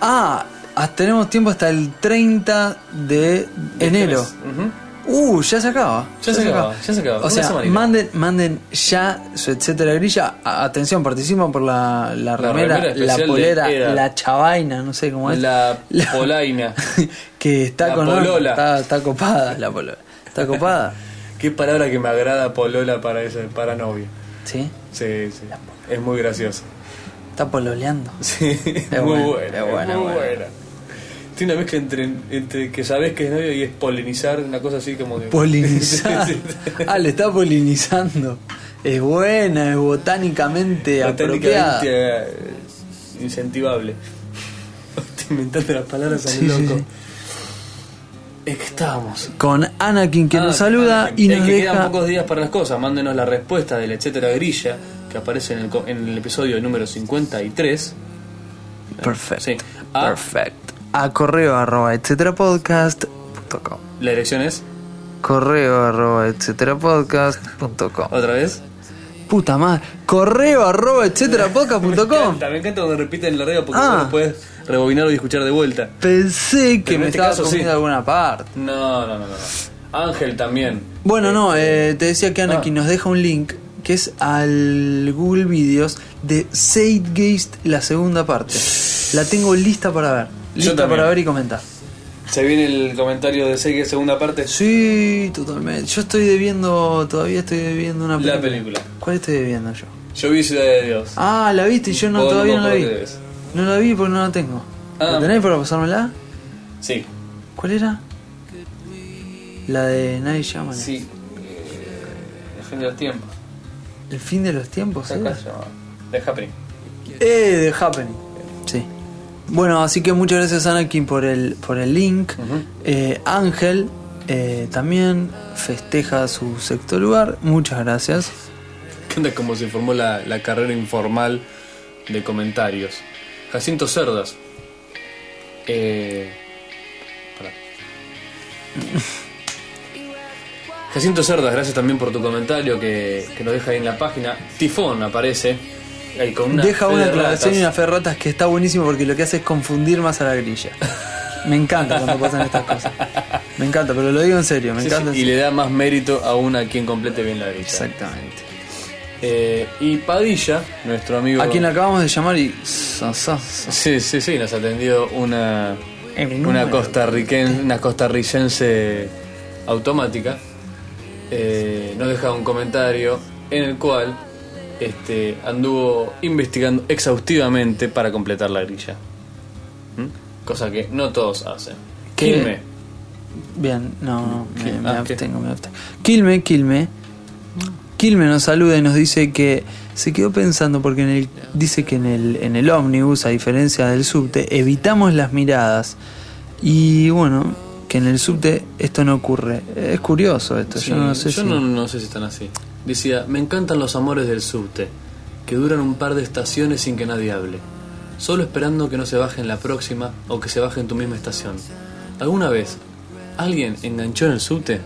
[SPEAKER 1] Ah, ah, tenemos tiempo hasta el 30 de enero.
[SPEAKER 2] Este mes. Ujú.
[SPEAKER 1] Uh, ya se acaba.
[SPEAKER 2] Ya se acaba, ya se acaba.
[SPEAKER 1] O
[SPEAKER 2] Una
[SPEAKER 1] sea,
[SPEAKER 2] semanita.
[SPEAKER 1] manden, manden ya su etcétera grilla. A- atención, participan por la, la remera,
[SPEAKER 2] remera
[SPEAKER 1] la
[SPEAKER 2] especial de
[SPEAKER 1] polera,
[SPEAKER 2] Eda.
[SPEAKER 1] la chavaina, no sé cómo es.
[SPEAKER 2] La [LAUGHS] polaina.
[SPEAKER 1] [LAUGHS] que está
[SPEAKER 2] la
[SPEAKER 1] con onda,
[SPEAKER 2] polola.
[SPEAKER 1] Está, está copada la polola. Está
[SPEAKER 2] [LAUGHS]
[SPEAKER 1] copada.
[SPEAKER 2] Qué palabra que me agrada polola para ese, para novia.
[SPEAKER 1] sí,
[SPEAKER 2] Sí, sí. Es muy gracioso.
[SPEAKER 1] está pololeando.
[SPEAKER 2] Sí, es muy
[SPEAKER 1] buena,
[SPEAKER 2] buena.
[SPEAKER 1] es
[SPEAKER 2] Es
[SPEAKER 1] buena,
[SPEAKER 2] muy
[SPEAKER 1] buena.
[SPEAKER 2] buena. Tiene una mezcla entre, entre que sabes que es novio y es polinizar, una cosa así como de.
[SPEAKER 1] Polinizar.
[SPEAKER 2] [LAUGHS] Sí, sí,
[SPEAKER 1] [LAUGHS]
[SPEAKER 2] sí.
[SPEAKER 1] Ah, le está polinizando. Es buena, es botánicamente apropiada.
[SPEAKER 2] Botánicamente, eh, incentivable. [LAUGHS] Estoy inventando las palabras a lo
[SPEAKER 1] Sí, sí,
[SPEAKER 2] loco.
[SPEAKER 1] sí.
[SPEAKER 2] Es que estábamos.
[SPEAKER 1] Con Anakin que
[SPEAKER 2] Ah,
[SPEAKER 1] nos saluda
[SPEAKER 2] ah,
[SPEAKER 1] y
[SPEAKER 2] eh,
[SPEAKER 1] nos
[SPEAKER 2] que
[SPEAKER 1] deja.
[SPEAKER 2] quedan pocos días para las cosas. Mándenos la respuesta del etcétera grilla que aparece en el, co- en el episodio número 53.
[SPEAKER 1] Perfecto.
[SPEAKER 2] Sí. Ah.
[SPEAKER 1] Perfecto. A correo arroba etcétera podcast punto com.
[SPEAKER 2] La dirección es
[SPEAKER 1] correo arroba etcétera podcast.com.
[SPEAKER 2] ¿Otra vez?
[SPEAKER 1] Puta madre, correo arroba etcétera podcast.com.
[SPEAKER 2] También encanta cuando repiten la radio porque
[SPEAKER 1] Ah.
[SPEAKER 2] vos lo puedes rebobinar y escuchar de vuelta.
[SPEAKER 1] Pensé que
[SPEAKER 2] en
[SPEAKER 1] me
[SPEAKER 2] este
[SPEAKER 1] estaba
[SPEAKER 2] caso, sí.
[SPEAKER 1] comiendo alguna parte.
[SPEAKER 2] No, no, no, no. no. Ángel también.
[SPEAKER 1] Bueno, no, eh, te decía que
[SPEAKER 2] Ah.
[SPEAKER 1] Anakin nos deja un link que es al Google Videos de Zeitgeist, la segunda parte. La tengo lista para ver.
[SPEAKER 2] Yo
[SPEAKER 1] Lista
[SPEAKER 2] también.
[SPEAKER 1] para ver y comentar.
[SPEAKER 2] Se viene el comentario de Seigue segunda parte.
[SPEAKER 1] Sí, totalmente. Yo estoy debiendo, todavía estoy debiendo una
[SPEAKER 2] La
[SPEAKER 1] película.
[SPEAKER 2] película.
[SPEAKER 1] ¿Cuál estoy debiendo yo?
[SPEAKER 2] Yo vi Ciudad de Dios.
[SPEAKER 1] Ah, la viste y yo no,
[SPEAKER 2] Vos no
[SPEAKER 1] todavía
[SPEAKER 2] me
[SPEAKER 1] no la vi.
[SPEAKER 2] acuerdo qué ves.
[SPEAKER 1] No la vi porque no la tengo.
[SPEAKER 2] Ah.
[SPEAKER 1] ¿La tenés para pasármela?
[SPEAKER 2] Sí,
[SPEAKER 1] ¿Cuál era? La de Nadie llama.
[SPEAKER 2] sí. Eh, el fin de los tiempos.
[SPEAKER 1] El fin de los tiempos, ¿eh?
[SPEAKER 2] Acá se llama. The Happening.
[SPEAKER 1] Eh, The Happening. Sí. Bueno, así que muchas gracias Anakin por el, por el link. Eh, Ángel eh, también festeja su sexto lugar. Muchas gracias.
[SPEAKER 2] [LAUGHS] ¿Qué onda como se formó la, la carrera informal de comentarios? Jacinto Cerdas. Eh, pará. [LAUGHS] Jacinto Cerdas, gracias también por tu comentario que, que nos deja ahí en la página. Tifón aparece. ahí con una
[SPEAKER 1] Deja
[SPEAKER 2] fe
[SPEAKER 1] una
[SPEAKER 2] de
[SPEAKER 1] aclaración y una
[SPEAKER 2] ratas.
[SPEAKER 1] fe de ratas que está buenísimo porque lo que hace es confundir más a la grilla. Me encanta cuando pasan estas cosas. Me encanta, pero lo digo en serio, me
[SPEAKER 2] Sí,
[SPEAKER 1] encanta.
[SPEAKER 2] sí, y le da más mérito a una quien complete bien la grilla.
[SPEAKER 1] Exactamente.
[SPEAKER 2] Eh, y Padilla, nuestro amigo.
[SPEAKER 1] A quien acabamos de llamar y. sa, sa, sa.
[SPEAKER 2] Sí, sí, sí, nos atendió una
[SPEAKER 1] El
[SPEAKER 2] una
[SPEAKER 1] número.
[SPEAKER 2] costarriquense, una costarricense automática. eh, nos deja un comentario en el cual este, anduvo investigando exhaustivamente para completar la grilla. ¿Mm? Cosa que no todos hacen.
[SPEAKER 1] ¿Qué?
[SPEAKER 2] Quilme.
[SPEAKER 1] Bien, no, no, me,
[SPEAKER 2] Quilme,
[SPEAKER 1] me
[SPEAKER 2] ah, ¿qué?
[SPEAKER 1] abstengo, me abstengo. Quilme, Quilme. Quilme nos saluda y nos dice que se quedó pensando porque en el, dice que en el, en el ómnibus, a diferencia del subte, evitamos las miradas. Y bueno, que en el subte esto no ocurre. Es curioso esto, yo no sé si...
[SPEAKER 2] no, no sé si están así. Decía, me encantan los amores del subte, que duran un par de estaciones sin que nadie hable, solo esperando que no se baje en la próxima o que se baje en tu misma estación. ¿Alguna vez alguien enganchó en el subte?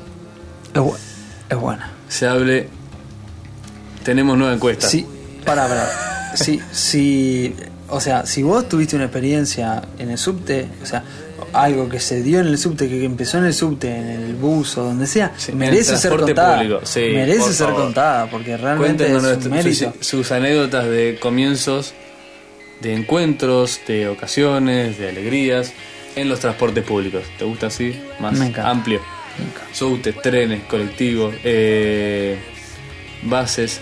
[SPEAKER 1] Es, bu- es buena.
[SPEAKER 2] Se hable... Tenemos nueva encuesta.
[SPEAKER 1] Sí, pará, pará. Sí, sí, o sea, si vos tuviste una experiencia en el subte, o sea, algo que se dio en el subte, que empezó en el subte, en el bus o donde sea,
[SPEAKER 2] Sí, en
[SPEAKER 1] merece
[SPEAKER 2] el
[SPEAKER 1] ser
[SPEAKER 2] transporte
[SPEAKER 1] contada.
[SPEAKER 2] público, sí, por
[SPEAKER 1] merece ser
[SPEAKER 2] favor.
[SPEAKER 1] contada, porque realmente
[SPEAKER 2] Cuéntenos
[SPEAKER 1] es un
[SPEAKER 2] nuestro-
[SPEAKER 1] mérito.
[SPEAKER 2] sus, sus anécdotas de comienzos, de encuentros, de ocasiones, de alegrías en los transportes públicos. ¿Te gusta así? Más
[SPEAKER 1] Me encanta.
[SPEAKER 2] amplio. Subtes, trenes, colectivos, eh, bases,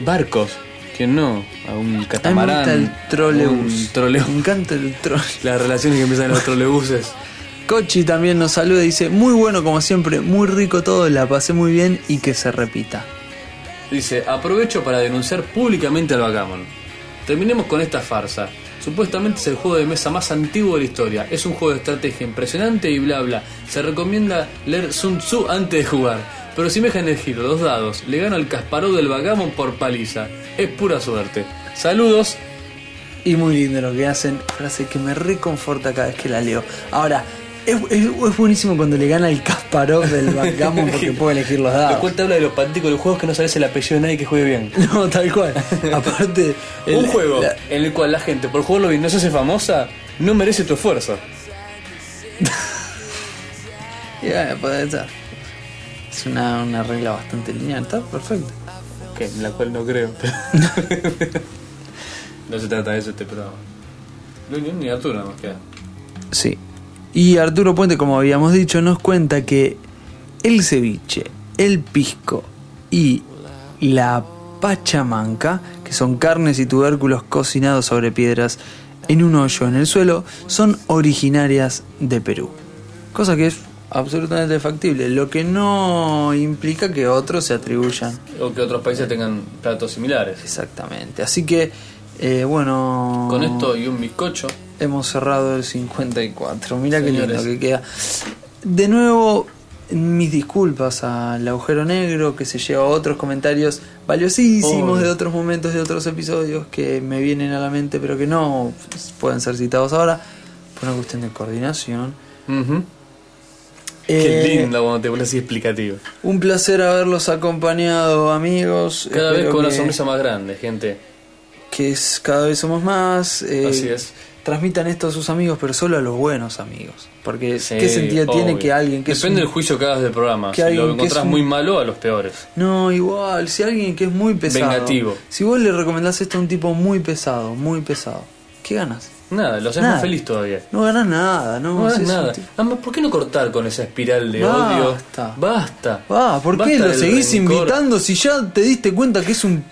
[SPEAKER 2] barcos. ¿Quién no? A un
[SPEAKER 1] A mí me
[SPEAKER 2] catamarán.
[SPEAKER 1] gusta el
[SPEAKER 2] un
[SPEAKER 1] trolebus.
[SPEAKER 2] troleo- [LAUGHS]
[SPEAKER 1] Me encanta el trolebus.
[SPEAKER 2] Las relaciones que empiezan en los trolebuses.
[SPEAKER 1] Cochi también nos saluda y dice, muy bueno como siempre, muy rico todo, la pasé muy bien y que se repita.
[SPEAKER 2] Dice, aprovecho para denunciar públicamente al Backgammon. Terminemos con esta farsa. Supuestamente es el juego de mesa más antiguo de la historia. Es un juego de estrategia impresionante y bla bla. Se recomienda leer Sun Tzu antes de jugar. Pero si me dejan elegir los dados, le gano al Kasparov del Backgammon por paliza. Es pura suerte. Saludos.
[SPEAKER 1] Y muy lindo lo que hacen, frase que me reconforta cada vez que la leo. Ahora, es, es- es buenísimo cuando le gana el Kasparov del Backgammon
[SPEAKER 2] [LAUGHS]
[SPEAKER 1] porque puede elegir los
[SPEAKER 2] Lo
[SPEAKER 1] dados.
[SPEAKER 2] cual te habla de los panticos de los juegos que no sabes el apellido de nadie que juegue bien.
[SPEAKER 1] No, tal cual. Aparte, el-
[SPEAKER 2] [LAUGHS] un juego
[SPEAKER 1] la-
[SPEAKER 2] en el cual la gente, por jugarlo bien, no se hace famosa, no merece tu esfuerzo.
[SPEAKER 1] y bueno, puede ser. Es una, una regla bastante lineal, está perfecto.
[SPEAKER 2] Que, la cual no creo. [LAUGHS] no se trata de eso este programa. No, ni- ni Arturo nada más queda.
[SPEAKER 1] Sí. Y Arturo Puente, como habíamos dicho, nos cuenta que el ceviche, el pisco y la pachamanca, que son carnes y tubérculos cocinados sobre piedras en un hoyo en el suelo, son originarias de Perú. Cosa que es absolutamente factible, lo que no implica que otros se atribuyan.
[SPEAKER 2] O que otros países tengan platos similares.
[SPEAKER 1] Exactamente. Así que, eh, bueno...
[SPEAKER 2] Con esto y un bizcocho.
[SPEAKER 1] Hemos cerrado el 54. Mira qué lindo
[SPEAKER 2] Señores.
[SPEAKER 1] que queda. De nuevo, mis disculpas al agujero negro que se lleva otros comentarios valiosísimos
[SPEAKER 2] Pobre.
[SPEAKER 1] de otros momentos, de otros episodios que me vienen a la mente, pero que no pueden ser citados ahora por una cuestión de coordinación. Eh,
[SPEAKER 2] Qué linda cuando te pones así explicativo.
[SPEAKER 1] Un placer haberlos acompañado, amigos.
[SPEAKER 2] Cada vez
[SPEAKER 1] Espero
[SPEAKER 2] con una
[SPEAKER 1] que-
[SPEAKER 2] sonrisa más grande, gente.
[SPEAKER 1] que es, cada vez somos más. eh,
[SPEAKER 2] Así es.
[SPEAKER 1] Transmitan esto a sus amigos, pero solo a los buenos amigos. Porque
[SPEAKER 2] Sí,
[SPEAKER 1] ¿qué sentido tiene
[SPEAKER 2] obvio.
[SPEAKER 1] que alguien que es
[SPEAKER 2] Depende
[SPEAKER 1] un-
[SPEAKER 2] del juicio que hagas del programa.
[SPEAKER 1] que
[SPEAKER 2] Si
[SPEAKER 1] alguien
[SPEAKER 2] lo
[SPEAKER 1] que es
[SPEAKER 2] encontrás
[SPEAKER 1] un-
[SPEAKER 2] muy malo, a los peores.
[SPEAKER 1] No, igual, si alguien que es muy pesado.
[SPEAKER 2] Vengativo.
[SPEAKER 1] Si vos le recomendás esto a un tipo muy pesado, muy pesado, ¿qué ganas?
[SPEAKER 2] Nada, lo haces
[SPEAKER 1] Nada.
[SPEAKER 2] más feliz todavía.
[SPEAKER 1] No ganas nada, no,
[SPEAKER 2] No
[SPEAKER 1] si
[SPEAKER 2] hagas
[SPEAKER 1] es un
[SPEAKER 2] nada.
[SPEAKER 1] tipo-
[SPEAKER 2] Además, ¿por qué no cortar con esa espiral de
[SPEAKER 1] Basta.
[SPEAKER 2] odio? Basta.
[SPEAKER 1] Ah, ¿por qué
[SPEAKER 2] Basta
[SPEAKER 1] lo
[SPEAKER 2] del
[SPEAKER 1] seguís
[SPEAKER 2] rencor.
[SPEAKER 1] invitando si ya te diste cuenta que es un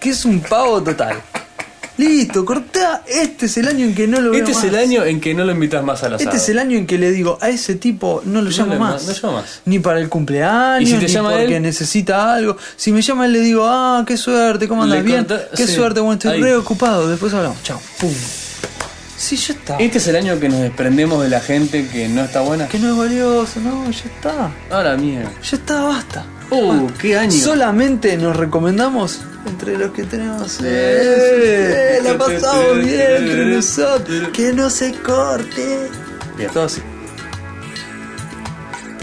[SPEAKER 1] que es un pavo total? Listo, cortá. Este es el año en que no lo veo
[SPEAKER 2] Este es
[SPEAKER 1] más.
[SPEAKER 2] el año en que no lo invitas más al asado.
[SPEAKER 1] Este es el año en que le digo a ese tipo no lo
[SPEAKER 2] No
[SPEAKER 1] llamo
[SPEAKER 2] le-
[SPEAKER 1] más.
[SPEAKER 2] no llamo más.
[SPEAKER 1] Ni para el cumpleaños,
[SPEAKER 2] ¿Y si te
[SPEAKER 1] ni
[SPEAKER 2] llama
[SPEAKER 1] porque
[SPEAKER 2] él?
[SPEAKER 1] necesita algo. Si me llama él le digo, ah, qué suerte, ¿cómo andas?
[SPEAKER 2] Le
[SPEAKER 1] Bien,
[SPEAKER 2] corta-
[SPEAKER 1] qué
[SPEAKER 2] sí.
[SPEAKER 1] suerte, bueno, estoy
[SPEAKER 2] Ahí.
[SPEAKER 1] reocupado. Después hablamos, chao, pum. Sí, ya está.
[SPEAKER 2] Este es el año que nos desprendemos de la gente que no está buena.
[SPEAKER 1] Que no es valioso, no, ya está.
[SPEAKER 2] Ahora mierda.
[SPEAKER 1] Ya está, basta.
[SPEAKER 2] Uh, qué año.
[SPEAKER 1] Solamente nos recomendamos entre los que tenemos. Eh, la pasamos bien entre nosotros. Que no se
[SPEAKER 2] [LAUGHS]
[SPEAKER 1] corte.
[SPEAKER 2] Bien.
[SPEAKER 1] Todo así.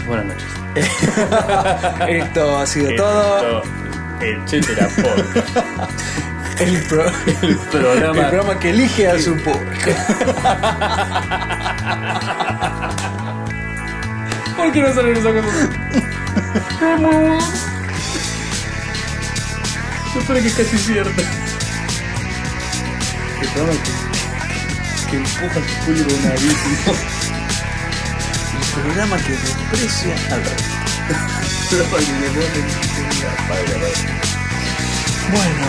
[SPEAKER 2] Buenas noches.
[SPEAKER 1] Esto ha sido todo.
[SPEAKER 2] Esto, etcétera, podcast.
[SPEAKER 1] El, pro-
[SPEAKER 2] El
[SPEAKER 1] el
[SPEAKER 2] programa
[SPEAKER 1] programa que elige a su público.
[SPEAKER 2] [LAUGHS] ¿Por qué no salen esas cosas? Yo creo que es casi cierto. El programa que, que empuja a su público una bici.
[SPEAKER 1] El programa que desprecia al resto.
[SPEAKER 2] [LAUGHS]
[SPEAKER 1] Bueno.